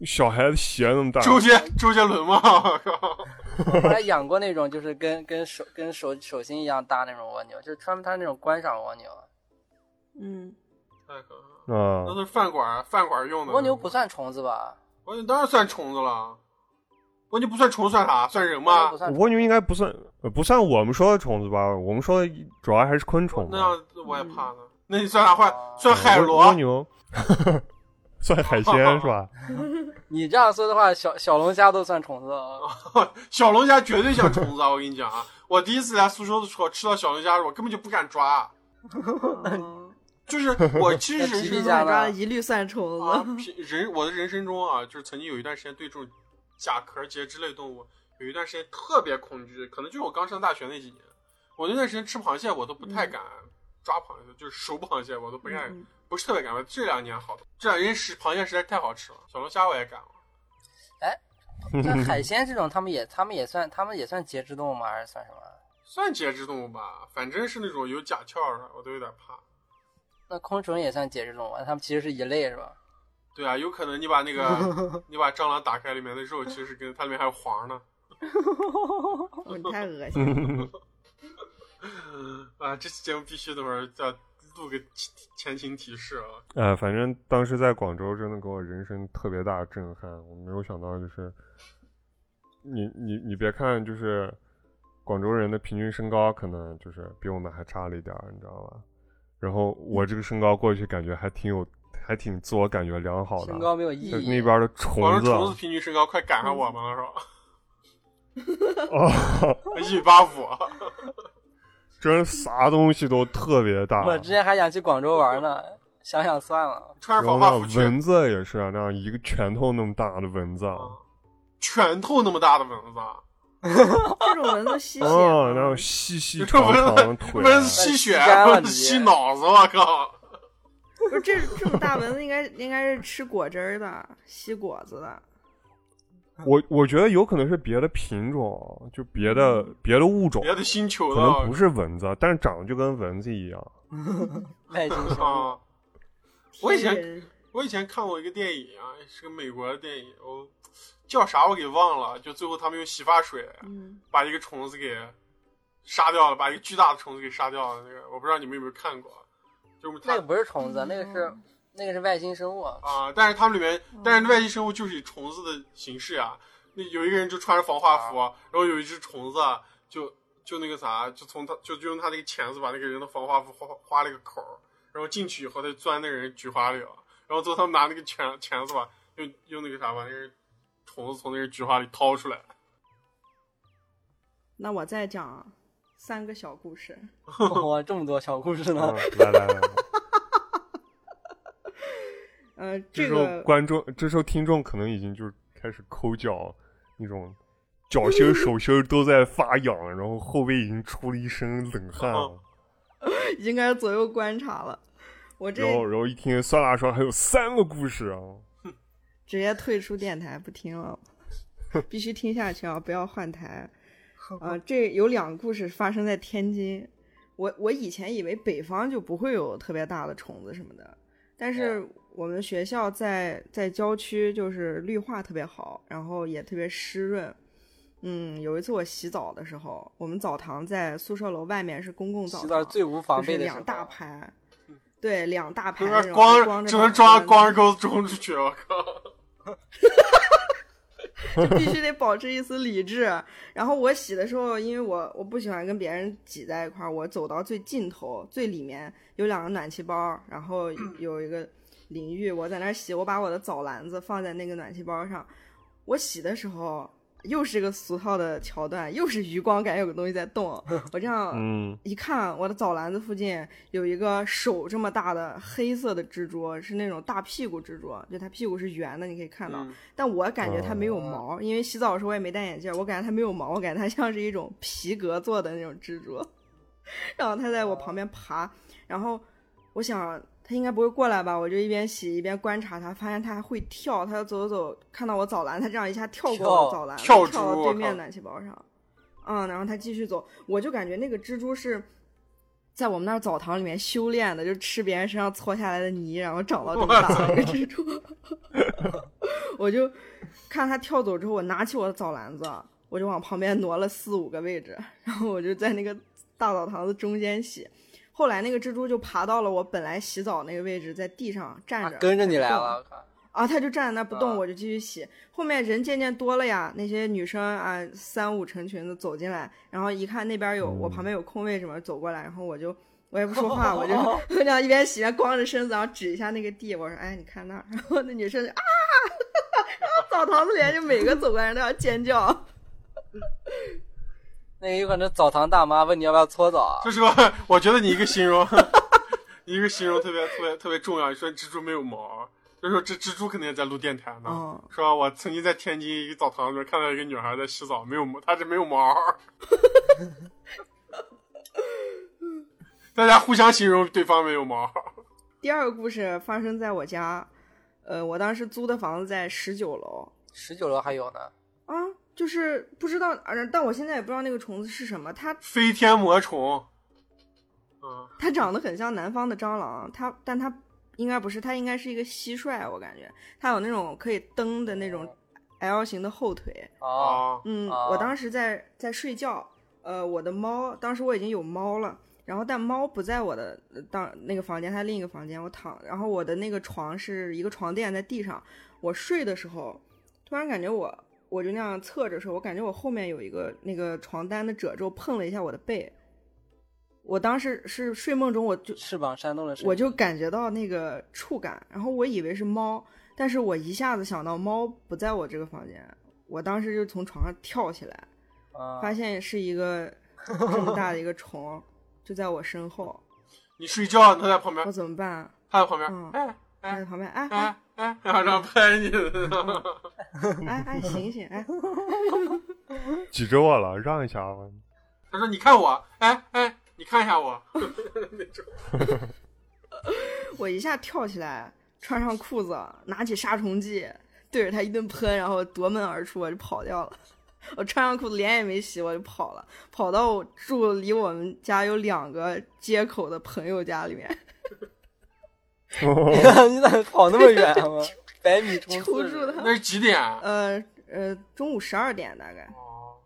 Speaker 5: 小孩子鞋那么大，
Speaker 3: 周杰周杰伦嘛，我靠！
Speaker 4: 我还养过那种就是跟跟手跟手手心一样大那种蜗牛，就是他们他那种观赏蜗牛，
Speaker 1: 嗯，
Speaker 3: 太可怕了
Speaker 5: 啊
Speaker 3: 那，是饭馆饭馆
Speaker 5: 嗯
Speaker 3: 用的。
Speaker 4: 蜗牛不，算虫子吧？
Speaker 3: 蜗牛当然算虫子了。蜗牛不算虫算啥？算人
Speaker 4: 蜗牛
Speaker 3: 吗
Speaker 4: 不？算虫
Speaker 5: 蜗牛应该不算呃不算我们说的虫子吧？我们说的主要还是昆虫吧。
Speaker 3: 那样我也怕呢。那你算啥坏？
Speaker 4: 哦
Speaker 3: 算海
Speaker 5: 蜗嗯蜗
Speaker 3: 螺？
Speaker 5: 牛， 算海鲜是吧？
Speaker 4: 你这样说的话，小小龙虾都算虫子啊、
Speaker 3: 小龙虾绝对像虫子啊！我跟你讲啊，我第一次来苏州的时候吃到小龙虾的时候，我根本就不敢抓。啊
Speaker 1: 哦
Speaker 3: 就是 我其实人
Speaker 4: 吉
Speaker 3: 生
Speaker 4: 利
Speaker 3: 中
Speaker 4: 家
Speaker 1: 假
Speaker 4: 呢
Speaker 1: 装一律算虫子。
Speaker 3: 啊，平人我的人生中啊，就是曾经有一段时间对这种甲壳节肢类动物有一段时间特别恐惧，可能就是我刚上大学那几年，我那段时间吃螃蟹我都不太
Speaker 4: 嗯
Speaker 3: 敢抓螃蟹，就是熟螃蟹我都不太、
Speaker 1: 嗯
Speaker 3: 不是特别敢玩。这两年好多，这两年是螃蟹实在太好吃了，小龙虾我也敢玩。
Speaker 4: 那海鲜这种，他们也他们也算他们也算节肢动物吗？还是算什么？
Speaker 3: 算节肢动物吧，反正是那种有甲壳的，我都有点怕。
Speaker 4: 那昆虫也算节肢动物啊，它们其实是一类是吧？
Speaker 3: 对啊，有可能你把那个你把蟑螂打开，里面的肉其实是跟它里面还有黄呢。
Speaker 1: 哦你太恶心了。
Speaker 5: 嗯
Speaker 3: 啊，这期节目必须等会儿再录个前情提示啊。
Speaker 5: 呃，反正当时在广州真的给我人生特别大的震撼，我没有想到就是，你你你别看就是广州人的平均身高可能就是比我们还差了一点儿，你知道吧？然后我这个身高过去感觉还挺有，还挺自我感觉良好的
Speaker 4: 身，高没有意
Speaker 5: 就是
Speaker 4: 义。
Speaker 5: 那边的
Speaker 3: 广
Speaker 5: 虫子
Speaker 3: 州虫子平均身高快赶上我们了，是
Speaker 5: 啊，
Speaker 3: 吧？一米八五，
Speaker 5: 真是啥东西都特别大。
Speaker 4: 我之前还想去广州玩呢，想想算了。
Speaker 3: 穿着
Speaker 5: 然后
Speaker 3: 防化
Speaker 5: 那
Speaker 3: 服
Speaker 5: 种
Speaker 3: 去，
Speaker 5: 蚊子也是啊，那样一个拳头那么大的蚊子啊，
Speaker 4: 哦
Speaker 3: 拳头那么大的蚊子啊，
Speaker 1: 哦这种蚊子吸血
Speaker 5: 哦，
Speaker 1: 吗，
Speaker 5: 那种细细
Speaker 3: 这
Speaker 5: 长长的
Speaker 3: 蚊
Speaker 5: 腿啊，
Speaker 3: 蚊吸血，
Speaker 4: 哎吸干了
Speaker 3: 蚊
Speaker 4: 直接
Speaker 3: 吸脑子，我靠！
Speaker 1: 不是这这么大蚊子应该应该是吃果汁儿的，吸果子的。
Speaker 5: 我我觉得有可能是别的品种，就别的嗯别的物种，
Speaker 3: 别的星球
Speaker 5: 可
Speaker 3: 的
Speaker 5: 能不是蚊子，啊但是长得就跟蚊子一样。
Speaker 4: 外星生 物，
Speaker 3: 啊。我以前
Speaker 1: 天人
Speaker 3: 我以前看过一个电影啊，是个美国的电影，我叫啥我给忘了。就最后他们用洗发水
Speaker 1: 嗯，
Speaker 3: 把一个虫子给杀掉了，把一个巨大的虫子给杀掉了。那个我不知道你们有没有看过，啊就是他
Speaker 4: 那个不是虫子，那个是那个是外星生物。
Speaker 3: 啊，但是他们里面，
Speaker 1: 嗯
Speaker 3: 但是外星生物就是以虫子的形式啊。那有一个人就穿着防化服，然后有一只虫子啊就就那个啥，就从他就就用他那个钳子把那个人的防化服划划了个口儿，然后进去以后他就钻那个人菊花里了，然后最后他们拿那个钳钳子吧，用用那个啥把那个虫子从那个菊花里掏出来。
Speaker 1: 那我再讲三个小故事。
Speaker 4: 哇，这么多小故事
Speaker 5: 嗯
Speaker 4: 呢，
Speaker 5: 来来来，
Speaker 1: 呃，
Speaker 5: 这
Speaker 1: 这
Speaker 5: 时候
Speaker 1: 个
Speaker 5: 观众，这时候听众可能已经就是开始抠脚，那种脚心儿、手心儿都在发痒，然后后背已经出了一身冷汗了。
Speaker 1: 已经开始左右观察了。我这
Speaker 5: 然后，然后一听酸辣说还有三个故事啊，
Speaker 1: 直接退出电台不听 了，必须听下去啊，不要换台。啊、这有两个故事发生在天津。我我以前以为北方就不会有特别大的虫子什么的，但
Speaker 4: 哦
Speaker 1: 是我们学校在在郊区，就是绿化特别好，然后也特别湿润。嗯，有一次我洗澡的时候，我们澡堂在宿舍楼外面是公
Speaker 5: 嗯
Speaker 1: 共澡
Speaker 4: 洗
Speaker 1: 堂
Speaker 4: 澡，最无防
Speaker 1: 就是
Speaker 4: 备的时
Speaker 1: 两
Speaker 4: 候
Speaker 1: 大排，对，两大排
Speaker 3: 只
Speaker 1: 那
Speaker 3: 能
Speaker 1: 种，
Speaker 3: 光只
Speaker 1: 哎着
Speaker 3: 能
Speaker 1: 膀
Speaker 3: 抓
Speaker 1: 子
Speaker 3: 光着钩子冲出去，我靠！
Speaker 1: 必须得保持一丝理智。然后我洗的时候，因为我我不喜欢跟别人挤在一块儿，我走到最尽头最里面有两个暖气包，然后有一个淋浴，我在那儿洗，我把我的澡篮子放在那个暖气包上，我洗的时候。又是个俗套的桥段，又是余光感有个东西在动。我这样
Speaker 5: 嗯，
Speaker 1: 一看，我的澡篮子附近有一个手这么大的黑色的蜘蛛，是那种大屁股蜘蛛，就它屁股是圆的，你可以看到。
Speaker 3: 嗯
Speaker 1: 但我感觉它没有毛，因为洗澡的时候我也没戴眼镜，我感觉它没有毛，我感觉它像是一种皮革 做的那种蜘蛛。然后它在我旁边爬，然后我想他应该不会过来吧？我就一边洗一边观察他，发现他还会跳，他走走走，看到我早篮，他这样一下跳过我的
Speaker 4: 跳
Speaker 1: 早篮，
Speaker 3: 跳
Speaker 1: 跳
Speaker 3: 猪
Speaker 1: 到
Speaker 3: 我
Speaker 1: 对
Speaker 3: 靠
Speaker 1: 面暖气包上，嗯，然后他继续走，我就感觉那个蜘蛛是在我们那儿澡堂里面修炼的，就吃别人身上搓下来的泥，然后长到这么大的一个蜘 蛛。 我就看他跳走之后，我拿起我的澡篮子，我就往旁边挪了四五个位置，然后我就在那个大澡堂子中间洗。后来那个蜘蛛就爬到了我本来洗澡那个位置，在地上站
Speaker 4: 啊
Speaker 1: 着，
Speaker 4: 跟着你来
Speaker 1: 动
Speaker 4: 了，我靠
Speaker 1: 啊，他就站在那不动，
Speaker 4: 啊
Speaker 1: 我就继续洗。后面人渐渐多了呀，那些女生啊，三五成群的走进来，然后一看那边有我旁边有空位什么，走过来，然后我就我也不说 话， 我就
Speaker 4: 哦
Speaker 1: 这样一边洗，边光着身子，然后指一下那个地，我说哎，你看那儿。 然后那女生就啊，然后澡堂子里面就每个走过来人都要尖叫。
Speaker 4: 那有可能澡堂大妈问你要不要 搓澡，啊
Speaker 3: 这是个，我觉得你一个形容， 你一个形容特别特别特别重要。你说蜘蛛没有毛，就说这蜘蛛肯定也在录电台呢。
Speaker 1: 哦
Speaker 3: 说我曾经在天津一个澡堂里面看到一个女孩在洗澡，没有毛，她这没有毛。大家互相形容对方没有毛，
Speaker 1: 第二个故事发生在我家，呃，我当时租的房子在十九楼，
Speaker 4: 十九楼还有呢。
Speaker 1: 啊，就是不知道，呃但我现在也不知道那个虫子是什么。它
Speaker 3: 飞天魔虫。嗯，
Speaker 1: 它长得很像南方的蟑螂，它但它应该不是，它应该是一个蟋蟀，我感觉它有那种可以蹬的那种 L 型的后腿。
Speaker 4: 哦，
Speaker 3: 啊，
Speaker 1: 嗯，
Speaker 4: 哦
Speaker 1: 我当时在在睡觉，呃，我的猫，当时我已经有猫了。然后，但猫不在我的呃当那个房间，它另一个房间，我躺。然后我的那个床是一个床垫在地上，我睡的时候，突然感觉我，我就那样侧着睡，我感觉我后面有一个那个床单的褶皱碰了一下我的背。我当时是睡梦中，我就
Speaker 4: 翅膀扇动了声音，
Speaker 1: 我就感觉到那个触感，然后我以为是猫，但是我一下子想到猫不在我这个房间，我当时就从床上跳起来，
Speaker 4: 啊
Speaker 1: 发现是一个这么大的一个虫，就在我身后，
Speaker 3: 你睡觉，她在旁边
Speaker 1: 我，怎么办？
Speaker 3: 她在旁边，
Speaker 1: 嗯
Speaker 3: 哎
Speaker 1: 他在旁边，哎哎
Speaker 3: 哎哎，然后这样拍你。
Speaker 1: 哎哎，醒醒，哎，
Speaker 5: 挤着我了，让一下 吧。
Speaker 3: 他说：“你看我，哎哎，你看一下我。
Speaker 1: 我一下跳起来，穿上裤子，拿起杀虫剂，对着它一顿喷，然后夺门而出，我就跑掉了。 我穿上裤子，脸也没洗，我就跑了，跑到我住离我们家有两个街口的朋友家里面，
Speaker 4: 你咋跑那么远啊吗？ 百米冲
Speaker 1: 求
Speaker 4: 刺
Speaker 1: 助他。
Speaker 3: 那是几点？啊
Speaker 1: 呃呃，中午十二点大概，
Speaker 3: 哦，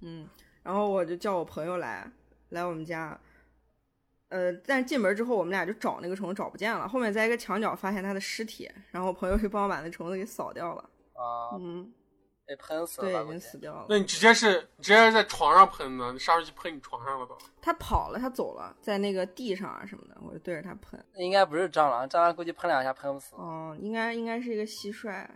Speaker 1: 嗯，然后我就叫我朋友来来我们家，呃，但是进门之后我们俩就找那个虫找不见了，后面在一个墙角发现它的尸体，然后我朋友就帮我把那虫子给扫掉了，
Speaker 4: 啊，
Speaker 1: 嗯，
Speaker 4: 被喷死了
Speaker 1: 对，
Speaker 4: 吧，
Speaker 1: 已
Speaker 4: 估
Speaker 1: 经
Speaker 4: 计
Speaker 1: 死掉了。
Speaker 3: 那你直接是你直接是在床上喷的，你杀虫剂喷你床上了都。
Speaker 1: 他跑了，他走了，在那个地上啊什么的，我就对着他喷。
Speaker 4: 那应该不是蟑螂，蟑螂估计喷两下喷不死。
Speaker 1: 哦，应该应该是一个蟋蟀。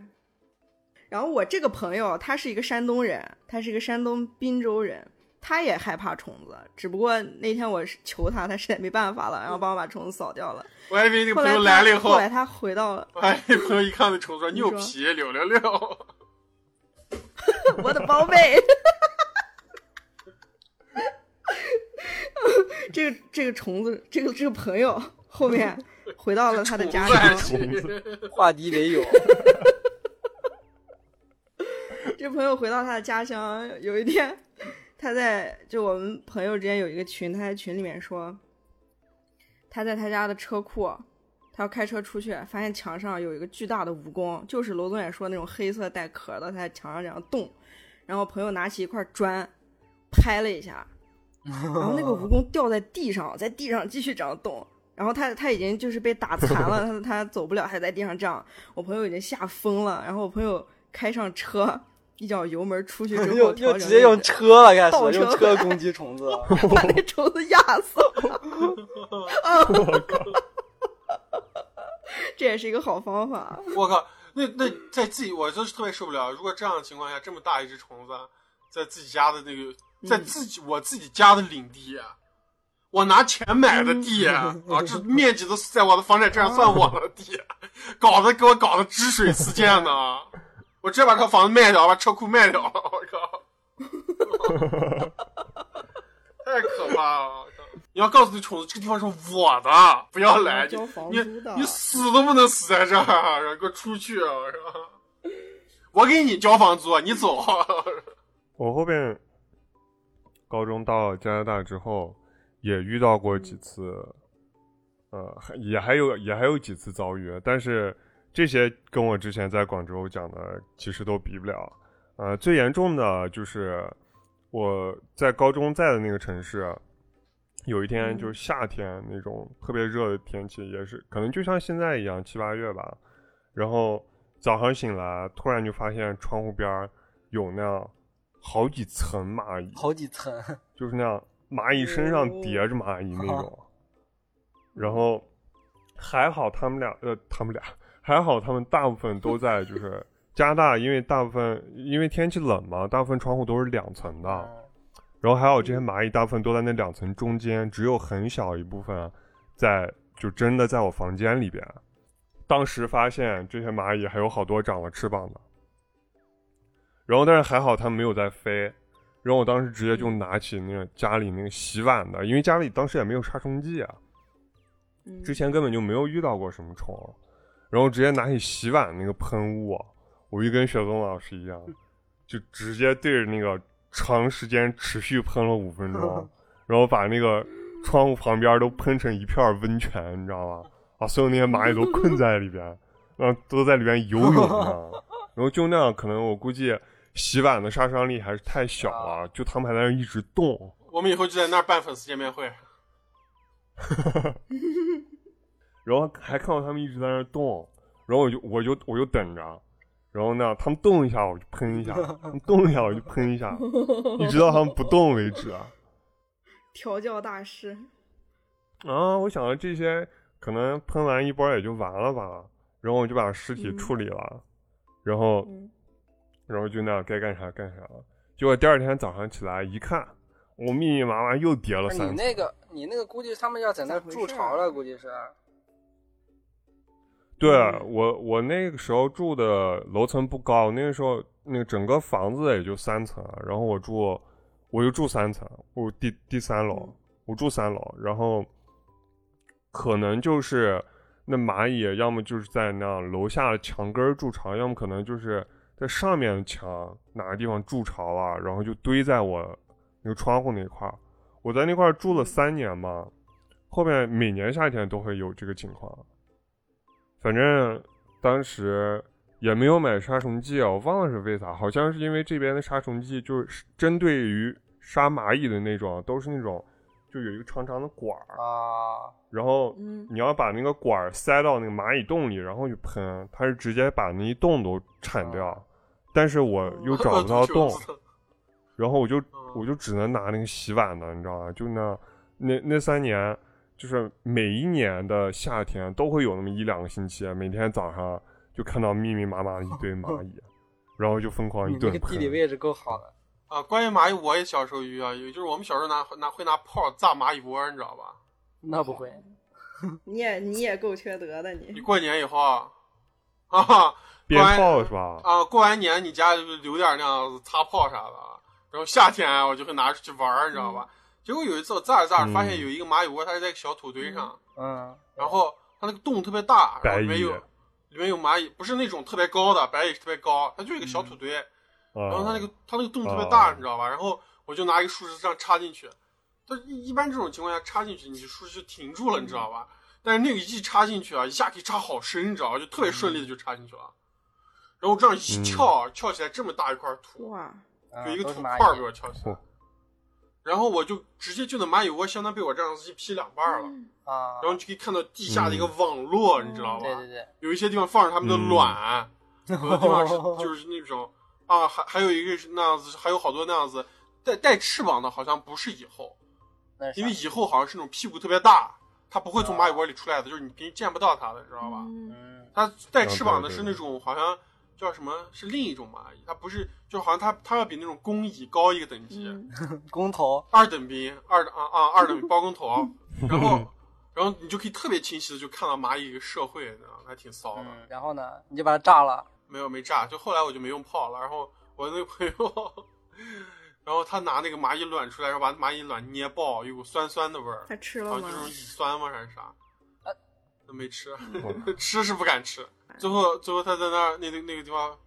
Speaker 1: 然后我这个朋友他是一个山东人，他是一个山东滨州人，他也害怕虫子，只不过那天我是求他，他实在没办法了，然后帮我把虫子扫掉了。
Speaker 3: 我还以为那个
Speaker 1: 后
Speaker 3: 朋
Speaker 1: 来
Speaker 3: 友
Speaker 1: 他
Speaker 3: 来了以后，
Speaker 1: 来他回到了
Speaker 3: 我还以为朋友一看那虫子说：“你有皮，柳柳柳。
Speaker 1: 我的宝贝。 这个这个虫子，这个这个朋友后面回到了他的家
Speaker 3: 虫子还
Speaker 1: 乡
Speaker 3: 是，
Speaker 4: 化敌为 友，
Speaker 1: 这朋友回到他的家乡，有一天，他在就我们朋友之间有一个群，他在群里面说，他在他家的车库，他要开车出去，发现墙上有一个巨大的蜈蚣，就是楼总远说那种黑色带壳的，他在墙上这样动，然后朋友拿起一块砖拍了一下，然后那个蜈蚣掉在地上，在地上继续这样动。然后他他已经就是被打残了，他他走不了，还在地上这样。我朋友已经吓疯了，然后我朋友开上车，一脚油门出去之后，
Speaker 4: 又
Speaker 1: 调
Speaker 4: 又
Speaker 1: 整
Speaker 4: 直接用
Speaker 1: 位置
Speaker 4: 车了，开
Speaker 1: 倒
Speaker 4: 始
Speaker 1: 车
Speaker 4: 用车攻击虫子了。
Speaker 1: 把那虫子压死了。 这也是一个好方法。”
Speaker 3: 我靠，那那在自己，我就是特别受不了。如果这样的情况下，这么大一只虫子，啊在自己家的那个，
Speaker 1: 嗯
Speaker 3: 在自己我自己家的领地。啊我拿钱买的地、
Speaker 1: 嗯
Speaker 3: 啊，这面积都在我的房产证上算我的 地，啊搞得给我搞得汁水四溅呢！我直接把这房子卖掉，把车库卖掉，我靠！太可怕了！我靠！你要告诉那虫子，这个地方是我的，不要来，
Speaker 1: 交
Speaker 3: 你
Speaker 1: 房
Speaker 3: 你
Speaker 1: 租的
Speaker 3: 你死都不能死在这儿，给我出去啊！是吧我给你交房租，啊你走。
Speaker 5: 我后边高中到加拿大之后，也遇到过几次，呃，还也还有也还有几次遭遇，但是这些跟我之前在广州讲的其实都比不了。呃，最严重的就是我在高中在的那个城市，啊有一天就是夏天那种特别热的天气，也是可能就像现在一样七八月吧，然后早上醒来，突然就发现窗户边儿有那样好几层蚂蚁，
Speaker 4: 好几层，
Speaker 5: 就是那样蚂蚁身上叠着蚂蚁那种。然后还好他们俩，呃，他们俩还好他们大部分都在就是加拿大，因为大部分因为天气冷嘛，大部分窗户都是两层的。然后还好这些蚂蚁大部分都在那两层中间，只有很小一部分在就真的在我房间里边。当时发现这些蚂蚁还有好多长了翅膀的，然后但是还好它们没有在飞。然后我当时直接就拿起那个家里那个洗碗的，因为家里当时也没有杀虫剂啊，
Speaker 1: 嗯
Speaker 5: 之前根本就没有遇到过什么虫，然后直接拿起洗碗那个喷雾啊，我就跟雪松老师一样，就直接对着那个长时间持续喷了五分钟，然后把那个窗户旁边都喷成一片温泉，你知道吗？把所有那些蚂蚁都困在里边，然后都在里边游泳呢。然后就那样，可能我估计洗碗的杀伤力还是太小了，就他们还在那一直动。
Speaker 3: 我们以后就在那儿办粉丝见面会。
Speaker 5: 然后还看到他们一直在那儿动，然后我就我就我就等着，然后呢，他们动一下我就喷一下，他们动一下我就喷一下，一直到他们不动为止啊。
Speaker 1: 调教大师，
Speaker 5: 啊，我想到这些可能喷完一波也就完了吧，然后我就把尸体处理了，然后
Speaker 1: 嗯，
Speaker 5: 然后就那样该干啥干啥了。结果第二天早上起来一看，我密密麻麻又叠了
Speaker 4: 不是
Speaker 5: 三
Speaker 4: 你
Speaker 5: 层。
Speaker 4: 那个你那个估计他们要在那
Speaker 1: 咋回
Speaker 4: 筑
Speaker 1: 事啊
Speaker 4: 巢
Speaker 1: 儿
Speaker 4: 了，估计是。
Speaker 5: 对
Speaker 1: 嗯
Speaker 5: 我，我那个时候住的楼层不高，那个时候那个整个房子也就三层，啊然后我住，我就住三层，我第第三楼，
Speaker 1: 嗯
Speaker 5: 我住三楼，然后可能就是那蚂蚁啊要么就是在那样楼下的墙根儿筑巢，要么可能就是在上面的墙哪个地方筑巢了，然后就堆在我那个窗户那块儿。我在那块儿住了三年嘛，后面每年夏天都会有这个情况。反正当时也没有买杀虫剂啊，我忘了是为啥，好像是因为这边的杀虫剂就是针对于杀蚂蚁的那种，都是那种就有一个长长的管儿，
Speaker 4: 啊，
Speaker 5: 然后
Speaker 1: 嗯
Speaker 5: 你要把那个管儿塞到那个蚂蚁洞里，然后去喷，它是直接把那一洞都铲掉
Speaker 4: 啊。
Speaker 5: 但是我 又找不到洞，然后我就
Speaker 3: 嗯
Speaker 5: 我就只能拿那个洗碗的，你知道吗？就那那那三年，就是每一年的夏天都会有那么一两个星期，啊每天早上就看到密密麻麻的一堆蚂 蚁，然后就疯狂
Speaker 4: 你
Speaker 5: 一
Speaker 4: 这
Speaker 5: 顿
Speaker 4: 个地
Speaker 5: 喷。
Speaker 4: 理位置够好的。
Speaker 3: 啊，关于蚂蚁，我也小时候遇到，也就是我们小时候拿拿会拿炮炸蚂蚁窝，你知道吧？
Speaker 4: 那不会，
Speaker 1: 你也你也够缺德的你
Speaker 3: 你。过年以后啊， 啊，
Speaker 5: 鞭
Speaker 3: 关
Speaker 5: 炮是吧？
Speaker 3: 啊，过完年你家就留点那样擦炮啥的，啊，然后夏天啊我就会拿出去玩儿，你知道吧？结果有一次我炸着炸着，发
Speaker 5: 嗯
Speaker 3: 现有一个蚂蚁窝，它是在一个小土堆上，
Speaker 4: 嗯，
Speaker 3: 然后它那个洞特别大，然后
Speaker 5: 白蚁
Speaker 3: 里面有里面有蚂蚁，不是那种特别高的，白蚁是特别高，它就是一个小土堆，
Speaker 5: 然
Speaker 3: 然后它
Speaker 5: 哦
Speaker 3: 那个它那个洞特别大，
Speaker 5: 啊
Speaker 3: 你知道吧？然后我就拿一个树枝这样插进去，但一一般这种情况下插进去，你树枝就停住了，你知道吧？但是那个一插进去啊，一下可以插好深，你知道吧？就特别顺利的就插进去了。然后这样一撬，撬起来这么大一块土，
Speaker 1: 哇，
Speaker 3: 就
Speaker 4: 嗯
Speaker 3: 一个
Speaker 4: 都
Speaker 3: 土
Speaker 4: 是
Speaker 3: 块
Speaker 4: 蚂
Speaker 3: 儿给
Speaker 4: 蚁。
Speaker 3: 我撬起来
Speaker 5: 嚯。
Speaker 3: 然后我就直接就那蚂蚁窝，相当被我这样子一劈两半了，
Speaker 4: 啊，
Speaker 3: 然后就可以看到地下的一个网络，你知道吧？
Speaker 4: 对对对，
Speaker 3: 有一些地方放着他们的卵，
Speaker 1: 嗯
Speaker 3: 有的 地方是就是那种啊，还还有一个是那样子，还有好多那样子带带翅膀的，好像不是蚁后，
Speaker 4: 那是
Speaker 3: 因为
Speaker 4: 啥
Speaker 3: 蚁后好像是那种屁股特别大，它不会从蚂蚁窝里出来的，就是你平时见不到它的，知道吧？
Speaker 1: 嗯
Speaker 4: 嗯，
Speaker 3: 它带翅膀的
Speaker 5: 嗯对
Speaker 3: 是
Speaker 5: 对
Speaker 3: 那种好像叫什么，是另一种蚂蚁，它不是，就好像它它要比那种工蚁高一个等级，
Speaker 1: 嗯
Speaker 4: 工头
Speaker 3: 二等兵，二啊啊 二等兵包工头，然后然后你就可以特别清晰的就看到蚂蚁一个社会，你知道吗还挺骚的。
Speaker 4: 嗯，然后呢，你就把它炸了，
Speaker 3: 没有没炸，就后来我就没用炮了。然后我那个朋友，然后他拿那个蚂蚁卵出来，然后把蚂蚁卵捏爆，有股酸酸的味儿，
Speaker 1: 他吃
Speaker 3: 好
Speaker 1: 了
Speaker 3: 像就
Speaker 1: 吗
Speaker 3: 是？种乙酸吗还是啥？那没吃，
Speaker 5: 我
Speaker 3: 吃是不敢吃。
Speaker 1: 哎
Speaker 3: 最后，最后他在那儿那那那个地方，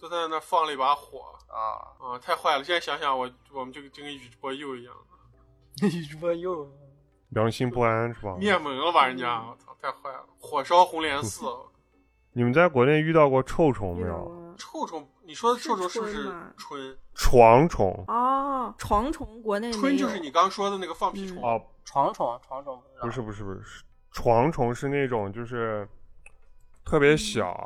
Speaker 3: 就在那儿放了一把火
Speaker 4: 啊，
Speaker 3: 啊，太坏了！现在想想我，我们就就跟宇智波鼬一样，
Speaker 4: 宇智波鼬，
Speaker 5: 良心不安是吧？
Speaker 3: 灭门了吧人
Speaker 1: 嗯
Speaker 3: 家，我操，太坏了！火烧红莲寺，
Speaker 5: 你们在国内遇到过臭虫没
Speaker 1: 遇到
Speaker 5: 有？
Speaker 1: 过
Speaker 3: 臭虫，你说的臭虫是不
Speaker 1: 是
Speaker 3: 是
Speaker 1: 春吗
Speaker 3: 春？
Speaker 5: 床虫
Speaker 1: 哦，床虫国内
Speaker 3: 春
Speaker 1: 没
Speaker 3: 就是
Speaker 1: 有嗯
Speaker 3: 你刚说的那个放屁虫，
Speaker 5: 哦，
Speaker 4: 床虫，床虫
Speaker 5: 不是不是不是，是床虫是那种就是特别小，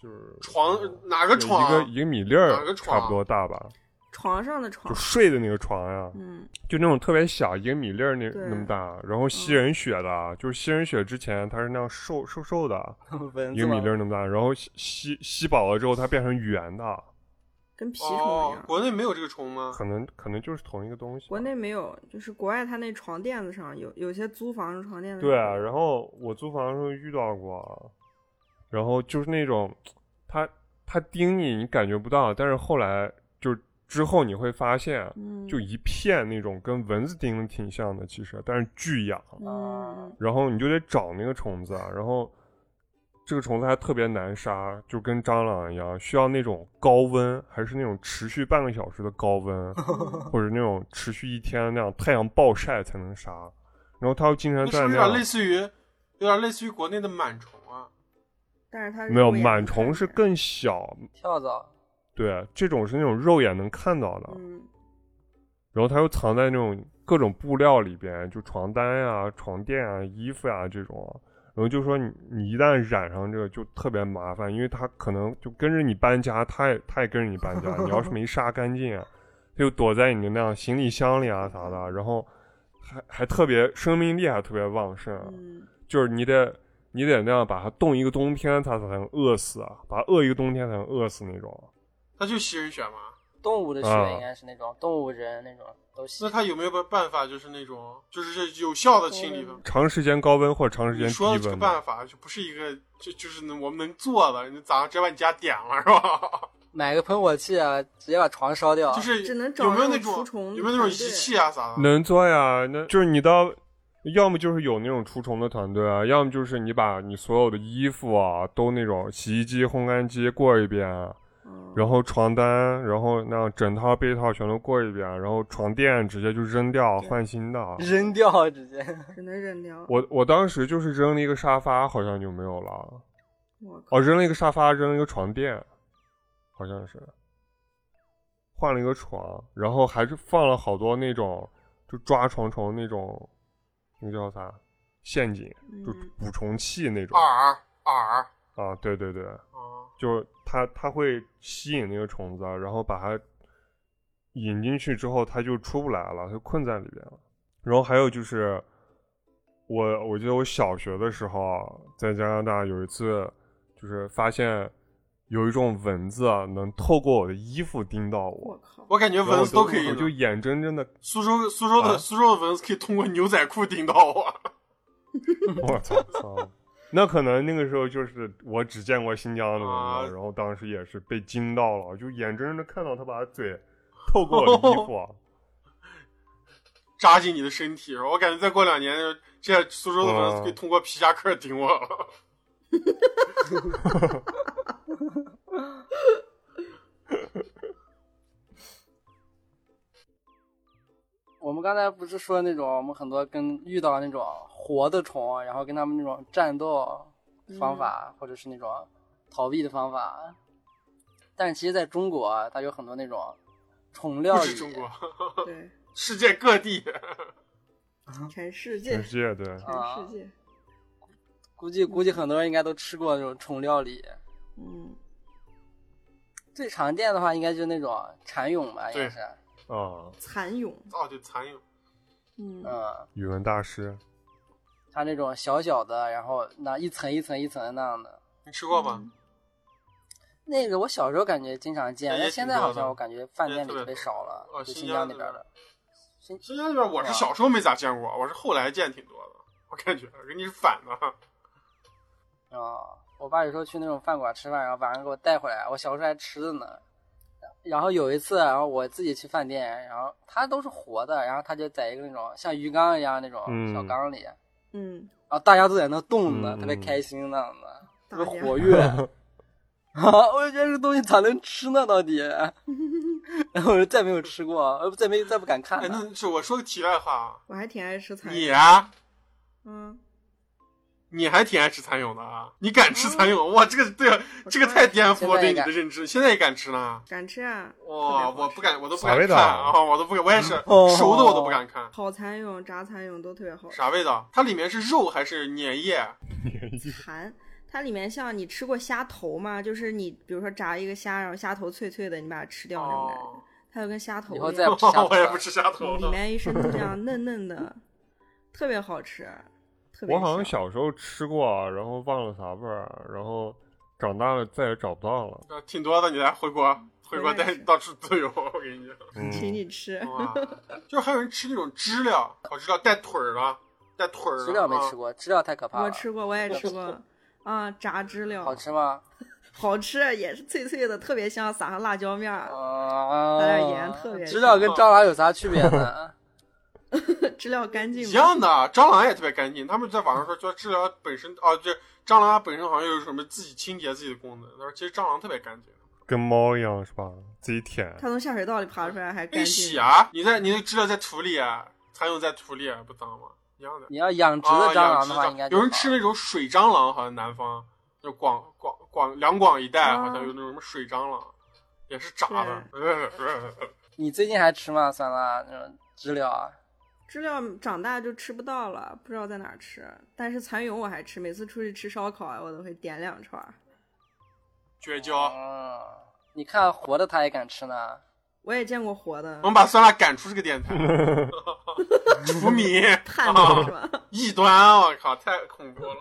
Speaker 5: 就是
Speaker 3: 嗯床哪个
Speaker 5: 就
Speaker 3: 床
Speaker 5: 一个
Speaker 3: 啊？
Speaker 5: 一个米粒
Speaker 3: 哪个
Speaker 5: 儿
Speaker 3: 床
Speaker 5: 差不多大吧，
Speaker 1: 床上的床
Speaker 5: 就，睡的那个床呀、
Speaker 1: 嗯，
Speaker 5: 就那种特别小，一个米粒儿那
Speaker 1: 对嗯
Speaker 5: 那么大，然后吸人血的，就是吸人血之前它是那样瘦瘦瘦的，
Speaker 4: 蚊
Speaker 5: 一
Speaker 4: 子
Speaker 5: 个
Speaker 4: 吗
Speaker 5: 米粒儿那么大，然后吸吸吸饱了之后它变成圆的，
Speaker 1: 跟蜱虫一
Speaker 3: 哦
Speaker 1: 样，。
Speaker 3: 国内没有这个虫吗？
Speaker 5: 可能可能就是同一个东西吧。
Speaker 1: 国内没有，就是国外它那床垫子上有有些租房的床垫子上
Speaker 5: 对，啊然后我租房的时候遇到过，然后就是那种它它叮你，你感觉不到，但是后来就之后你会发现，
Speaker 1: 嗯，
Speaker 5: 就一片那种跟蚊子叮的挺像的，其实，但是巨痒。
Speaker 3: 啊
Speaker 1: 嗯
Speaker 5: 然后你就得找那个虫子，啊，然后这个虫子还特别难杀，就跟蟑螂一样，需要那种高温，还是那种持续半个小时的高 温，或者那种持续一天的那样太阳暴晒才能杀。然后它又经常
Speaker 3: 那是
Speaker 5: 在
Speaker 3: 不是
Speaker 5: 那
Speaker 3: 有
Speaker 5: 样
Speaker 3: 点类似于，有点类似于国内的螨虫啊？
Speaker 1: 但是它
Speaker 5: 没有
Speaker 1: 肉眼能
Speaker 5: 螨虫
Speaker 1: 看
Speaker 5: 是
Speaker 1: 见
Speaker 5: 更小，
Speaker 4: 跳蚤，
Speaker 5: 对，这种是那种肉眼能看到的。
Speaker 1: 嗯
Speaker 5: 然后它又藏在那种各种布料里边，就床单呀、床垫啊、衣服呀、这种啊。然后就说你你一旦染上这个就特别麻烦，因为它可能就跟着你搬家，它也它也跟着你搬家。你要是没杀干净啊，它就躲在你的那样行李箱里啊啥的，然后还还特别生命力还特别旺盛，啊
Speaker 1: 嗯，
Speaker 5: 就是你得你得那样把它冻一个冬天，它才能饿死啊，把它饿一个冬天才能饿死那种。
Speaker 3: 它就吸人血吗？
Speaker 4: 动物的血
Speaker 5: 啊
Speaker 4: 应该是那种动物人那种都吸
Speaker 3: 那。它有没有办法，就是那种，就是有效的清理方法？
Speaker 5: 长时间高温或者长时
Speaker 3: 你
Speaker 5: 间
Speaker 3: 说的这
Speaker 5: 低
Speaker 3: 个
Speaker 5: 温的，
Speaker 3: 办法就不是一个，就就是能我们能做的，你咋直接把你家点了是吧？
Speaker 4: 买个喷火器啊，直接把床烧掉。
Speaker 3: 就
Speaker 1: 哦
Speaker 3: 是
Speaker 1: 只能找
Speaker 3: 有没有
Speaker 1: 那
Speaker 3: 那
Speaker 1: 种除
Speaker 3: 种
Speaker 1: 虫
Speaker 3: 有没有那种
Speaker 1: 团队
Speaker 3: 仪器啊啥的？
Speaker 5: 能做呀。那就是你到，要么就是有那种除虫的团队啊，要么就是你把你所有的衣服啊都那种洗衣机、烘干机过一遍，啊
Speaker 1: 嗯
Speaker 5: 然后床单，然后那样整套被套全都过一遍，啊然后床垫直接就扔掉换新的。啊
Speaker 4: 扔掉直接，
Speaker 1: 只能扔掉。
Speaker 5: 我我当时就是扔了一个沙发，好像就没有了。
Speaker 1: 我靠，
Speaker 5: 哦，扔了一个沙发，扔了一个床垫，好像是，换了一个床，然后还是放了好多那种就抓床虫那种，那个叫啥陷阱，就
Speaker 1: 嗯
Speaker 5: 捕虫器那种、
Speaker 3: 饵饵
Speaker 5: 啊，对对对，
Speaker 3: 啊，
Speaker 5: 就是它它会吸引那个虫子，啊然后把它引进去之后，它就出不来了，它就困在里边了。然后还有就是，我我记得我小学的时候啊在加拿大有一次，就是发现有一种蚊子啊能透过我的衣服叮到我，
Speaker 1: 我靠，
Speaker 3: 我感觉
Speaker 5: 然后
Speaker 3: 蚊子
Speaker 5: 我
Speaker 3: 都可以
Speaker 5: 我就
Speaker 3: 的。
Speaker 5: 眼睁睁的，
Speaker 3: 苏州苏州的、
Speaker 5: 啊
Speaker 3: 苏州的蚊子可以通过牛仔裤叮到我，
Speaker 5: 我操！
Speaker 3: 哦
Speaker 5: 操那可能那个时候就是我只见过新疆的蚊子，
Speaker 3: 啊
Speaker 5: 然后当时也是被惊到了，就眼睁睁的看到它把嘴透过我的衣服啊。
Speaker 3: 哦扎进你的身体。我感觉再过两年，这些苏州的蚊子
Speaker 5: 啊
Speaker 3: 可以通过皮夹克叮我了。
Speaker 4: 我们刚才不是说那种我们很多跟遇到那种活的虫，然后跟他们那种战斗方法，或者是那种逃避的方法。但其实在中国啊，它有很多那种虫料
Speaker 3: 不
Speaker 4: 理
Speaker 3: 是，中国，
Speaker 1: 对，
Speaker 3: 世界各地。嗯
Speaker 1: 全世界
Speaker 5: 全，世界对，
Speaker 3: 啊
Speaker 1: 全世界，
Speaker 4: 估计估计很多人应该都吃过那种虫料理。
Speaker 1: 嗯，
Speaker 4: 最常见的话，应该就是那种蚕蛹吧，应该是，
Speaker 5: 啊，
Speaker 1: 蚕蛹，
Speaker 3: 哦，对，蚕蛹。
Speaker 1: 嗯，
Speaker 4: 嗯，
Speaker 5: 语文大师，
Speaker 4: 它那种小小的，然后那一层一层一层那样的。
Speaker 3: 你吃过吗？
Speaker 4: 那个我小时候感觉经常见，
Speaker 3: 也
Speaker 4: 但
Speaker 3: 挺
Speaker 4: 现在
Speaker 3: 多
Speaker 4: 好
Speaker 3: 的
Speaker 4: 像我感觉饭
Speaker 3: 也
Speaker 4: 店里
Speaker 3: 特别
Speaker 4: 特别
Speaker 3: 多
Speaker 4: 少了，
Speaker 3: 哦
Speaker 4: 就
Speaker 3: 新
Speaker 4: 新
Speaker 3: 疆
Speaker 4: 疆
Speaker 3: 那
Speaker 4: 那边
Speaker 3: 边
Speaker 4: 的。
Speaker 3: 新疆那边我是小时候没咋见过，我是后来见挺多的。我感觉跟你是反的。
Speaker 4: 哦啊、我爸有时候去那种饭馆吃饭，然后晚上给我带回来，我小时候还吃着呢。然后有一次，然后我自己去饭店，然后它都是活的，然后它就在一个那种像鱼缸一样那种
Speaker 5: 嗯
Speaker 4: 小缸里，
Speaker 1: 嗯，
Speaker 4: 然后大家都在那动呢，
Speaker 5: 嗯
Speaker 4: 特别
Speaker 5: 嗯
Speaker 4: 开心那样的，特
Speaker 1: 大
Speaker 4: 别
Speaker 1: 家
Speaker 4: 活跃。啊，我就觉得这东西咋能吃呢？到底，然后我就再没有吃过，呃，再没再不敢看
Speaker 3: 哎，
Speaker 4: 了。
Speaker 3: 那是我说个题外话，啊
Speaker 1: 我还挺爱吃蚕
Speaker 3: 你
Speaker 1: 蛹，
Speaker 3: 啊，
Speaker 1: 嗯，
Speaker 3: 你还挺爱吃蚕蛹的啊？你敢吃蚕蛹？哇，这个对啊，这个太颠覆我对你的认知。现在也敢吃呢？
Speaker 1: 敢吃啊，
Speaker 3: 哇，
Speaker 1: 特别好
Speaker 3: 我
Speaker 1: 吃
Speaker 3: 不敢，我都不
Speaker 5: 啥
Speaker 3: 敢
Speaker 5: 味道
Speaker 3: 看
Speaker 5: 啊
Speaker 3: 啊！我都不敢，我也是
Speaker 4: 哦
Speaker 3: 熟的我都不敢看。
Speaker 1: 烤蚕蛹、炸蚕蛹都特别好吃。
Speaker 3: 啥味道？它里面是肉还是粘液？
Speaker 1: 蚕，它里面像你吃过虾头吗？就是你比如说炸一个虾，然后虾头脆脆的，你把它 吃掉那种感觉，
Speaker 3: 哦，
Speaker 1: 它就跟虾头
Speaker 4: 以后
Speaker 1: 一
Speaker 4: 再
Speaker 1: 样
Speaker 4: 不，吃虾头
Speaker 3: 我也不吃虾头
Speaker 1: 嗯里
Speaker 3: 的。
Speaker 1: 面一身这样嫩嫩的，特别好吃，特别
Speaker 5: 我好
Speaker 1: 香
Speaker 5: 像小时候吃过，啊然后忘了啥味儿，啊然后长大了再也找不到了。
Speaker 3: 呃挺多的，你来回国， 回国
Speaker 1: 回来
Speaker 3: 带
Speaker 1: 吃
Speaker 3: 到处都有。我跟你 讲，
Speaker 5: 嗯，
Speaker 1: 请你吃，
Speaker 3: 哇，就是还有人吃那种知了，烤知了带腿儿的，带腿儿的。啊
Speaker 4: 知了没
Speaker 3: 过。
Speaker 4: 吃过，知了太可嗯怕了。
Speaker 1: 我吃过，我也吃过。啊，炸知了
Speaker 4: 好吃吗？
Speaker 1: 好吃，也是脆脆的，特别香，撒上辣椒面儿，
Speaker 4: 啊，
Speaker 1: 撒点盐特别
Speaker 4: 知了跟蟑螂有啥区别呢？ 嗯
Speaker 1: 知了干净
Speaker 3: 一
Speaker 1: 吗？
Speaker 3: 样的，蟑螂也特别干净。他们在网上说，说治疗本身啊，这蟑螂本身好像有什么自己清洁自己的功能。但是其实蟑螂特别干净，
Speaker 5: 跟猫一样是吧？自己舔。
Speaker 1: 它从下水道里爬出来还
Speaker 3: 可以
Speaker 1: 干
Speaker 3: 洗
Speaker 1: 净。
Speaker 3: 啊。你在你的治疗在土里，啊，蚕蛹在土里啊不脏吗？一样的。
Speaker 4: 你要养殖
Speaker 3: 啊，
Speaker 4: 的蟑
Speaker 3: 养
Speaker 4: 螂
Speaker 3: 殖
Speaker 4: 的话，应该就
Speaker 3: 有人
Speaker 4: 好
Speaker 3: 吃那种水蟑螂，好像南方就广广广两广一带，
Speaker 1: 啊
Speaker 3: 好像有那种什么水蟑螂，也是炸的。
Speaker 4: 你最近还吃吗？酸辣那种知了啊？
Speaker 1: 知了长大就吃不到了，不知道在哪儿吃。但是蚕蛹我还吃，每次出去吃烧烤啊，我都会点两串儿。
Speaker 3: 绝交！
Speaker 4: 嗯，你看活的它也敢吃呢。
Speaker 1: 我也见过活的
Speaker 3: 我，们把酸辣赶出这个电台，除米
Speaker 1: 叛徒是吧？
Speaker 3: 异端，啊我靠，太恐怖了。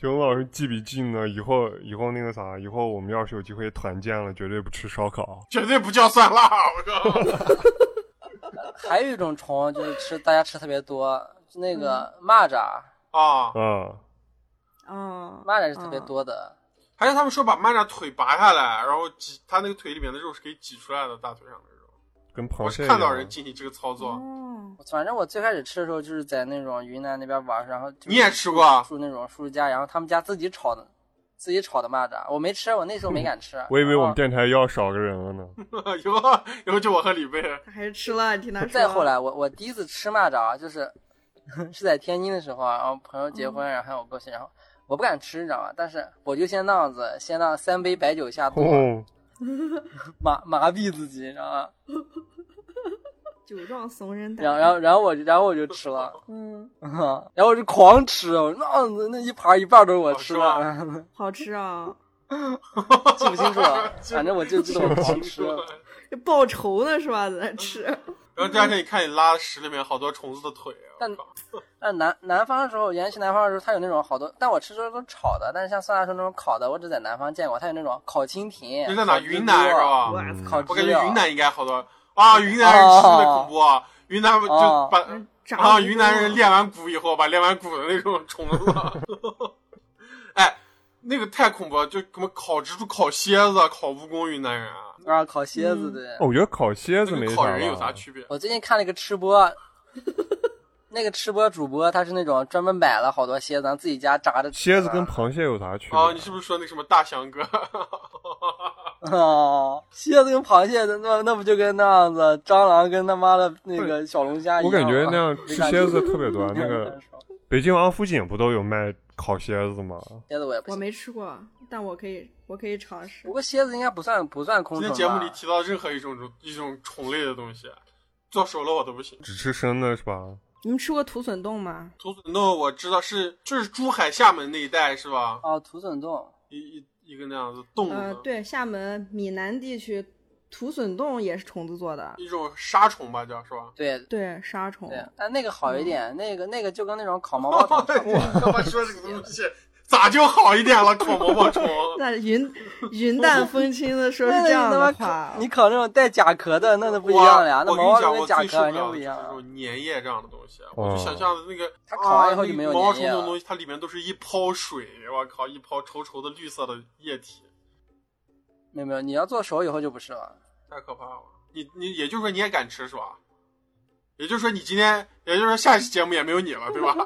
Speaker 5: 熊老师记笔记呢，以后以后那个啥，以后我们要是有机会团建了，绝对不吃烧烤。
Speaker 3: 绝对不叫酸辣，我靠！
Speaker 4: 还有一种虫就是吃大家吃特别多，那个
Speaker 1: 嗯
Speaker 4: 蚂蚱，
Speaker 3: 啊，
Speaker 5: 嗯，
Speaker 1: 哦，
Speaker 4: 蚂蚱是特别多的。
Speaker 3: 还有他们说把蚂蚱腿拔下来，然后挤它那个腿里面的肉是可以挤出来的，大腿上的肉。
Speaker 5: 跟
Speaker 3: 我
Speaker 5: 螃蟹
Speaker 3: 是
Speaker 5: 一
Speaker 3: 看到人
Speaker 5: 样。
Speaker 3: 进行这个操作，
Speaker 1: 哦，
Speaker 4: 反正我最开始吃的时候就是在那种云南那边玩，然后就是
Speaker 3: 你也吃过啊
Speaker 4: 住那种叔叔家，然后他们家自己炒的，自己炒的蚂蚱，我没吃，我那时候没敢吃。
Speaker 5: 我以为
Speaker 4: 然
Speaker 5: 我
Speaker 4: 后
Speaker 3: 啊
Speaker 5: 们电台又要少个人 了呢。
Speaker 3: 以后以后就我和李贝，
Speaker 1: 他还是吃了，你听他说。
Speaker 4: 再后来，我我第一次吃蚂蚱啊，就是 是在天津的时候啊，然后朋友结婚，然后喊我过去，然后我不敢吃，你知道吧？但是我就先那样子，先让三杯白酒下肚，
Speaker 5: 哦，
Speaker 4: 麻麻痹自己，你知道吗？
Speaker 1: 酒壮怂人胆，
Speaker 4: 然后然后然后我就然后我就吃了，
Speaker 1: 嗯，
Speaker 4: 然后我就狂吃，我那样子那一盘一半都是我吃的，
Speaker 3: 哦
Speaker 1: 好吃啊！
Speaker 4: 记不清楚了，反正我就 记得我狂吃。
Speaker 1: 这报仇呢是吧？在那吃，
Speaker 4: 嗯
Speaker 3: 然后第二天你看你拉屎里面好多虫子的腿，啊
Speaker 4: 但
Speaker 3: 我靠
Speaker 4: 但南南方的时候，原来去南方的时候，它有那种好多，但我吃的时候都是炒的，但是像酸辣说那种烤的，我只在南方见过，它有那种烤蜻蜓，
Speaker 3: 这在哪？
Speaker 4: 烤蜘蛛
Speaker 3: 云南是？吧？
Speaker 1: 我
Speaker 5: 嗯
Speaker 4: 烤
Speaker 3: 我
Speaker 4: 知
Speaker 3: 感
Speaker 4: 了
Speaker 3: 觉云南应该好多啊，云南人吃的恐怖啊，云南就把
Speaker 1: 炸
Speaker 3: 啊，
Speaker 1: 鱼
Speaker 3: 云南人
Speaker 1: 肉
Speaker 3: 练完骨以后，把练完骨的那种虫子，哎，那个太恐怖了，就什么烤蜘蛛、烤蝎子、烤蜈蚣，云南人啊，
Speaker 4: 啊，烤蝎子对。
Speaker 5: 哦我觉得烤蝎子
Speaker 3: 那
Speaker 5: 没
Speaker 3: 跟
Speaker 5: 啥
Speaker 3: 烤人有啥
Speaker 5: 吧
Speaker 3: 区别？
Speaker 4: 我最近看了一个吃播，那个吃播主播他是那种专门买了好多蝎子，然后自己家炸着吃
Speaker 5: 蝎子跟螃蟹有啥区别？
Speaker 3: 啊啊，你是不是说那什么大翔哥？
Speaker 4: 哦，蝎子跟螃蟹，那那那不就跟那样子，蟑螂跟他妈的那个小龙虾一
Speaker 5: 我
Speaker 4: 样吗？
Speaker 5: 感觉那样吃蝎子特别多。
Speaker 4: 没感
Speaker 5: 那
Speaker 4: 觉
Speaker 5: 个北京王府井不都有卖烤蝎子吗？
Speaker 4: 蝎子我也不
Speaker 1: 我
Speaker 4: 行。
Speaker 1: 没吃过，但我可以，我可以尝试
Speaker 4: 不。过蝎子应该不算不算空
Speaker 3: 今
Speaker 4: 虫
Speaker 3: 天
Speaker 4: 吧？
Speaker 3: 节目里提到任何一种种一种虫类的东西，做熟了我都不行。
Speaker 5: 只吃生的是吧？
Speaker 1: 你们吃过土笋冻吗？
Speaker 3: 土笋冻我知道是就是珠海厦门那一带是吧？
Speaker 4: 哦，土笋冻，
Speaker 3: 一一一个那样子冻
Speaker 1: 呃，
Speaker 4: 嗯
Speaker 3: 的，
Speaker 1: 对，厦门闽南地区土笋冻也是虫子做的，
Speaker 3: 一种沙虫吧叫是 吧？
Speaker 4: 对
Speaker 1: 对，沙
Speaker 3: 哦
Speaker 1: 虫。
Speaker 4: 嗯对，但那个好一
Speaker 3: 嗯
Speaker 4: 点，那个那个就跟那种烤毛 毛虫差不多。
Speaker 3: 你他妈说这个东西咋就好一点了？烤毛毛虫。
Speaker 1: 那云云淡风轻的说是
Speaker 4: 那
Speaker 1: 这样
Speaker 4: 你他妈
Speaker 1: 的
Speaker 4: 烤
Speaker 1: 话，啊
Speaker 4: 你烤那种带甲壳的，那 都不一样了呀。那
Speaker 3: 我我跟
Speaker 4: 毛毛
Speaker 3: 你讲，
Speaker 4: 虫跟
Speaker 3: 我
Speaker 4: 甲
Speaker 3: 最
Speaker 4: 壳
Speaker 3: 受
Speaker 4: 完
Speaker 3: 不
Speaker 4: 全
Speaker 3: 了
Speaker 4: 不
Speaker 3: 的就
Speaker 4: 一
Speaker 3: 是
Speaker 4: 样
Speaker 3: 这
Speaker 4: 啊。哦
Speaker 3: 种粘液这样的东西，啊我就想象的那个
Speaker 4: 它烤完
Speaker 3: 啊
Speaker 4: 以后就没有
Speaker 3: 那个毛毛
Speaker 4: 粘
Speaker 3: 虫
Speaker 4: 液
Speaker 3: 那种
Speaker 4: 了
Speaker 3: 东西，它里面都是一泡水，我靠，一泡稠稠的绿色的液体。
Speaker 4: 没有没有，你要做熟以后就不是了。
Speaker 3: 太可怕了！你你也就是说你也敢吃是吧？也就是说你今天，也就是说下期节目也没有你了，对吧？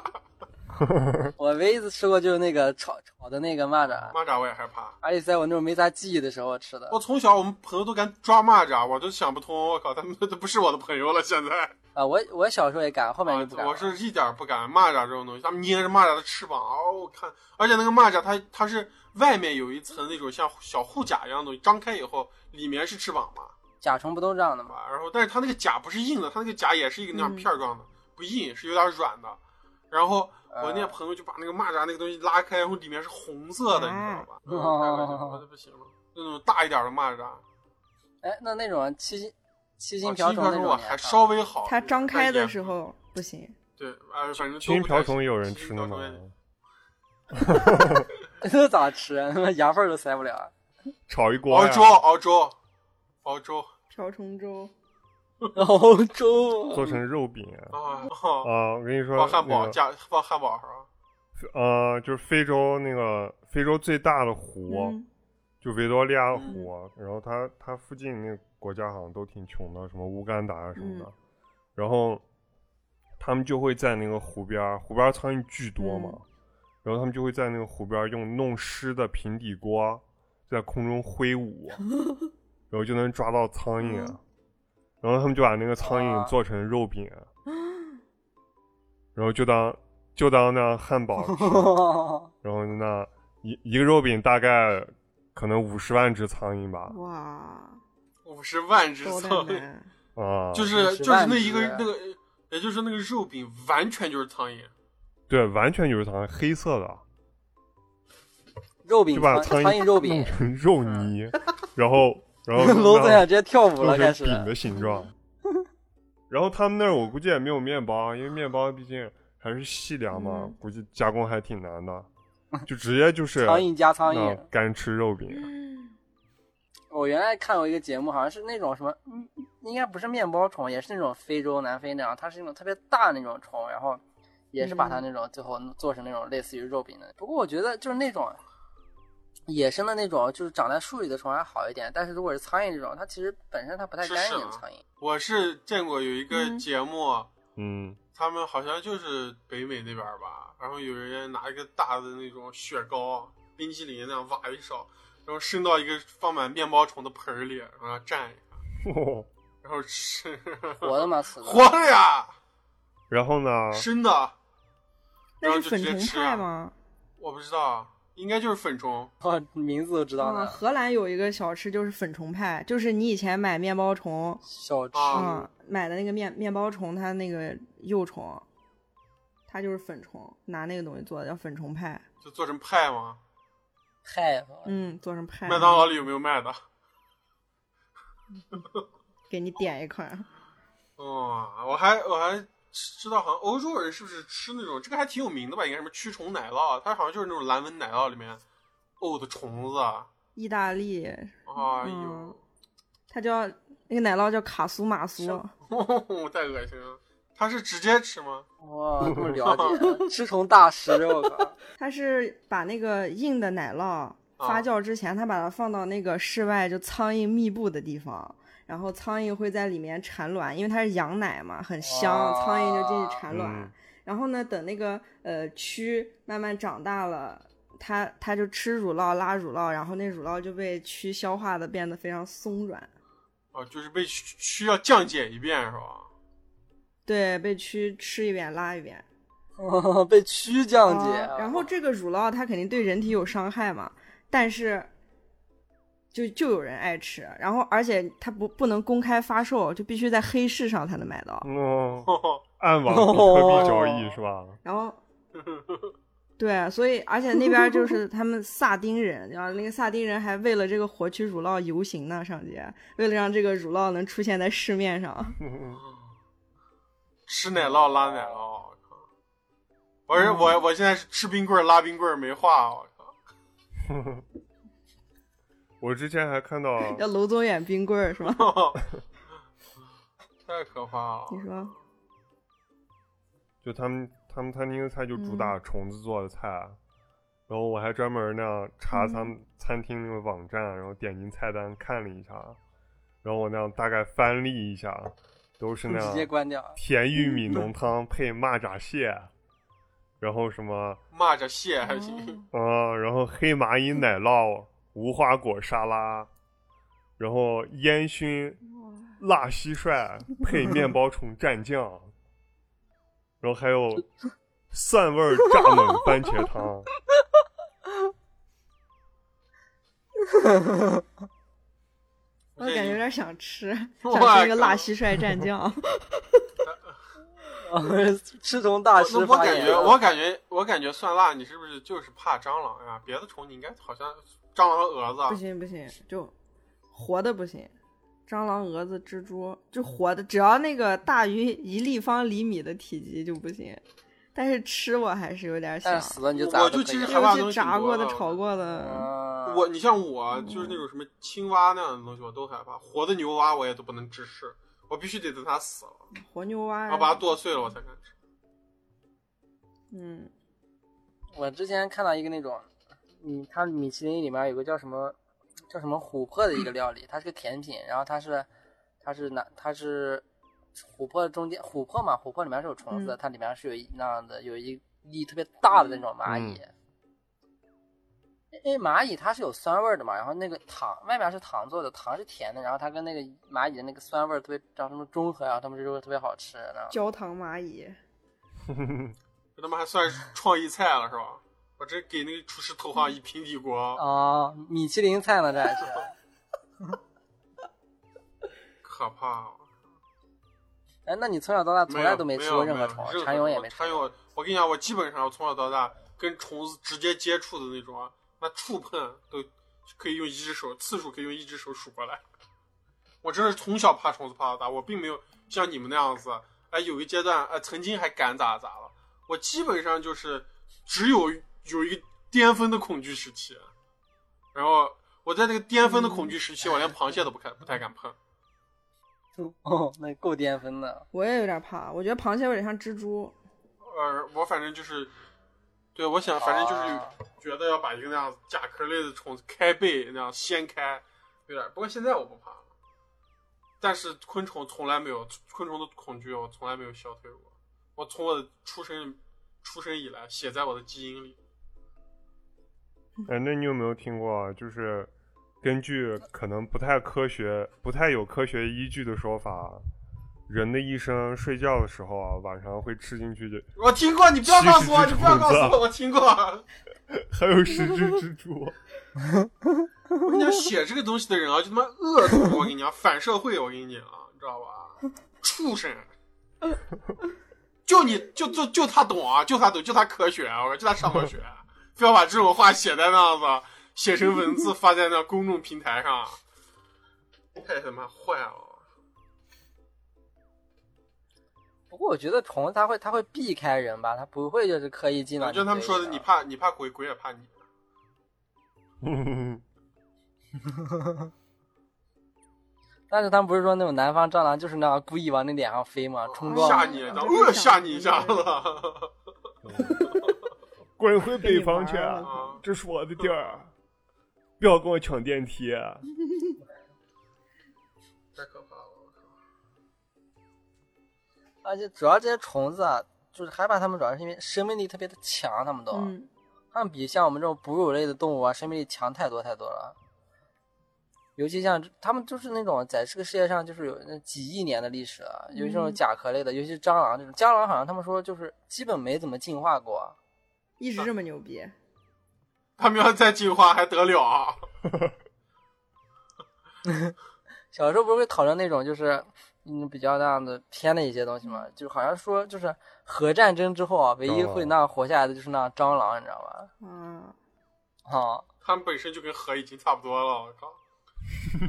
Speaker 4: 我唯一一次吃过就是那个炒炒的那个蚂蚱，
Speaker 3: 蚂蚱我也害怕。
Speaker 4: 而且在我那种没啥记忆的时候吃的
Speaker 3: 我从小我们朋友都敢抓蚂蚱，我都想不通，我靠，他们都不是我的朋友了。现在，
Speaker 4: 啊。我我小时候也敢，后面就不敢
Speaker 3: 啊
Speaker 4: 了。
Speaker 3: 我是一点儿不敢蚂蚱这种东西，他们捏着蚂蚱的翅膀，哦，我看，而且那个蚂蚱它它是外面有一层那种像小护甲一样的东西，张开以后里面是翅膀嘛，
Speaker 4: 甲虫不都这样的吗？
Speaker 3: 啊，然后但是它那个甲不是硬的，它那个甲也是一个那样
Speaker 1: 嗯
Speaker 3: 片儿状的，不硬，是有点软的。然后我那
Speaker 4: 呃
Speaker 3: 朋友就把那个蚂蚱那个东西拉开，然后里面是红色的，你知道吧？嗯太恶心了我就不行了。那种大一点的蚂蚱，啊
Speaker 4: 哎，那那种七星七
Speaker 3: 金
Speaker 4: 星
Speaker 3: 哦瓢
Speaker 4: 瓢虫那
Speaker 3: 虫
Speaker 4: 种
Speaker 3: 我
Speaker 4: 你
Speaker 3: 还
Speaker 4: 吃
Speaker 3: 稍微好。
Speaker 1: 它张开
Speaker 3: 但
Speaker 1: 的
Speaker 3: 也
Speaker 1: 时候不行，
Speaker 3: 对，哎，反正都
Speaker 5: 金银
Speaker 3: 不
Speaker 5: 瓢
Speaker 3: 太行
Speaker 5: 虫也有人
Speaker 3: 金银
Speaker 5: 吃
Speaker 3: 瓢
Speaker 5: 的吗
Speaker 3: 虫？也
Speaker 4: 这咋吃？他妈牙缝儿都塞不了。啊
Speaker 5: 炒一锅
Speaker 3: 熬
Speaker 5: 呀
Speaker 3: 粥，熬粥，熬粥
Speaker 1: 瓢虫粥。
Speaker 4: 欧洲
Speaker 5: 做成肉饼啊！
Speaker 3: 啊！哦
Speaker 5: 啊，我跟你说，
Speaker 3: 放汉堡
Speaker 5: 那个
Speaker 3: 加放汉堡是吧？
Speaker 5: 呃，就是非洲那个非洲最大的湖，
Speaker 1: 嗯，
Speaker 5: 就维多利亚湖，然后它它附近那个国家好像都挺穷的，什么乌干达啊什么的，然后他们就会在那个湖边儿，湖边儿苍蝇巨多嘛，
Speaker 1: 嗯
Speaker 5: 然后他们就会在那个湖边儿用弄湿的平底锅在空中挥舞，然后就能抓到苍蝇啊，然后他们就把那个苍
Speaker 4: 哇
Speaker 5: 蝇做成肉饼啊，然后就当就当那汉堡吃然后那一一个肉饼大概可能五十万只苍蝇吧，
Speaker 1: 哇，
Speaker 3: 五十万只
Speaker 1: 高
Speaker 3: 苍
Speaker 1: 蛋
Speaker 3: 蝇，
Speaker 1: 白，
Speaker 5: 啊、
Speaker 3: 就是
Speaker 4: 50
Speaker 3: 就是
Speaker 4: 万
Speaker 3: 那一个
Speaker 4: 只
Speaker 3: 那个，也就是那个肉饼完全就是苍蝇。
Speaker 5: 对，完全就是苍蝇，黑色的，
Speaker 4: 肉饼
Speaker 5: 就把
Speaker 4: 苍
Speaker 5: 苍
Speaker 4: 蝇肉
Speaker 5: 弄
Speaker 4: 饼，
Speaker 5: 成 肉泥，然后然 后
Speaker 4: 嗯楼子想直接跳舞
Speaker 5: 做
Speaker 4: 了，开嗯
Speaker 5: 成
Speaker 4: 始。
Speaker 5: 饼的形状。然后他们那儿我估计也没有面包，因为面包毕竟还是细粮嘛，
Speaker 1: 嗯
Speaker 5: 估计加工还挺难的，就直接就是
Speaker 4: 苍蝇加苍
Speaker 5: 那
Speaker 4: 蝇，
Speaker 5: 干吃肉饼，
Speaker 4: 我哦原来看过一个节目，好像是那种什么，嗯应该不是面包虫，也是那种非洲、南非那样，它是那种特别大那种虫，然后也是把它那种最后做成那种类似于肉饼的。不过我觉得就是那种野生的那种，就是长在树里的虫还好一点，但是如果是苍蝇这种，它其实本身它不太
Speaker 3: 是
Speaker 4: 干净
Speaker 3: 是啊
Speaker 4: 苍蝇。
Speaker 3: 我是见过有一个
Speaker 1: 嗯
Speaker 3: 节目，
Speaker 5: 嗯，
Speaker 3: 他们好像就是北美那边儿吧，然后有人拿一个大的那种雪糕、冰淇淋那样挖一勺，然后伸到一个放满面包虫的盆儿里，然后蘸一下，
Speaker 5: 嗯
Speaker 3: 然后吃，
Speaker 4: 活的吗？死的？
Speaker 3: 活着呀，
Speaker 5: 然后呢，
Speaker 3: 生的。
Speaker 1: 那
Speaker 3: 然后
Speaker 1: 是
Speaker 3: 就
Speaker 1: 粉
Speaker 3: 直接
Speaker 1: 虫
Speaker 3: 吃
Speaker 1: 派
Speaker 3: 啊
Speaker 1: 吗？
Speaker 3: 我不知道，应该就是粉虫。
Speaker 4: 哦，名字都知道
Speaker 1: 啊，
Speaker 4: 呢。
Speaker 1: 荷兰有一个小吃就是粉虫派，就是你以前买面包虫，
Speaker 4: 小吃
Speaker 1: 嗯，
Speaker 3: 啊
Speaker 1: 买的那个面面包虫，它那个幼虫，它就是粉虫，拿那个东西做的叫粉虫派，
Speaker 3: 就做成派吗？
Speaker 4: 派，
Speaker 1: 嗯，做成派，
Speaker 3: 麦当劳里有没有卖的？
Speaker 1: 给你点一块儿，
Speaker 3: 哦，我还我还知道，好像欧洲人是不是吃那种这个还挺有名的吧？应该什么驱虫奶酪，它好像就是那种蓝纹奶酪里面沤的虫子。啊。
Speaker 1: 意大利，
Speaker 3: 哎
Speaker 1: 嗯
Speaker 3: 呦，
Speaker 1: 它叫那个奶酪叫卡苏马苏，
Speaker 3: 太恶心了！它是直接吃吗？
Speaker 4: 哇，这么了解，吃虫大师，我靠！
Speaker 1: 它是把那个硬的奶酪发酵之前，它把它放到那个室外就苍蝇密布的地方，然后苍蝇会在里面产卵，因为它是羊奶嘛，很香，
Speaker 4: 哇
Speaker 1: 苍蝇就进去产卵。
Speaker 5: 嗯
Speaker 1: 然后呢，等那个呃蛆慢慢长大了，它它就吃乳酪拉乳酪，然后那乳酪就被蛆消化的变得非常松软。
Speaker 3: 哦，就是被需需要降解一遍是吧？
Speaker 1: 对，被蛆吃一遍拉一遍，
Speaker 4: 被蛆降解
Speaker 3: 嗯
Speaker 1: 啊。然后这个乳酪它肯定对人体有伤害嘛，但是就就有人爱吃，然后而且它不不能公开发售，就必须在黑市上才能买 到。
Speaker 5: 嗯，
Speaker 3: 呵呵
Speaker 5: 暗网比特 币交易是吧？
Speaker 1: 然后，对，啊所以而且那边就是 他们萨丁人，然后那个萨丁人还为了这个活蛆乳酪游行呢，上街，为了让这个乳酪能出现在市面上。
Speaker 3: 吃奶酪拉奶酪，我靠！我是我我现在是吃冰棍儿拉冰棍儿没话，我靠！
Speaker 5: 我之前还看到
Speaker 1: 叫楼宗远冰棍儿是吗？
Speaker 3: 太可怕了！
Speaker 1: 你说，
Speaker 5: 就他们他们餐厅的菜就主打虫子做的菜，啊然后我还啊专门那样查他们餐厅那个网站，然后点进菜单看了一下，啊然后我那样大概翻历一下，都是那
Speaker 4: 直接
Speaker 5: 样
Speaker 4: 关掉。
Speaker 5: 甜玉米浓汤配蚂蚱蟹，啊然后什么
Speaker 3: 蚂蚱蟹还
Speaker 1: 哦
Speaker 3: 行，
Speaker 5: 嗯，然后黑蚂蚁奶酪、无花果沙拉，然后烟熏辣蟋蟀配面包虫蘸酱，然后还有蒜味儿炸冷番茄汤。
Speaker 1: 哦我感觉有点想吃，想
Speaker 3: 哇
Speaker 1: 吃那个辣蟋蟀蘸酱。
Speaker 4: 吃虫大
Speaker 3: 我
Speaker 4: 师
Speaker 3: 我
Speaker 4: 发
Speaker 3: 感
Speaker 4: 言
Speaker 3: 觉，我感觉，我感觉蒜辣，你是不是就是怕蟑螂呀？别的虫你应该好像蟑螂、蛾子啊
Speaker 1: 不，行不行，就活的不行。蟑螂、蛾子、蜘蛛，就活的，只要那个大于一立方厘米的体积就不行。但是吃我还是有点想
Speaker 3: 哎
Speaker 4: 但，是死了你就
Speaker 3: 我
Speaker 4: 咋
Speaker 3: 我
Speaker 4: 都
Speaker 3: 就
Speaker 4: 可
Speaker 3: 其
Speaker 4: 以
Speaker 3: 实害
Speaker 4: 了
Speaker 3: 怕
Speaker 1: 尤
Speaker 3: 的东
Speaker 1: 其
Speaker 3: 西
Speaker 1: 炸
Speaker 3: 多
Speaker 1: 过的、
Speaker 3: 了
Speaker 1: 炒过的，
Speaker 4: 啊
Speaker 3: 我你像我就是那种什么青蛙那样的东西，我都害怕。活的牛蛙我也都不能直视，我必须得等它死了，
Speaker 1: 活牛蛙
Speaker 3: 然
Speaker 1: 呀，
Speaker 3: 后把它剁碎了我才敢吃。
Speaker 1: 嗯，
Speaker 4: 我之前看到一个那种，嗯，它米其林里面有个叫什么叫什么琥珀的一个料理，它是个甜品，然后它是它是拿它是琥珀中间琥珀嘛，琥珀里面是有虫子的，
Speaker 1: 嗯
Speaker 4: 它里面是有一那样的有一粒特别大的那种蚂蚁。因为蚂蚁它是有酸味儿的嘛，然后那个糖外面是糖做的，糖是甜的，然后它跟那个蚂蚁的那个酸味儿特别叫什么中和，然啊后它们就说特别好吃，然后
Speaker 1: 焦糖蚂蚁，
Speaker 3: 这他妈还算是创意菜了是吧？我这给那个厨师投放一平底锅，
Speaker 4: 啊、米其林菜呢这还是。
Speaker 3: 可怕！
Speaker 4: 哎，那你从小到大从
Speaker 3: 没
Speaker 4: 来
Speaker 3: 有
Speaker 4: 都
Speaker 3: 没
Speaker 4: 吃
Speaker 3: 有
Speaker 4: 过
Speaker 3: 没有
Speaker 4: 任何
Speaker 3: 任
Speaker 4: 虫
Speaker 3: 何，
Speaker 4: 蚕蛹也没吃
Speaker 3: 蚕
Speaker 4: 过。
Speaker 3: 蛹，我跟你讲，我基本上我从小到大跟虫子直接接触的那种啊，那触碰都可以用一只手，次数可以用一只手数过来。我真是从小怕虫子怕到大，我并没有像你们那样子，哎，有一阶段哎曾经还敢咋咋了，我基本上就是只有有一个巅峰的恐惧时期，啊然后我在那个巅峰的恐惧时期，我连螃蟹都不敢不太敢碰。
Speaker 4: 哦，那够巅峰的。
Speaker 1: 我也有点怕，我觉得螃蟹有点像蜘蛛，
Speaker 3: 呃，我反正就是，对我想，反正
Speaker 4: 啊
Speaker 3: 就是觉得要把一个那样甲壳类的虫子开背那样掀开，有点。不过现在我不怕了，但是昆虫从来没有昆虫的恐惧，我从来没有消退过。我从我的出生出生以来，写在我的基因里。
Speaker 5: 哎，那你有没有听过啊？就是根据可能不太科学、不太有科学依据的说法，人的一生睡觉的时候啊，晚上会吃进去的，
Speaker 3: 我听过，你不要告诉我，你不要告诉
Speaker 5: 其实是虫子
Speaker 3: 我，我听过。
Speaker 5: 还有十只蜘蛛。
Speaker 3: 我跟你讲，写这个东西的人啊，就他妈恶毒！我跟你讲，反社会！我跟你讲，啊你知道吧？畜生！就你就就就他懂啊，就他懂，就他科学，啊我说就他上过学，啊非要把这种话写在那样子，写成文字发在那公众平台上，太他妈坏了！
Speaker 4: 不过我觉得虫它会它会避开人吧，它不会就是刻意进来。
Speaker 3: 啊就像他们说的，你怕你怕鬼，鬼也怕你。
Speaker 4: 但是他们不是说那种南方蟑螂就是那样故意往你脸上飞吗？冲撞
Speaker 3: 吓
Speaker 1: 你
Speaker 3: 你一
Speaker 1: 啊
Speaker 3: 下，
Speaker 1: 真的
Speaker 3: 恶吓
Speaker 1: 吓
Speaker 3: 你一
Speaker 1: 人
Speaker 3: 下子
Speaker 5: 滚回北方去
Speaker 1: 跟你 玩！
Speaker 3: 啊！
Speaker 5: 这是我的地儿，啊不要跟我抢电梯。啊
Speaker 3: 太可怕了！我靠
Speaker 4: 而且主要这些虫子啊，就是害怕它们，主要是因为生命力特别的强，它们都，
Speaker 1: 嗯，
Speaker 4: 它们比像我们这种哺乳类的动物啊，生命力强太多太多了。尤其像它们就是那种在这个世界上就是有那几亿年的历史了，尤其这种
Speaker 1: 嗯
Speaker 4: 甲壳类的，尤其是蟑螂这种，蟑螂好像他们说就是基本没怎么进化过。
Speaker 1: 一直这么牛逼，
Speaker 3: 他们要再进化还得了啊？
Speaker 4: 小时候不是会讨论那种就是嗯比较那样的偏的一些东西嘛，就好像说就是核战争之后啊，唯一会那样活下来的就是那样蟑螂，你知道吧？
Speaker 1: 啊，
Speaker 4: 啊、
Speaker 3: 他们本身就跟河已经差不多了，我靠！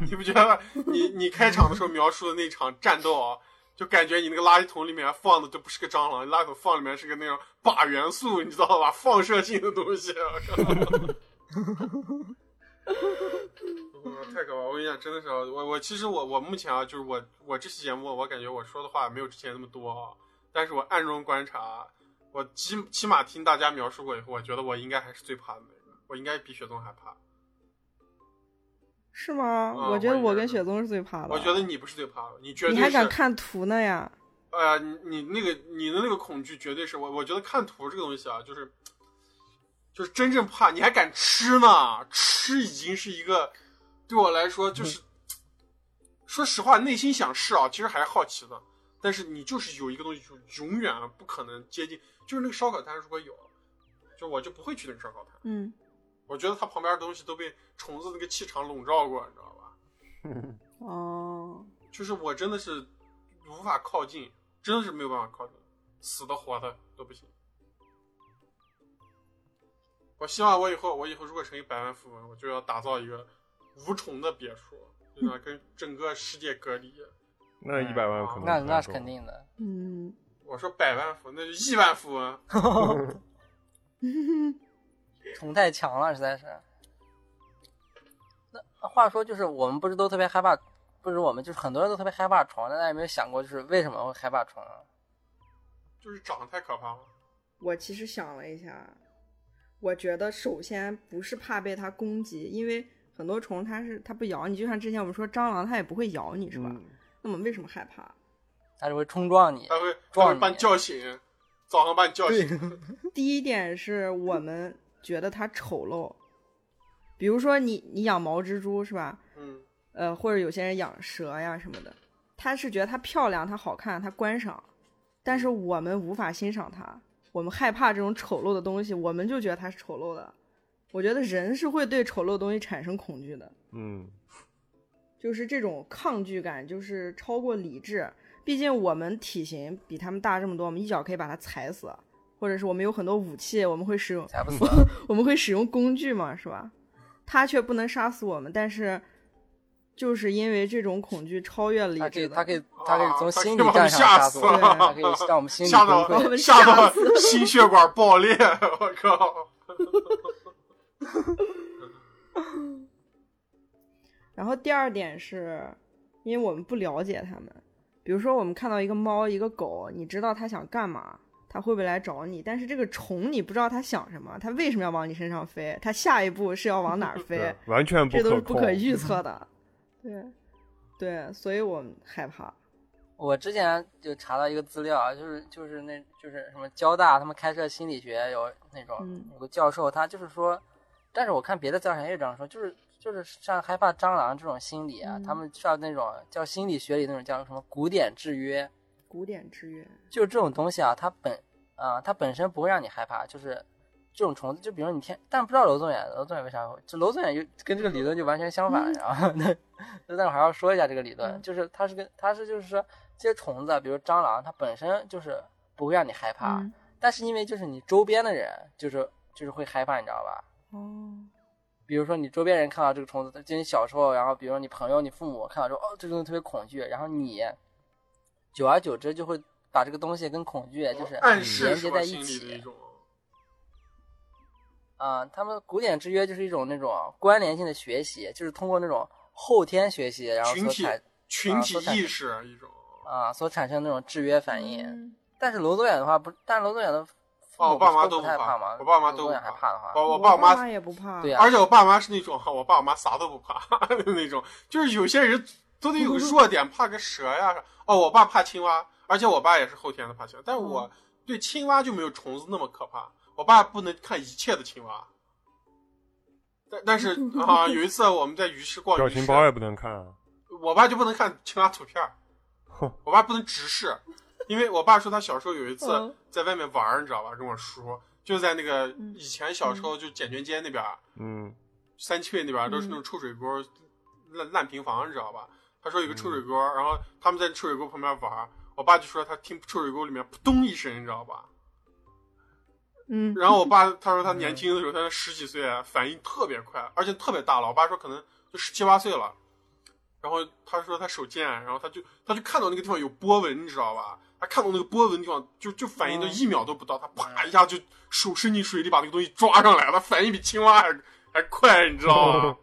Speaker 3: 你不觉得你你开场的时候描述的那场战斗啊，就感觉你那个垃圾桶里面放的都不是个蟑螂，你垃圾桶放里面是个那种靶元素，你知道吧？放射性的东西，我靠！哇太可怕！我跟你讲，真的是啊我我其实我我目前啊，就是我我这期节目，我感觉我说的话没有之前那么多啊，但是我暗中观察，我起起码听大家描述过以后，我觉得我应该还是最怕的那个，我应该比雪松还怕。
Speaker 1: 是吗？
Speaker 3: 啊
Speaker 1: 我觉得
Speaker 3: 我也
Speaker 1: 我跟
Speaker 3: 觉得
Speaker 1: 雪宗是最怕的。
Speaker 3: 我觉得你不是最怕的，你绝对
Speaker 1: 你
Speaker 3: 是。
Speaker 1: 还敢看图呢呀？
Speaker 3: 哎呀，你你那个你的那个恐惧绝对是我，我觉得看图这个东西啊，就是就是真正怕，你还敢吃呢？吃已经是一个对我来说就是，说实话，内心想试啊，其实还好奇呢。但是你就是有一个东西，就永远啊不可能接近，就是那个烧烤摊，如果有，就我就不会去那个烧烤摊。
Speaker 1: 嗯，
Speaker 3: 我觉得它旁边的东西都被虫子那个气场笼罩过，你知道吧？
Speaker 1: 哦，
Speaker 3: 就是我真的是无法靠近，真的是没有办法靠近，死的活的都不行。我希望我以后，我以后如果成为百万富翁，我就要打造一个无虫的别墅，对 吧？跟整个世界隔离。
Speaker 5: 那
Speaker 3: 嗯
Speaker 5: 一百万可能
Speaker 4: 那
Speaker 5: 不太
Speaker 4: 那是
Speaker 5: 够
Speaker 4: 肯。定的。
Speaker 1: 嗯，
Speaker 3: 我说百万富翁，那就亿万富翁。
Speaker 4: 虫太强了，实在是。那话说，就是我们不是都特别害怕，不是我们，就是很多人都特别害怕虫，但大家有没有想过，就是为什么会害怕虫啊？
Speaker 3: 就是长得太可怕了，
Speaker 1: 我其实想了一下，我觉得首先不是怕被它攻击，因为很多虫它是它不咬你，就像之前我们说蟑螂它也不会咬你是吧？
Speaker 5: 嗯
Speaker 1: 那么为什么害怕？
Speaker 4: 它就会冲撞你。
Speaker 3: 他会他
Speaker 4: 撞
Speaker 3: 会
Speaker 4: 你
Speaker 3: 把你叫醒，早上把你叫醒。
Speaker 1: 第一点是我们觉得它丑陋，比如说你你养毛蜘蛛是吧？
Speaker 3: 嗯，
Speaker 1: 呃，或者有些人养蛇呀什么的，他是觉得它漂亮，它好看，它观赏，但是我们无法欣赏它，我们害怕这种丑陋的东西，我们就觉得它是丑陋的。我觉得人是会对丑陋的东西产生恐惧的，
Speaker 5: 嗯，
Speaker 1: 就是这种抗拒感，就是超过理智。毕竟我们体型比他们大这么多，我们一脚可以把它踩死，或者是我们有很多武器，我们会使用
Speaker 4: 才不死！啊
Speaker 1: 我们会使用工具嘛，是吧？它却不能杀死我们，但是就是因为这种恐惧超越理
Speaker 4: 它可以，
Speaker 1: 智的，
Speaker 4: 它可以，
Speaker 3: 啊
Speaker 4: 它可以
Speaker 3: 它
Speaker 4: 从
Speaker 3: 可以
Speaker 4: 心理
Speaker 3: 把我
Speaker 4: 战
Speaker 3: 们吓
Speaker 4: 上杀
Speaker 3: 死
Speaker 4: 死我们，
Speaker 1: 了
Speaker 4: 它可以让我们 心理
Speaker 3: 吓
Speaker 4: 崩
Speaker 3: 到
Speaker 1: 我
Speaker 4: 溃。
Speaker 1: 们
Speaker 3: 吓到
Speaker 1: 吓死
Speaker 3: 心血管爆裂，我靠！
Speaker 1: 然后第二点是，因为我们不了解它们，比如说我们看到一个猫、一个狗，你知道它想干嘛，它会不会来找你？但是这个虫你不知道它想什么，它为什么要往你身上飞？它下一步是要往哪儿飞
Speaker 5: 对？，完全不
Speaker 1: 这
Speaker 5: 可
Speaker 1: 都是
Speaker 5: 控。
Speaker 1: 不可预测的。对，对，所以我们害怕。
Speaker 4: 我之前就查到一个资料啊，就是就是那就是什么交大他们开设心理学有那种
Speaker 1: 嗯
Speaker 4: 有个教授，他就是说，但是我看别的教授也是这样说，就是就是像害怕蟑螂这种心理啊，
Speaker 1: 嗯
Speaker 4: 他们上那种叫心理学里那种叫什么古典制约，
Speaker 1: 古典之约，
Speaker 4: 就是这种东西啊，它本啊、它本身不会让你害怕，就是这种虫子，就比如你天，但不知道楼宗远，楼宗远为啥会？就楼宗远就跟这个理论就完全 相反，然后 那那但我还要说一下这个理论，
Speaker 1: 嗯
Speaker 4: 就是它是跟它是就是说这些虫子啊，比如蟑螂，它本身就是不会让你害怕，
Speaker 1: 嗯
Speaker 4: 但是因为就是你周边的人就是就是会害怕，你知道吧？
Speaker 1: 哦，
Speaker 4: 比如说你周边人看到这个虫子，就你小时候，然后比如说你朋友、你父母看到说哦这个东西特别恐惧，然后你久而久之就会把这个东西跟恐惧就是
Speaker 3: 哦暗示
Speaker 4: 连
Speaker 3: 是
Speaker 4: 接
Speaker 3: 吧？
Speaker 4: 在一
Speaker 3: 心理的一
Speaker 4: 起
Speaker 3: 种，
Speaker 4: 啊、他们古典制约就是一种那种关联性的学习，就是通过那种后天学习，然后
Speaker 3: 群
Speaker 4: 所
Speaker 3: 体
Speaker 4: 产
Speaker 3: 群
Speaker 4: 啊
Speaker 3: 体
Speaker 4: 说产
Speaker 3: 意
Speaker 4: 生
Speaker 3: 识一种。
Speaker 4: 啊、所产生那种制约反应。
Speaker 1: 嗯
Speaker 4: 但是罗宗远的话不，但罗宗远的父
Speaker 3: 哦我
Speaker 4: 母
Speaker 3: 爸妈
Speaker 4: 不是
Speaker 3: 都
Speaker 4: 不
Speaker 3: 不
Speaker 4: 太
Speaker 3: 怕
Speaker 4: 怕吗？
Speaker 3: 我爸妈
Speaker 4: 罗
Speaker 3: 都
Speaker 4: 宗远
Speaker 3: 不
Speaker 4: 还
Speaker 3: 怕
Speaker 4: 怕的话，
Speaker 3: 我我
Speaker 1: 我
Speaker 3: 爸妈，
Speaker 1: 也不怕，
Speaker 4: 啊对呀、啊
Speaker 3: 而且我爸妈是那种，我爸我妈啥都不怕 那种，就是有些人都得有个弱点，怕个蛇呀啥。哦，我爸怕青蛙，而且我爸也是后天的怕青蛙，但我对青蛙就没有虫子那么可怕。我爸不能看一切的青蛙，但但 是啊，有一次我们在鱼市逛
Speaker 5: 表
Speaker 3: 鱼
Speaker 5: 情
Speaker 3: 市，
Speaker 5: 包也不能看啊。
Speaker 3: 我爸就不能看青蛙图片儿，我爸不能直视，因为我爸说他小时候有一次
Speaker 1: 嗯
Speaker 3: 在外面玩儿，你知道吧？跟我叔就在那个
Speaker 1: 嗯
Speaker 3: 以前小时候就简泉街那边儿，
Speaker 5: 嗯，
Speaker 3: 三七位那边儿都
Speaker 1: 嗯
Speaker 3: 是那种臭水沟、烂烂平房，你知道吧？他说有个臭水沟，然后他们在臭水沟旁边玩儿，我爸就说他听臭水沟里面扑通一声，你知道吧？
Speaker 1: 嗯，
Speaker 3: 然后我爸他说他年轻的时候，他十几岁啊，反应特别快，而且特别大了。我爸说可能就十七八岁了。然后他说他手贱，然后他就他就看到那个地方有波纹，你知道吧？他看到那个波纹地方，就就反应都一秒都不到，他啪一下就手伸进水里把那个东西抓上来了，反应比青蛙还还快，你知道吗？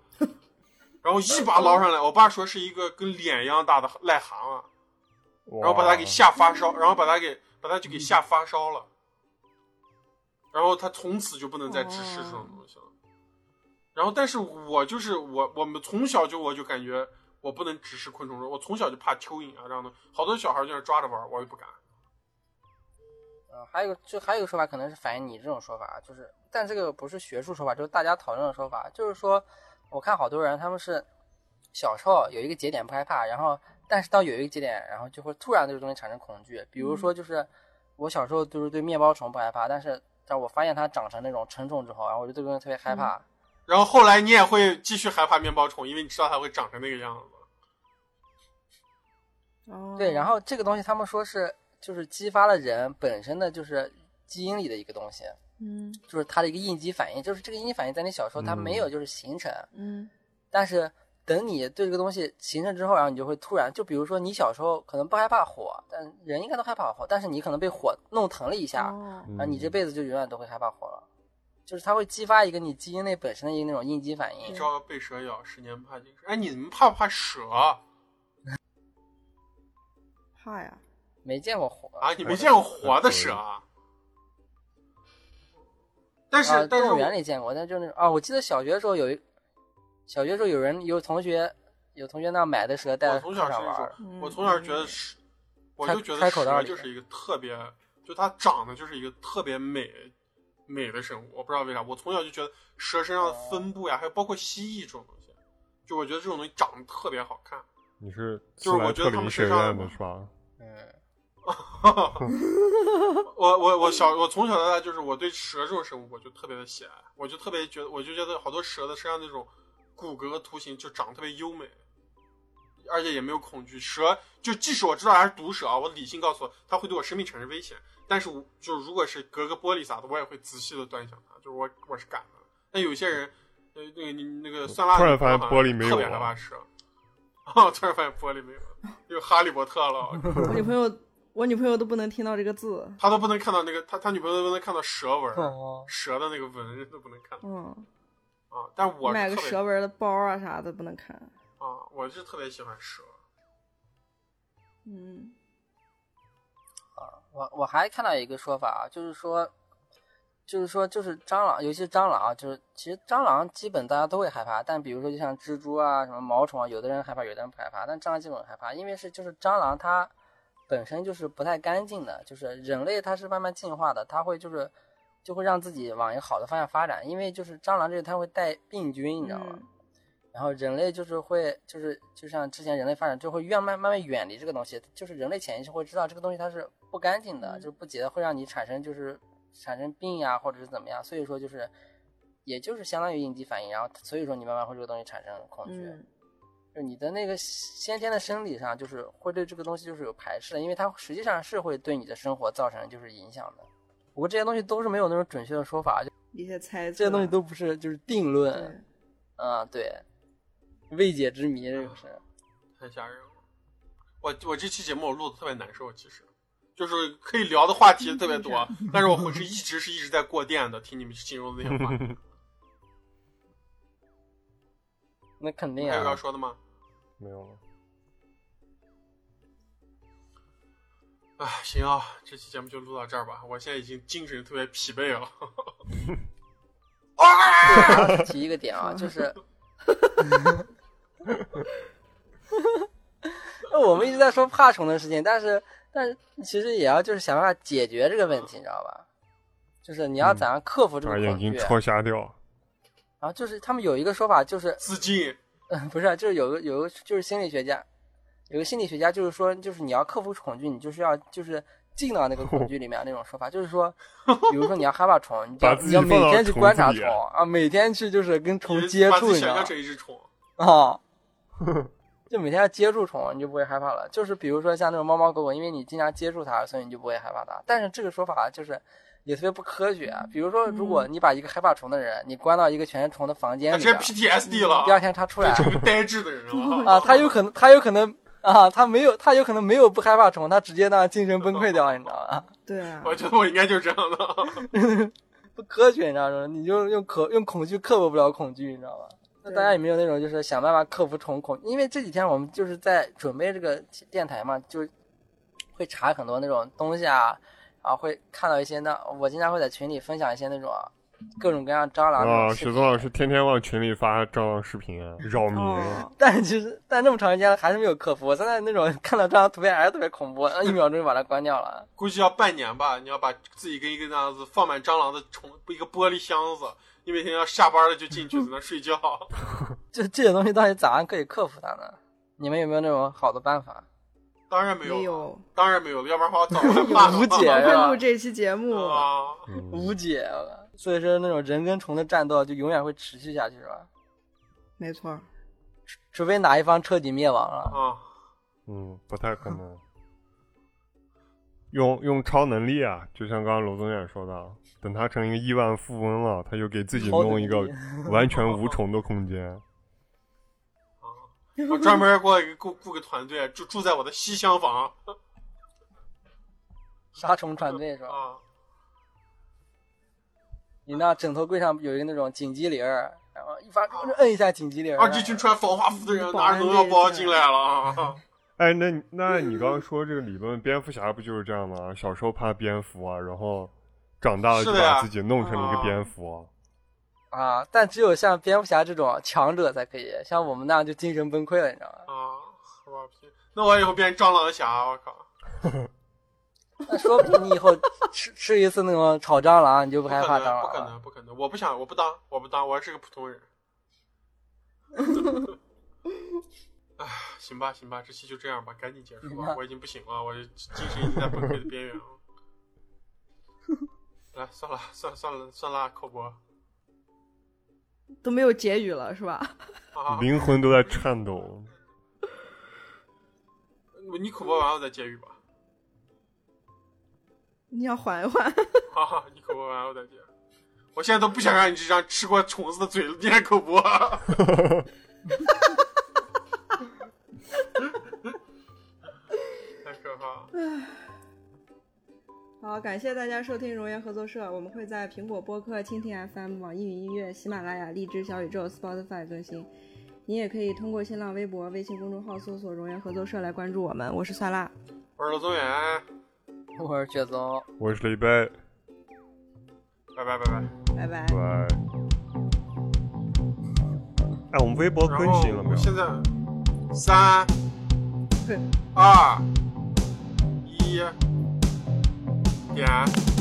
Speaker 3: 然后一把捞上来，我爸说是一个跟脸一样大的啊癞蛤蟆。然后把他给吓发烧，然后把他给把他就给吓发烧了，然后他从此就不能再直视这种东西了。然后，但是我就是我，我们从小就我就感觉我不能直视昆虫，我从小就怕蚯蚓啊这样的。好多小孩就是抓着玩，我也不敢。
Speaker 4: 呃，还有一个就还有一个说法，可能是反映你这种说法，啊就是，但这个不是学术说法，就是大家讨论的说法，就是说，我看好多人他们是小时候有一个节点不害怕，然后，但是到有一个节点，然后就会突然对这个东西产生恐惧，比如说就是、我小时候就是对面包虫不害怕，但是但我发现它长成那种成虫之后，然后我就对这个东西特别害怕，
Speaker 3: 然后后来你也会继续害怕面包虫，因为你知道它会长成那个样子。
Speaker 1: 哦，
Speaker 4: 对，然后这个东西他们说是就是激发了人本身的就是基因里的一个东西，
Speaker 1: 嗯
Speaker 4: 就是它的一个应激反应，就是这个应激反应在你小时候它
Speaker 5: 嗯
Speaker 4: 没有就是形成。
Speaker 1: 嗯
Speaker 4: 但是等你对这个东西形成之后，然后你就会突然，就比如说你小时候可能不害怕火，但人应该都害怕火，但是你可能被火弄疼了一下，
Speaker 1: 哦
Speaker 5: 嗯
Speaker 4: 然后你这辈子就永远都会害怕火了。就是它会激发一个你基因内本身的一个那种应激反
Speaker 3: 一
Speaker 4: 应。
Speaker 3: 朝被蛇咬，十年怕井绳。哎，你们怕不怕蛇啊？
Speaker 1: 怕呀，
Speaker 4: 没见过火
Speaker 3: 啊你没见过活的蛇啊？但是、
Speaker 4: 啊，
Speaker 3: 但
Speaker 4: 动
Speaker 3: 是
Speaker 4: 物园里见过，但就那种啊，我记得小学的时候有一，小学的时候有人有同学有同学那买的蛇带
Speaker 3: 我
Speaker 4: 到
Speaker 3: 从
Speaker 4: 树
Speaker 3: 小是
Speaker 4: 上
Speaker 3: 一
Speaker 4: 玩儿，嗯
Speaker 3: 种，我从小觉得蛇，我就觉得
Speaker 4: 开口袋
Speaker 3: 蛇
Speaker 4: 里
Speaker 3: 就是一个特别，就它长得就是一个特别美美的生物。我不知道为啥，我从小就觉得蛇身上
Speaker 4: 哦
Speaker 3: 的分布呀，还有包括蜥蜴这种东西，就我觉得这种东西长得特别好看。
Speaker 5: 你是
Speaker 3: 就是
Speaker 5: 斯莱
Speaker 3: 我觉得
Speaker 5: 特
Speaker 3: 他们
Speaker 5: 林学
Speaker 3: 身上
Speaker 5: 院
Speaker 3: 有
Speaker 5: 的是吧？
Speaker 4: 嗯，
Speaker 3: 我我我小我从小到大就是我对蛇这种生物我就特别的喜爱，我就特别觉得我就觉得好多蛇的身上那种骨骼图形就长得特别优美，而且也没有恐惧。蛇就即使我知道它是毒蛇啊，我理性告诉我它会对我生命产生危险，但是我就如果是隔个玻璃啥的，我也会仔细的端详它，就是我我是敢的。但有些人，呃，那个你那个酸辣
Speaker 5: 突然
Speaker 3: 女
Speaker 5: 发现
Speaker 3: 好像
Speaker 5: 玻璃没
Speaker 3: 特
Speaker 5: 有
Speaker 3: 别害
Speaker 5: 了
Speaker 3: 怕蛇， 啊，突然发现玻璃没有了，有哈利波特了。我靠
Speaker 1: 我女朋友，我女朋友都不能听到这个字，
Speaker 3: 他都不能看到那个，他他女朋友都不能看到蛇 纹儿，
Speaker 4: 哦，
Speaker 3: 蛇的那个纹都不能看到
Speaker 1: 嗯，
Speaker 3: 啊。但我是
Speaker 1: 买个
Speaker 3: 特别
Speaker 1: 蛇纹的包啊啥的不能看，
Speaker 3: 啊，我是特别喜欢蛇。
Speaker 1: 嗯
Speaker 4: 我我还看到一个说法啊，就是说，就是说，就是蟑螂，尤其是蟑螂啊，就是其实蟑螂基本大家都会害怕，但比如说就像蜘蛛啊、什么毛虫啊，有的人害怕，有的人不害怕，但蟑螂基本害怕，因为是就是蟑螂它本身就是不太干净的，就是人类它是慢慢进化的，它会就是就会让自己往一个好的方向发展，因为就是蟑螂这个它会带病菌，你知道吗？
Speaker 1: 嗯
Speaker 4: 然后人类就是会，就是就像之前人类发展就会越慢慢慢远离这个东西，就是人类潜意识会知道这个东西它是不干净的，
Speaker 1: 嗯
Speaker 4: 就是不洁的，会让你产生就是产生病呀、或者是怎么样。所以说就是，也就是相当于应激反应，然后所以说你慢慢会对这个东西产生恐惧，
Speaker 1: 嗯
Speaker 4: 就你的那个先天的生理上就是会对这个东西就是有排斥的，因为它实际上是会对你的生活造成就是影响的。不过这些东西都是没有那种准确的说法，就
Speaker 1: 一些猜测，
Speaker 4: 这些东西都不是就是定论。
Speaker 1: 对
Speaker 4: 啊，对，未解之谜这种事。
Speaker 3: 太吓人了。我我这期节目我录的特别难受，其实就是可以聊的话题特 别多，但是我回去一直是一直在过电的，听你们形容的那些话。
Speaker 4: 那肯定
Speaker 3: 还有要
Speaker 4: 啊，
Speaker 3: 说的吗？
Speaker 5: 没有了，
Speaker 3: 哎，行啊，这期节目就录到这儿吧。我现在已经精神特别疲惫了。
Speaker 4: 提一个点啊，就是， 那我们一直在说怕虫的事情，但是但是其实也要就是想办法解决这个问题，你知道吧？就是你要怎样克服这
Speaker 5: 嗯把
Speaker 4: 种
Speaker 5: 眼
Speaker 4: 恐惧
Speaker 5: 睛？戳瞎掉。
Speaker 4: 然后就是他们有一个说法，就是
Speaker 3: 自尽，
Speaker 4: 不是啊，就是有个有个就是心理学家，有个心理学家就是说，就是你要克服恐惧，你就是要就是进到那个恐惧里面啊那种说法，就是说，比如说你要害怕虫，你就要
Speaker 5: 把自
Speaker 4: 你
Speaker 5: 己
Speaker 4: 要每
Speaker 5: 放到
Speaker 4: 天去
Speaker 5: 虫
Speaker 4: 观
Speaker 5: 子
Speaker 4: 察
Speaker 5: 里
Speaker 4: 虫啊，每天去就是跟虫接
Speaker 3: 把
Speaker 4: 触，
Speaker 3: 自己
Speaker 4: 你知
Speaker 3: 想象
Speaker 4: 道吗？
Speaker 3: 成一只虫。
Speaker 4: 啊，就每天要接触虫，你就不会害怕了。就是比如说像那种猫猫狗狗，因为你经常接触它，所以你就不会害怕它。但是这个说法就是也特别不科学啊。比如说，如果你把一个害怕虫的人，你关到一个全是虫的房间
Speaker 3: 他
Speaker 4: 里
Speaker 3: 直接
Speaker 4: 边，
Speaker 3: PTSD 了
Speaker 4: 第，二天他出来
Speaker 3: 变成一个呆滞的人了
Speaker 4: 啊，他有可能，他有可能啊，他没有，他有可能没有不害怕虫，他直接那样精神崩溃掉，你知道吗？
Speaker 1: 对啊，
Speaker 3: 我觉得我应该就是这样的。
Speaker 4: 不科学，你知道吗？你就用可用恐惧克服不了恐惧，你知道吗？那
Speaker 1: 对
Speaker 4: 大家有没有那种就是想办法克服虫恐？因为这几天我们就是在准备这个电台嘛，就会查很多那种东西啊，啊，会看到一些那我经常会在群里分享一些那种各种各样蟑螂那
Speaker 5: 啊，
Speaker 4: 种视
Speaker 5: 雪
Speaker 4: 频
Speaker 5: 松老师天天往群里发蟑螂视频啊，扰民。
Speaker 1: 哦，
Speaker 4: 但其实但那么长时间还是没有克服。我现在那种看到蟑螂图片还是特别恐怖，一秒钟就把它关掉了。
Speaker 3: 估计要半年吧。你要把自己跟一个那样子放满蟑螂的虫一个玻璃箱子，你每天要下班了就进去在那 睡觉。
Speaker 4: 这这些东西到底咋样可以克服它呢？你们有没有那种好的办法？
Speaker 3: 当然没有，
Speaker 1: 没有。
Speaker 3: 当然没有，要不然的话 我早就骂了。
Speaker 4: 无解
Speaker 1: 我
Speaker 4: 呀
Speaker 1: 们录这期节目，
Speaker 3: 哎啊！
Speaker 5: 嗯，
Speaker 4: 无解了。所以说那种人跟虫的战斗就永远会持续下去，是吧？
Speaker 1: 没错儿，
Speaker 4: 除非哪一方彻底灭亡了。
Speaker 3: 啊，
Speaker 5: 嗯，不太可能。用用超能力啊，就像刚刚罗总远说的，等他成一个亿万富翁了，他就给自己
Speaker 4: 超能
Speaker 5: 弄一个
Speaker 4: 力
Speaker 5: 完全无虫的空间。
Speaker 3: 我专门过来雇雇个团队，住住在我的西厢房
Speaker 4: 杀虫船队是吧？
Speaker 3: 啊。
Speaker 4: 你那枕头柜上有一个那种紧急铃儿，然后一发摁一下紧急铃儿。
Speaker 3: 二啊这群穿防化服的人
Speaker 1: 保
Speaker 3: 拿
Speaker 1: 安
Speaker 3: 着农药包
Speaker 1: 这一
Speaker 3: 进来了啊！
Speaker 5: 哎，那你那你刚刚说这个理论，蝙蝠侠不就是这样吗？小时候怕蝙蝠啊，然后长大了
Speaker 3: 是
Speaker 5: 就
Speaker 3: 的呀
Speaker 5: 把自己弄成了一个蝙蝠。
Speaker 4: 啊，但只有像蝙蝠侠这种强者才可以，像我们那样就精神崩溃了，你知道吗？
Speaker 3: 啊，我屁！那我以后变蟑螂侠，我靠！
Speaker 4: 那说不定你以后吃吃一次那种炒蟑螂，你就不
Speaker 3: 不
Speaker 4: 害
Speaker 3: 可
Speaker 4: 怕蟑
Speaker 3: 能，不
Speaker 4: 螂
Speaker 3: 可
Speaker 4: 了。
Speaker 3: 能，不可能！我不想，我不当，我不当，我还是个普通人。 哎，行吧，行吧，这期就这样吧，赶紧结束吧，我已经不行了，我精神已经在崩溃的边缘了。啊 来，算了，算算了，算了，口播
Speaker 1: 都没有结语了是吧？
Speaker 3: 啊！
Speaker 5: 灵魂都在颤抖。
Speaker 3: 你口播完我再结语吧。
Speaker 1: 你想缓一缓，
Speaker 3: 哈哈，啊你口播完我再接。我现在都不想让你这张吃过虫子的嘴念口播。太可怕了！
Speaker 1: 好，感谢大家收听熔岩合作社，我们会在苹果播客、蜻蜓 FM、网易云音乐、喜马拉雅、荔枝小宇宙、Spotify 更新。你也可以通过新浪微博、微信公众号搜索“熔岩合作社”来关注我们。我是酸辣，
Speaker 3: 我是罗宗远，
Speaker 4: 我是雪松，
Speaker 5: 我是雷贝，
Speaker 3: 拜拜拜拜。
Speaker 1: 拜拜。
Speaker 5: 拜拜。哎，我们微博更
Speaker 3: 然后
Speaker 5: 新了没有？
Speaker 3: 现在三二一点。